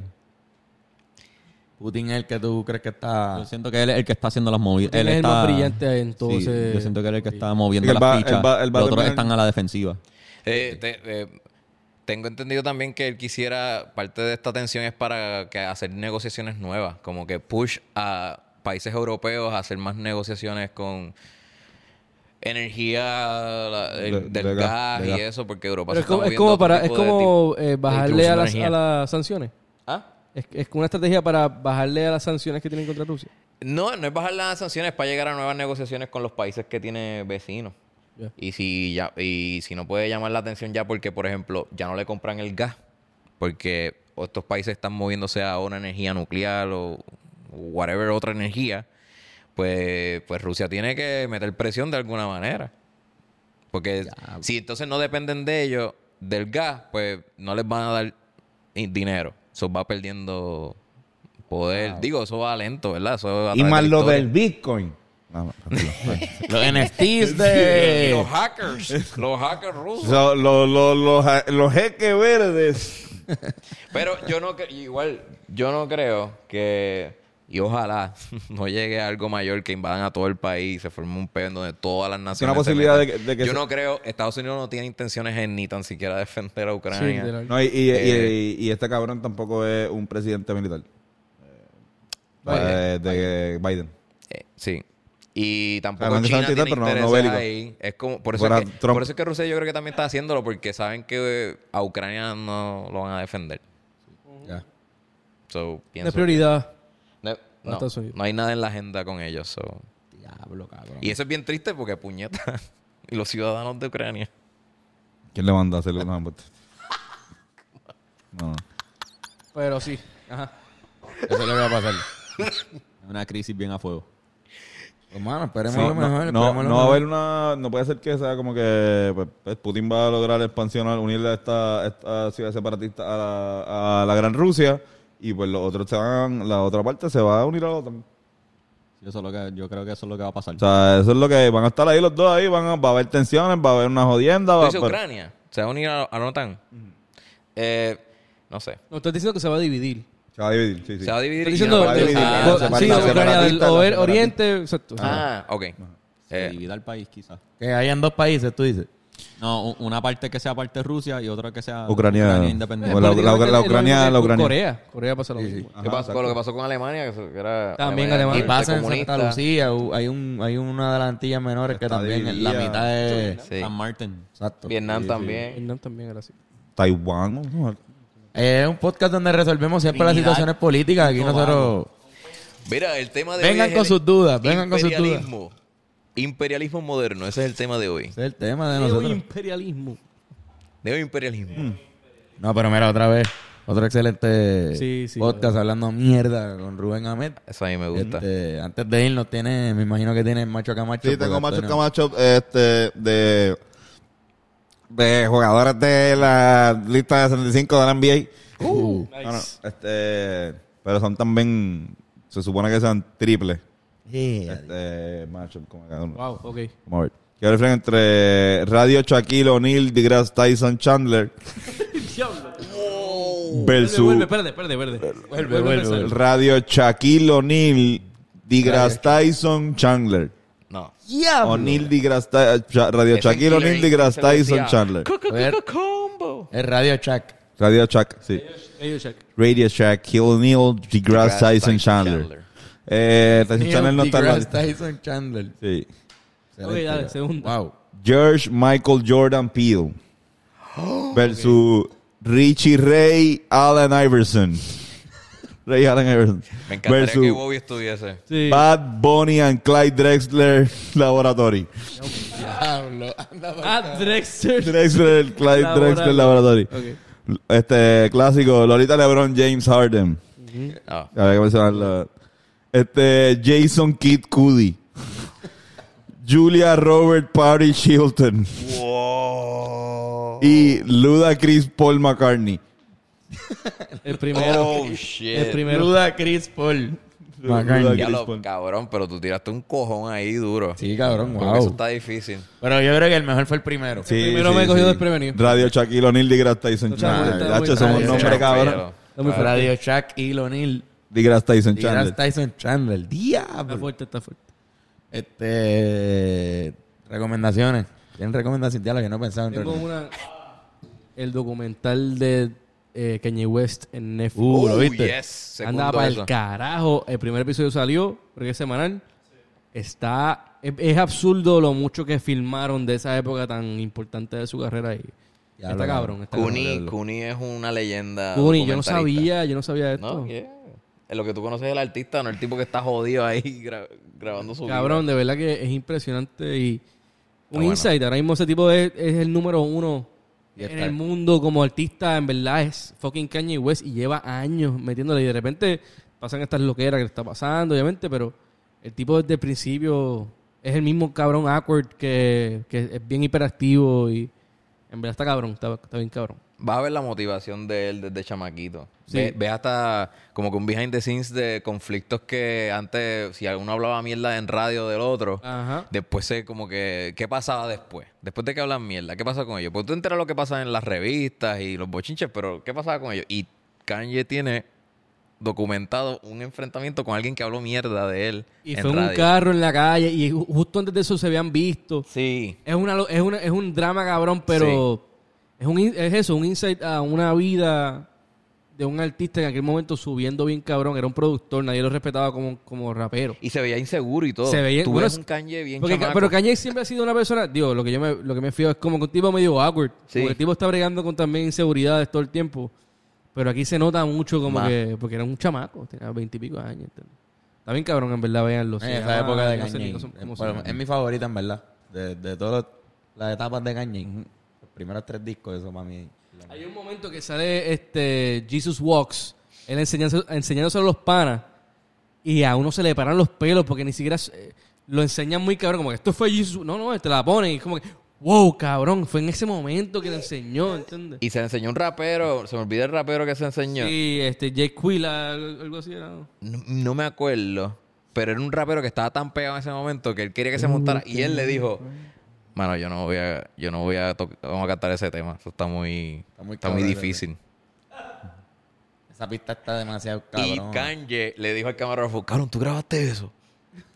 Speaker 6: Putin es el que tú crees que está...
Speaker 2: Yo siento que él es el que está haciendo las movidas.
Speaker 1: Putin
Speaker 2: Él
Speaker 1: es el
Speaker 2: está-
Speaker 1: más brillante en todo
Speaker 2: Sí,
Speaker 1: ese-
Speaker 2: Yo siento que él es el que está moviendo
Speaker 4: Sí, él
Speaker 2: las
Speaker 4: va-
Speaker 2: fichas.
Speaker 4: él va- él va a
Speaker 2: Los otros
Speaker 4: terminar-
Speaker 2: están a la defensiva.
Speaker 5: Eh, te- eh, Tengo entendido también que él quisiera, parte de esta atención es para que hacer negociaciones nuevas, como que push a países europeos a hacer más negociaciones con energía la- el-
Speaker 4: De- de
Speaker 5: del
Speaker 4: gas,
Speaker 5: gas,
Speaker 4: de gas.
Speaker 5: y eso, porque Europa
Speaker 1: Pero
Speaker 5: se
Speaker 1: es
Speaker 5: está
Speaker 1: como, es
Speaker 5: moviendo a
Speaker 1: como
Speaker 5: otro
Speaker 1: para, es
Speaker 5: tipo de
Speaker 1: como
Speaker 5: tip-
Speaker 1: eh,
Speaker 5: de
Speaker 1: bajarle
Speaker 5: inclusión
Speaker 1: a
Speaker 5: de
Speaker 1: las,
Speaker 5: energía.
Speaker 1: a las sanciones.
Speaker 5: ¿Ah?
Speaker 1: Es, es una estrategia para bajarle a las sanciones que tienen contra Rusia.
Speaker 5: No, no es bajar las sanciones, es para llegar a nuevas negociaciones con los países que tiene vecinos.
Speaker 1: Ya.
Speaker 5: Y si ya, y si no puede llamar la atención ya porque, por ejemplo, ya no le compran el gas, porque estos países están moviéndose a una energía nuclear o whatever otra energía, pues, pues Rusia tiene que meter presión de alguna manera. Porque
Speaker 4: pues.
Speaker 5: si entonces no dependen de ellos, del gas, pues no les van a dar i- dinero. Eso va perdiendo poder. Digo, eso va lento, ¿verdad? Eso va a
Speaker 4: Y
Speaker 5: través
Speaker 4: más
Speaker 5: de la
Speaker 4: lo
Speaker 5: historia.
Speaker 4: del Bitcoin. No, tranquilo.
Speaker 6: Los NFTs de...
Speaker 5: Los hackers. los hackers rusos.
Speaker 4: So, lo- lo- lo- ja- los jeques verdes.
Speaker 5: Pero yo no cre- igual, yo no creo que, y ojalá, no llegue a algo mayor que invadan a todo el país y se forme un peo en donde todas las naciones. se
Speaker 4: posibilidad de
Speaker 5: metan.
Speaker 4: que- de que
Speaker 5: yo
Speaker 4: se-
Speaker 5: no creo, Estados Unidos no tiene intenciones en ni tan siquiera defender a Ucrania.
Speaker 1: Sí, de la-
Speaker 4: No, y, y- y-
Speaker 5: Eh.
Speaker 4: y este cabrón tampoco es un presidente militar.
Speaker 5: Biden.
Speaker 4: Eh, de Biden.
Speaker 5: Eh, sí. Y
Speaker 4: O
Speaker 5: tampoco
Speaker 4: sea, no
Speaker 5: China
Speaker 4: necesariamente
Speaker 5: tiene
Speaker 4: tanto, no- no
Speaker 5: intereses
Speaker 4: bélico.
Speaker 5: ahí. Es como, por, eso
Speaker 4: Fuera
Speaker 5: es que,
Speaker 4: Trump.
Speaker 5: por eso es que Rusia yo creo que también está haciéndolo porque saben que eh, a Ucrania no lo van a defender.
Speaker 6: Ya.
Speaker 5: So,
Speaker 1: Una
Speaker 5: pienso
Speaker 1: prioridad.
Speaker 5: No, no,
Speaker 1: Estados Unidos.
Speaker 5: no hay nada en la agenda con ellos. so.
Speaker 6: Diablo, cabrón.
Speaker 5: Y eso es bien triste porque puñeta. Y los ciudadanos de Ucrania.
Speaker 4: ¿Quién le manda a hacerle una hamburguesa? No, no.
Speaker 1: Pero sí. Ajá.
Speaker 6: Eso es lo que va a pasar.
Speaker 2: Una crisis bien a fuego.
Speaker 6: Hermano, esperemos
Speaker 4: No,
Speaker 6: lo mejor.
Speaker 4: no, no,
Speaker 6: esperemos lo
Speaker 4: no va a
Speaker 6: mejor.
Speaker 4: haber una. No puede ser que sea como que pues, pues, Putin va a lograr expansionar, unirle a esta, esta ciudad separatista a la, a la Gran Rusia y pues los otros se van, la otra parte se va a unir a la OTAN.
Speaker 2: Sí, Eso es lo que, yo creo que eso es lo que va a pasar.
Speaker 4: O sea, eso es lo que van a estar ahí los dos ahí, van a, va a haber tensiones, va a haber una jodienda.
Speaker 6: Ah,
Speaker 5: ¿Tú
Speaker 4: Va,
Speaker 5: dices
Speaker 4: pero-
Speaker 5: Ucrania? ¿Se va a unir a, a la OTAN? Eh, no sé.
Speaker 1: No, estás diciendo que se va a dividir.
Speaker 4: se va a dividir, sí, sí.
Speaker 5: Se va a dividir.
Speaker 1: Estás
Speaker 5: y ya
Speaker 1: diciendo
Speaker 5: no va a
Speaker 1: de-
Speaker 5: dividir.
Speaker 4: dividir.
Speaker 1: ah,
Speaker 5: Ah,
Speaker 4: se va a
Speaker 1: sí,
Speaker 4: la
Speaker 1: Ucrania
Speaker 4: separatista,
Speaker 1: del
Speaker 4: la
Speaker 1: over-
Speaker 4: separatista.
Speaker 1: Oriente, exacto.
Speaker 5: ah, ok.
Speaker 2: Se
Speaker 5: Eh,
Speaker 2: divida el país, quizás.
Speaker 6: Que hayan dos países, tú dices.
Speaker 2: No, u- una parte que sea parte Rusia y otra que sea
Speaker 4: Ucrania.
Speaker 1: Eh,
Speaker 2: independiente.
Speaker 4: Bueno, la- la-
Speaker 1: políticamente
Speaker 4: la
Speaker 1: es lo
Speaker 4: Ucrania-
Speaker 1: mismo que
Speaker 4: la
Speaker 1: con
Speaker 4: Ucrania.
Speaker 1: Corea. Corea pasa lo mismo.
Speaker 5: ¿Qué pasó?
Speaker 4: exacto.
Speaker 5: Lo que pasó con Alemania, que eso- que era.
Speaker 1: También
Speaker 6: Y
Speaker 1: Alemania.
Speaker 5: era
Speaker 6: pasa en
Speaker 5: Este comunista.
Speaker 6: Santa Lucía, u- hay, un, hay una de las Antillas menores que
Speaker 4: Está
Speaker 6: también
Speaker 4: dividida.
Speaker 6: la mitad es...
Speaker 5: Sí.
Speaker 2: San Martín.
Speaker 6: Exacto.
Speaker 5: Vietnam también.
Speaker 1: Vietnam también era así.
Speaker 4: Taiwán. ¿no?
Speaker 6: Eh, Es un podcast donde resolvemos siempre las situaciones políticas. Aquí nosotros...
Speaker 5: Mira, el tema de hoy
Speaker 6: Vengan
Speaker 5: es
Speaker 6: con
Speaker 5: el
Speaker 6: sus dudas, vengan con sus dudas.
Speaker 5: imperialismo. Imperialismo moderno, ese es el tema de hoy.
Speaker 6: Ese es el tema de
Speaker 1: Neo
Speaker 6: nosotros.
Speaker 1: imperialismo.
Speaker 5: Neoimperialismo.
Speaker 6: Mm. No, pero mira, otra vez. Otro excelente
Speaker 1: Sí, sí,
Speaker 6: podcast hablando mierda con Rubén Ahmed.
Speaker 5: Eso a mí me gusta.
Speaker 6: Este, antes de irnos tiene, me imagino que tiene Macho Camacho.
Speaker 7: Sí, tengo
Speaker 6: porque
Speaker 7: Macho
Speaker 6: Antonio-
Speaker 7: Camacho este, de, de jugadores de la lista de 65 de la NBA.
Speaker 4: No, no, Uh, este, pero son también. Se supone que sean triples. Este, macho, como cada uno.
Speaker 1: Wow, ok.
Speaker 4: Vamos a ver. ¿Qué refleja entre Radio Shaquille O'Neal, DeGrasse Tyson Chandler
Speaker 1: Vuelve, vuelve, pues.
Speaker 4: versus
Speaker 1: espérate, espérate, espérate.
Speaker 6: Vuelve, vuelve, vuelve.
Speaker 4: Radio Shaquille O'Neal, DeGrasse Tyson Chandler?
Speaker 5: No.
Speaker 4: O'Neal, DeGrasse Ty- Cha- Radio
Speaker 5: Ese
Speaker 4: Shaquille O'Neal,
Speaker 5: Killer
Speaker 4: DeGrasse
Speaker 5: Instinct se
Speaker 4: Tyson
Speaker 5: decía,
Speaker 4: Chandler.
Speaker 6: Oye,
Speaker 5: Combo.
Speaker 6: Es Radio Shack.
Speaker 4: Radio Shaq, sí.
Speaker 1: Ellos check.
Speaker 4: Radio Shaquille O'Neal, DeGrasse Tyson Chandler. Eh, Tyson Chandler no está en la
Speaker 6: Neil deGrasse
Speaker 4: lista.
Speaker 6: Tyson Chandler.
Speaker 4: Sí.
Speaker 1: Ok, dale, segundo.
Speaker 6: Wow.
Speaker 4: George Michael Jordan Peele versus Richie Ray Allen Iverson. Ray Allen Iverson.
Speaker 5: Me encantaría
Speaker 4: versus
Speaker 5: que Bobby estuviese.
Speaker 1: Sí.
Speaker 4: Bad Bunny and Clyde Drexler Laboratory.
Speaker 6: Diablo. Anda pa-
Speaker 1: Ah, Drexter.
Speaker 4: Drexler, Clyde Drexler Laboratory.
Speaker 1: Ok.
Speaker 4: Este clásico, Lolita LeBron James Harden.
Speaker 5: No.
Speaker 4: A ver, ¿cómo se llama la- Este Jason Kidd Cudi. Julia Robert Party Shilton. Y Luda Chris Paul McCartney.
Speaker 1: El primero.
Speaker 5: Oh, shit.
Speaker 1: El primero.
Speaker 6: Ruda Chris Paul. McCartney.
Speaker 5: Ya lo,
Speaker 4: Chris Paul.
Speaker 5: cabrón, pero tú tiraste un cojón ahí duro.
Speaker 6: Sí, cabrón,
Speaker 5: Como que Eso
Speaker 6: wow.
Speaker 5: está difícil.
Speaker 6: Pero yo creo que el mejor fue el primero.
Speaker 4: Sí,
Speaker 1: primero me cogió desprevenido.
Speaker 4: Radio Shaquille O'Neal, DeGrasse Tyson
Speaker 1: O sea,
Speaker 4: Chandler.
Speaker 1: está muy
Speaker 4: Hacho, somos
Speaker 1: raro.
Speaker 4: nombre
Speaker 5: Ese
Speaker 4: cabrón.
Speaker 5: rapero.
Speaker 1: Está muy fuerte.
Speaker 6: Radio Shack y O'Neal.
Speaker 4: DeGrasse Tyson
Speaker 6: deGrasse
Speaker 4: Chandler.
Speaker 6: Tyson Chandler.
Speaker 1: Está
Speaker 6: Diablo.
Speaker 1: fuerte, está fuerte.
Speaker 6: Este. Recomendaciones. ¿Tienen recomendaciones? Diablo, yo no pensaba en
Speaker 1: Tengo
Speaker 6: recomendaciones.
Speaker 1: una. el documental de eh, Kanye West en Netflix.
Speaker 5: Uh, ¿lo viste? yes. Segundo
Speaker 1: Andaba para el
Speaker 5: eso.
Speaker 1: carajo. El primer episodio salió, porque es semanal. Está... Es, es absurdo lo mucho que filmaron de esa época tan importante de su carrera. Y,
Speaker 7: Ya
Speaker 1: está
Speaker 7: lo-
Speaker 1: cabrón. Está cabrón.
Speaker 5: Kuni, Kuni es una leyenda.
Speaker 1: Kuni, yo no
Speaker 5: documentarista.
Speaker 1: sabía, yo no sabía esto.
Speaker 5: No, yeah. Es Lo que tú conoces del artista, no el tipo que está jodido ahí gra- grabando su
Speaker 1: Cabrón, de verdad que es impresionante y un
Speaker 5: Ah, bueno.
Speaker 1: insight. Ahora mismo ese tipo es, es el número uno
Speaker 5: Y
Speaker 1: en
Speaker 5: está-
Speaker 1: el mundo como artista, en verdad, es fucking Kanye West y lleva años metiéndole y de repente pasan estas loqueras que le está pasando, obviamente, pero el tipo desde el principio es el mismo cabrón awkward que, que es bien hiperactivo y en verdad está cabrón, está, está bien cabrón.
Speaker 5: Vas a ver la motivación de él desde chamaquito.
Speaker 1: Sí.
Speaker 5: Ve- Ves hasta como que un behind the scenes de conflictos que antes, si alguno hablaba mierda en radio del otro,
Speaker 1: Ajá.
Speaker 5: después se como que, ¿qué pasaba después? Después de que hablan mierda, ¿qué pasa con ellos? Porque tú enteras lo que pasa en las revistas y los bochinches, pero ¿qué pasaba con ellos? Y Kanye tiene documentado un enfrentamiento con alguien que habló mierda de él
Speaker 1: Y
Speaker 5: en
Speaker 1: fue en un
Speaker 5: radio.
Speaker 1: carro en la calle y ju- justo antes de eso se habían visto.
Speaker 5: Sí.
Speaker 1: Es, una, lo- es, una- es un drama cabrón, pero es, un, in- es eso, un insight a una vida de un artista que en aquel momento subiendo bien cabrón, era un productor, nadie lo respetaba como, como rapero.
Speaker 5: Y se veía inseguro y todo.
Speaker 1: Se veía-
Speaker 5: Tú
Speaker 1: bueno,
Speaker 5: ves
Speaker 1: es-
Speaker 5: un Kanye bien
Speaker 1: Porque,
Speaker 5: chamaco.
Speaker 1: pero Kanye siempre ha sido una persona, digo, lo que yo me, lo que me fío es como que un tipo medio awkward,
Speaker 5: Sí.
Speaker 1: porque el tipo está bregando con también inseguridades todo el tiempo, pero aquí se nota mucho como
Speaker 5: Más.
Speaker 1: que, porque era un chamaco, tenía veintipico años. ¿entiendes? Está bien cabrón, en verdad, véanlo.
Speaker 6: En
Speaker 1: se
Speaker 6: esa
Speaker 1: llama-
Speaker 6: época de
Speaker 1: no sé ni
Speaker 6: Kanye. eh,
Speaker 1: cómo se- cómo se
Speaker 6: Bueno,
Speaker 1: llama.
Speaker 6: es mi favorita, en verdad. De, de todas las etapas de Kanye. Los primeros tres discos, eso para mí.
Speaker 1: Hay un momento que sale este Jesus Walks, él enseñándose- enseñándose a los panas, y a uno se le paran los pelos porque ni siquiera eh, lo enseñan muy cabrón, como que esto fue Jesus. No, no, te la ponen y es como que, wow, cabrón, fue en ese momento que lo enseñó, ¿entiendes?
Speaker 5: Y se le enseñó un rapero, se me olvida el rapero que se enseñó.
Speaker 1: Sí, este, Jake Quilla, al- algo así era. ¿no?
Speaker 5: No, no me acuerdo, pero era un rapero que estaba tan pegado en ese momento que él quería que se montara y él le dijo,
Speaker 6: pues.
Speaker 5: mano, yo no voy a, yo no voy a, to- vamos a cantar ese tema, eso está muy, está
Speaker 6: Está muy
Speaker 5: muy,
Speaker 6: cabrón, eh.
Speaker 5: difícil.
Speaker 6: Esa pista está demasiado
Speaker 5: Y
Speaker 6: cabrón.
Speaker 5: Kanye le dijo al camarógrafo, cabrón, tú grabaste eso,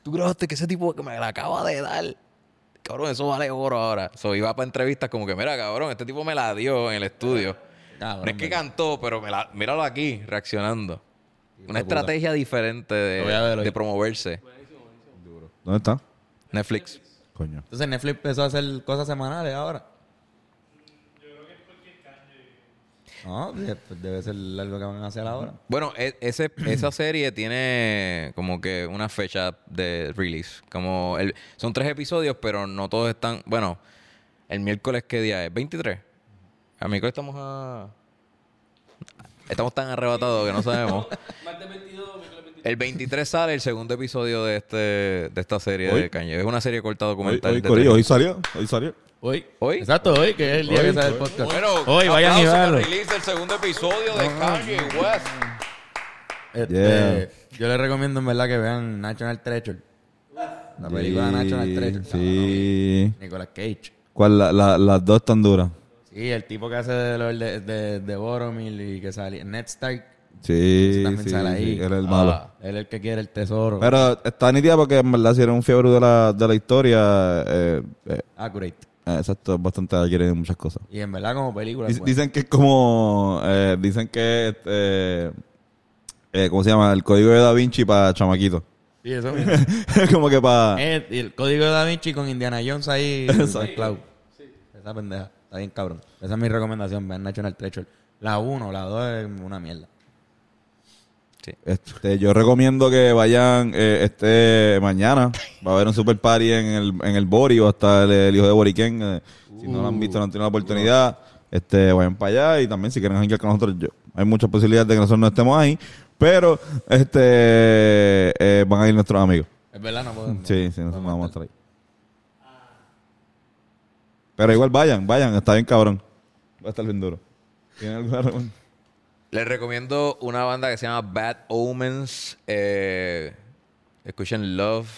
Speaker 5: tú grabaste que ese tipo que me la acaba de dar, cabrón, eso vale oro ahora. So iba para entrevistas como que, mira, cabrón, este tipo me la dio en el estudio.
Speaker 6: Cabrón,
Speaker 5: No es que
Speaker 6: ¿verdad?
Speaker 5: cantó, pero me la- míralo aquí, reaccionando. Una
Speaker 6: de puta.
Speaker 5: estrategia diferente
Speaker 6: Lo voy a ver
Speaker 5: de,
Speaker 6: hoy.
Speaker 5: de promoverse.
Speaker 4: ¿Dónde está?
Speaker 5: Netflix.
Speaker 4: Coño.
Speaker 6: Entonces Netflix empezó a hacer cosas semanales ahora. No, de- pues debe ser algo que van a hacer ahora.
Speaker 5: Bueno, e- ese, esa serie tiene como que una fecha de release. Como el, son tres episodios, pero no todos están. Bueno, el miércoles, ¿qué día es? 23. A miércoles estamos a. Estamos tan arrebatados que no sabemos. El 23 sale el segundo episodio de este de esta serie
Speaker 4: Hoy.
Speaker 5: de Kanye. Es una serie corta
Speaker 4: Hoy,
Speaker 5: documental.
Speaker 4: hoy,
Speaker 5: de
Speaker 4: corillo,
Speaker 5: tres-
Speaker 4: hoy salió. Hoy salió.
Speaker 6: Hoy.
Speaker 5: Hoy.
Speaker 6: Exacto, hoy, que es el día
Speaker 4: Hoy,
Speaker 6: que sale el
Speaker 4: hoy.
Speaker 6: podcast.
Speaker 5: Bueno,
Speaker 6: hoy vayan y
Speaker 5: aplausos al
Speaker 6: veanlo.
Speaker 5: release del segundo episodio de Kanye West.
Speaker 6: Este, Yo les recomiendo en verdad que vean National Treasure. La película de National Treasure.
Speaker 4: Sí.
Speaker 6: Nicolas Cage.
Speaker 4: ¿Cuál? La- la- las dos tan duras.
Speaker 6: Sí, el tipo que hace de, lo- de, de, de Boromir y que sale Ned Stark.
Speaker 4: Sí,
Speaker 6: También
Speaker 4: sí,
Speaker 6: sale ahí.
Speaker 4: sí, Era el malo.
Speaker 6: Ah, él es el que quiere el tesoro.
Speaker 4: Pero está nítida porque en verdad si era un fiebre de la, de la historia, eh, eh,
Speaker 6: Accurate.
Speaker 4: eh, exacto, es bastante alguien en muchas cosas.
Speaker 6: Ah, Y en verdad como película. pues.
Speaker 4: Dic-
Speaker 6: es buena.
Speaker 4: Dicen que es como, eh, dicen que, eh, eh, ¿cómo se llama? El código de Da Vinci para chamaquito.
Speaker 6: Sí, eso mismo.
Speaker 4: como que para...
Speaker 6: Eh, y el código de Da Vinci con Indiana Jones ahí mezclado. Esa pendeja. Está bien cabrón. Esa es mi recomendación. Vean National Treasure. La 1, la 2 es una mierda.
Speaker 4: Este, yo recomiendo que vayan eh, este mañana. Va a haber un super party en el, en el Bori. Va a estar el, el hijo de Boriquén. eh, si no lo han visto, no han tenido la oportunidad. Este, vayan para allá y también si quieren hangar con nosotros, yo. Hay muchas posibilidades de que nosotros no estemos ahí. Pero este eh, van a ir nuestros amigos.
Speaker 6: Es verdad, no podemos.
Speaker 4: Sí, sí, nosotros no vamos a estar ahí. Pero igual vayan, vayan. Está bien cabrón. Va a estar bien duro. ¿Tienen alguna recomendación?
Speaker 5: Les recomiendo una banda que se llama Bad Omens. Eh, escuchen Love.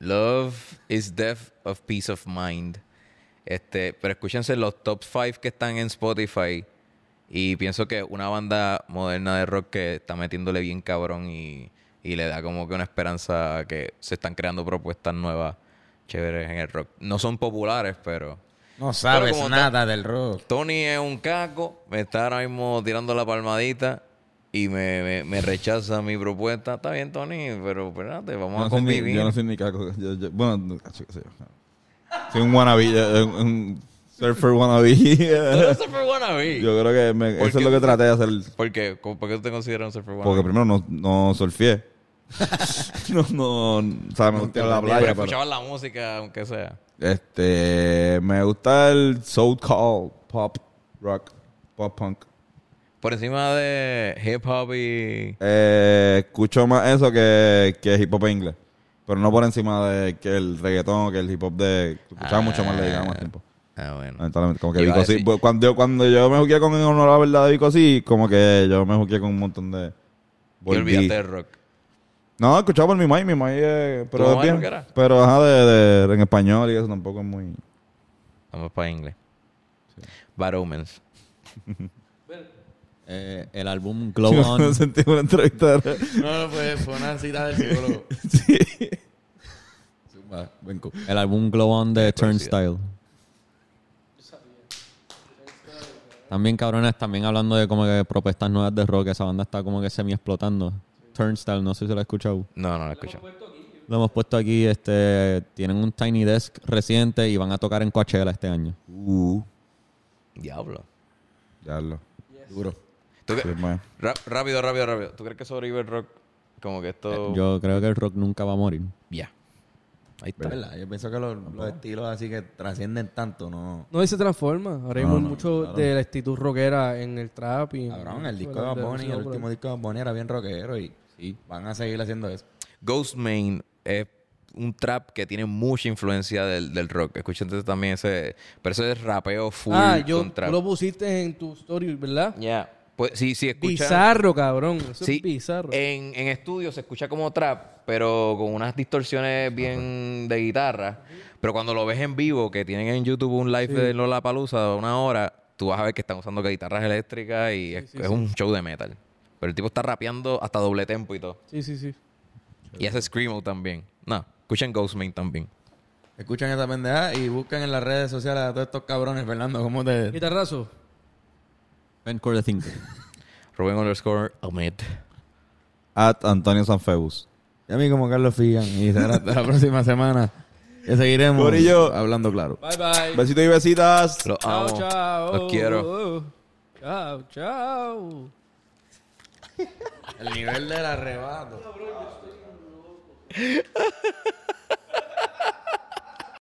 Speaker 5: Love is Death of Peace of Mind. Este, pero escúchense los top 5 que están en Spotify. Y pienso que una banda moderna de rock que está metiéndole bien cabrón y, y le da como que una esperanza a que se están creando propuestas nuevas, chéveres en el rock. No son populares, pero
Speaker 6: No sabes
Speaker 5: como
Speaker 6: nada del rock.
Speaker 5: Tony es un caco, me está ahora mismo tirando la palmadita y me, me- me rechaza mi propuesta. Está bien, Tony, pero espérate, vamos
Speaker 4: Yo
Speaker 5: a
Speaker 4: no, soy ni,
Speaker 5: convivir.
Speaker 4: yo no soy ni caco. Yo- yo- bueno, no, cacho, qué sé yo. Soy un wannabe, eh, un, un surfer wannabe.
Speaker 5: Tú
Speaker 4: yo
Speaker 5: eres surfer wannabe.
Speaker 4: creo que me-
Speaker 5: ¿Por
Speaker 4: eso es
Speaker 5: qué?
Speaker 4: lo que traté de hacer.
Speaker 5: ¿Por qué? ¿Cómo- ¿Por qué tú te consideras un surfer
Speaker 4: Porque
Speaker 5: wannabe?
Speaker 4: primero no, no surfeé. no, no, o sea, me gusta la
Speaker 5: pero
Speaker 4: playa. pero-
Speaker 5: escuchabas la música, aunque sea.
Speaker 4: este, me gusta el soul call, pop, rock, pop punk.
Speaker 5: Por encima de hip hop y...
Speaker 4: Eh, escucho más eso que, que hip hop en inglés. Pero no por encima de que el reggaetón o que el hip hop de... Escuchaba mucho más de llegaba más tiempo.
Speaker 5: Ah, bueno.
Speaker 4: Lamentablemente, como que
Speaker 5: Iba a
Speaker 4: Vico sí.
Speaker 5: decir-
Speaker 4: pues, Cuando yo, cuando yo me juqué con En Honor a la Verdad de Vico sí, como que yo me juqué con un montón de.
Speaker 5: Y
Speaker 4: volví.
Speaker 5: olvídate del rock.
Speaker 4: No, escuchaba por mi mai, mi mai eh,
Speaker 5: ¿Tu
Speaker 4: pero es
Speaker 5: mai
Speaker 4: bien.
Speaker 5: no qué era?
Speaker 4: Pero ajá, de, de- en español y eso tampoco es muy.
Speaker 5: Vamos para inglés. Bad Omens.
Speaker 2: Eh, el álbum Glow
Speaker 4: No,
Speaker 2: On.
Speaker 4: sentí una entrevista. de-
Speaker 6: No, pues fue una cita del psicólogo.
Speaker 2: El álbum Glow On de Turnstile. También cabrones, también hablando de como que propuestas nuevas de rock, esa banda está como que semi explotando. Turnstile, no sé si la he escuchado.
Speaker 5: No, no la escuchado.
Speaker 2: Lo hemos puesto aquí, este, tienen un Tiny Desk reciente y van a tocar en Coachella este año.
Speaker 4: Uh,
Speaker 5: Diablo.
Speaker 4: ya lo.
Speaker 7: Duro.
Speaker 5: ¿Tú
Speaker 4: Sí,
Speaker 5: qué-
Speaker 4: es más.
Speaker 5: Ra- rápido, rápido, rápido. ¿Tú crees que sobrevive el rock? Como que esto...
Speaker 2: Eh, Yo creo que el rock nunca va a morir.
Speaker 5: Ya. Ahí está.
Speaker 6: ¿Verdad? Yo pienso que los, los estilos así que trascienden tanto, no.
Speaker 1: No, y se transforma. Ahora mismo mucho de la actitud rockera en el trap. Y
Speaker 6: Cabrón, el disco de Bad Bunny, el último disco de Bad Bunny era bien rockero y van a seguir haciendo eso.
Speaker 5: Ghost Main es un trap que tiene mucha influencia del, del rock. Escúchate también ese... Pero eso es rapeo full
Speaker 1: Ah, yo,
Speaker 5: con trap.
Speaker 1: tú lo pusiste en tu story, ¿verdad?
Speaker 5: Ya. Pues sí, sí, escucha...
Speaker 1: Bizarro, cabrón. Eso
Speaker 5: Sí,
Speaker 1: es bizarro.
Speaker 6: Eh,
Speaker 5: En, en estudio se escucha como trap, pero con unas distorsiones bien de guitarra. Pero cuando lo ves en vivo, que tienen en YouTube un live de Lola Palusa de una hora, tú vas a ver que están usando guitarras eléctricas y es, es un show de metal. Pero el tipo está rapeando hasta doble tempo y todo.
Speaker 1: Sí, sí, sí.
Speaker 5: Y hace Screamo también. No, escuchen Ghostman también.
Speaker 6: Escuchan esa pendeja y buscan en las redes sociales a todos estos cabrones, Fernando, ¿cómo te...?
Speaker 1: Guitarrazo.
Speaker 2: Bencore the Thinker.
Speaker 5: Rubén underscore Ahmed.
Speaker 4: At Antonio Sanfebus.
Speaker 6: Y a mí como Carlos Figan. Y será hasta la próxima semana. Ya seguiremos
Speaker 4: Corillo.
Speaker 6: hablando claro.
Speaker 1: Bye, bye.
Speaker 4: Besitos y besitas.
Speaker 5: Los
Speaker 1: Chao,
Speaker 5: amo.
Speaker 1: chao.
Speaker 5: Los quiero.
Speaker 1: Chao, chao.
Speaker 6: El nivel del arrebato.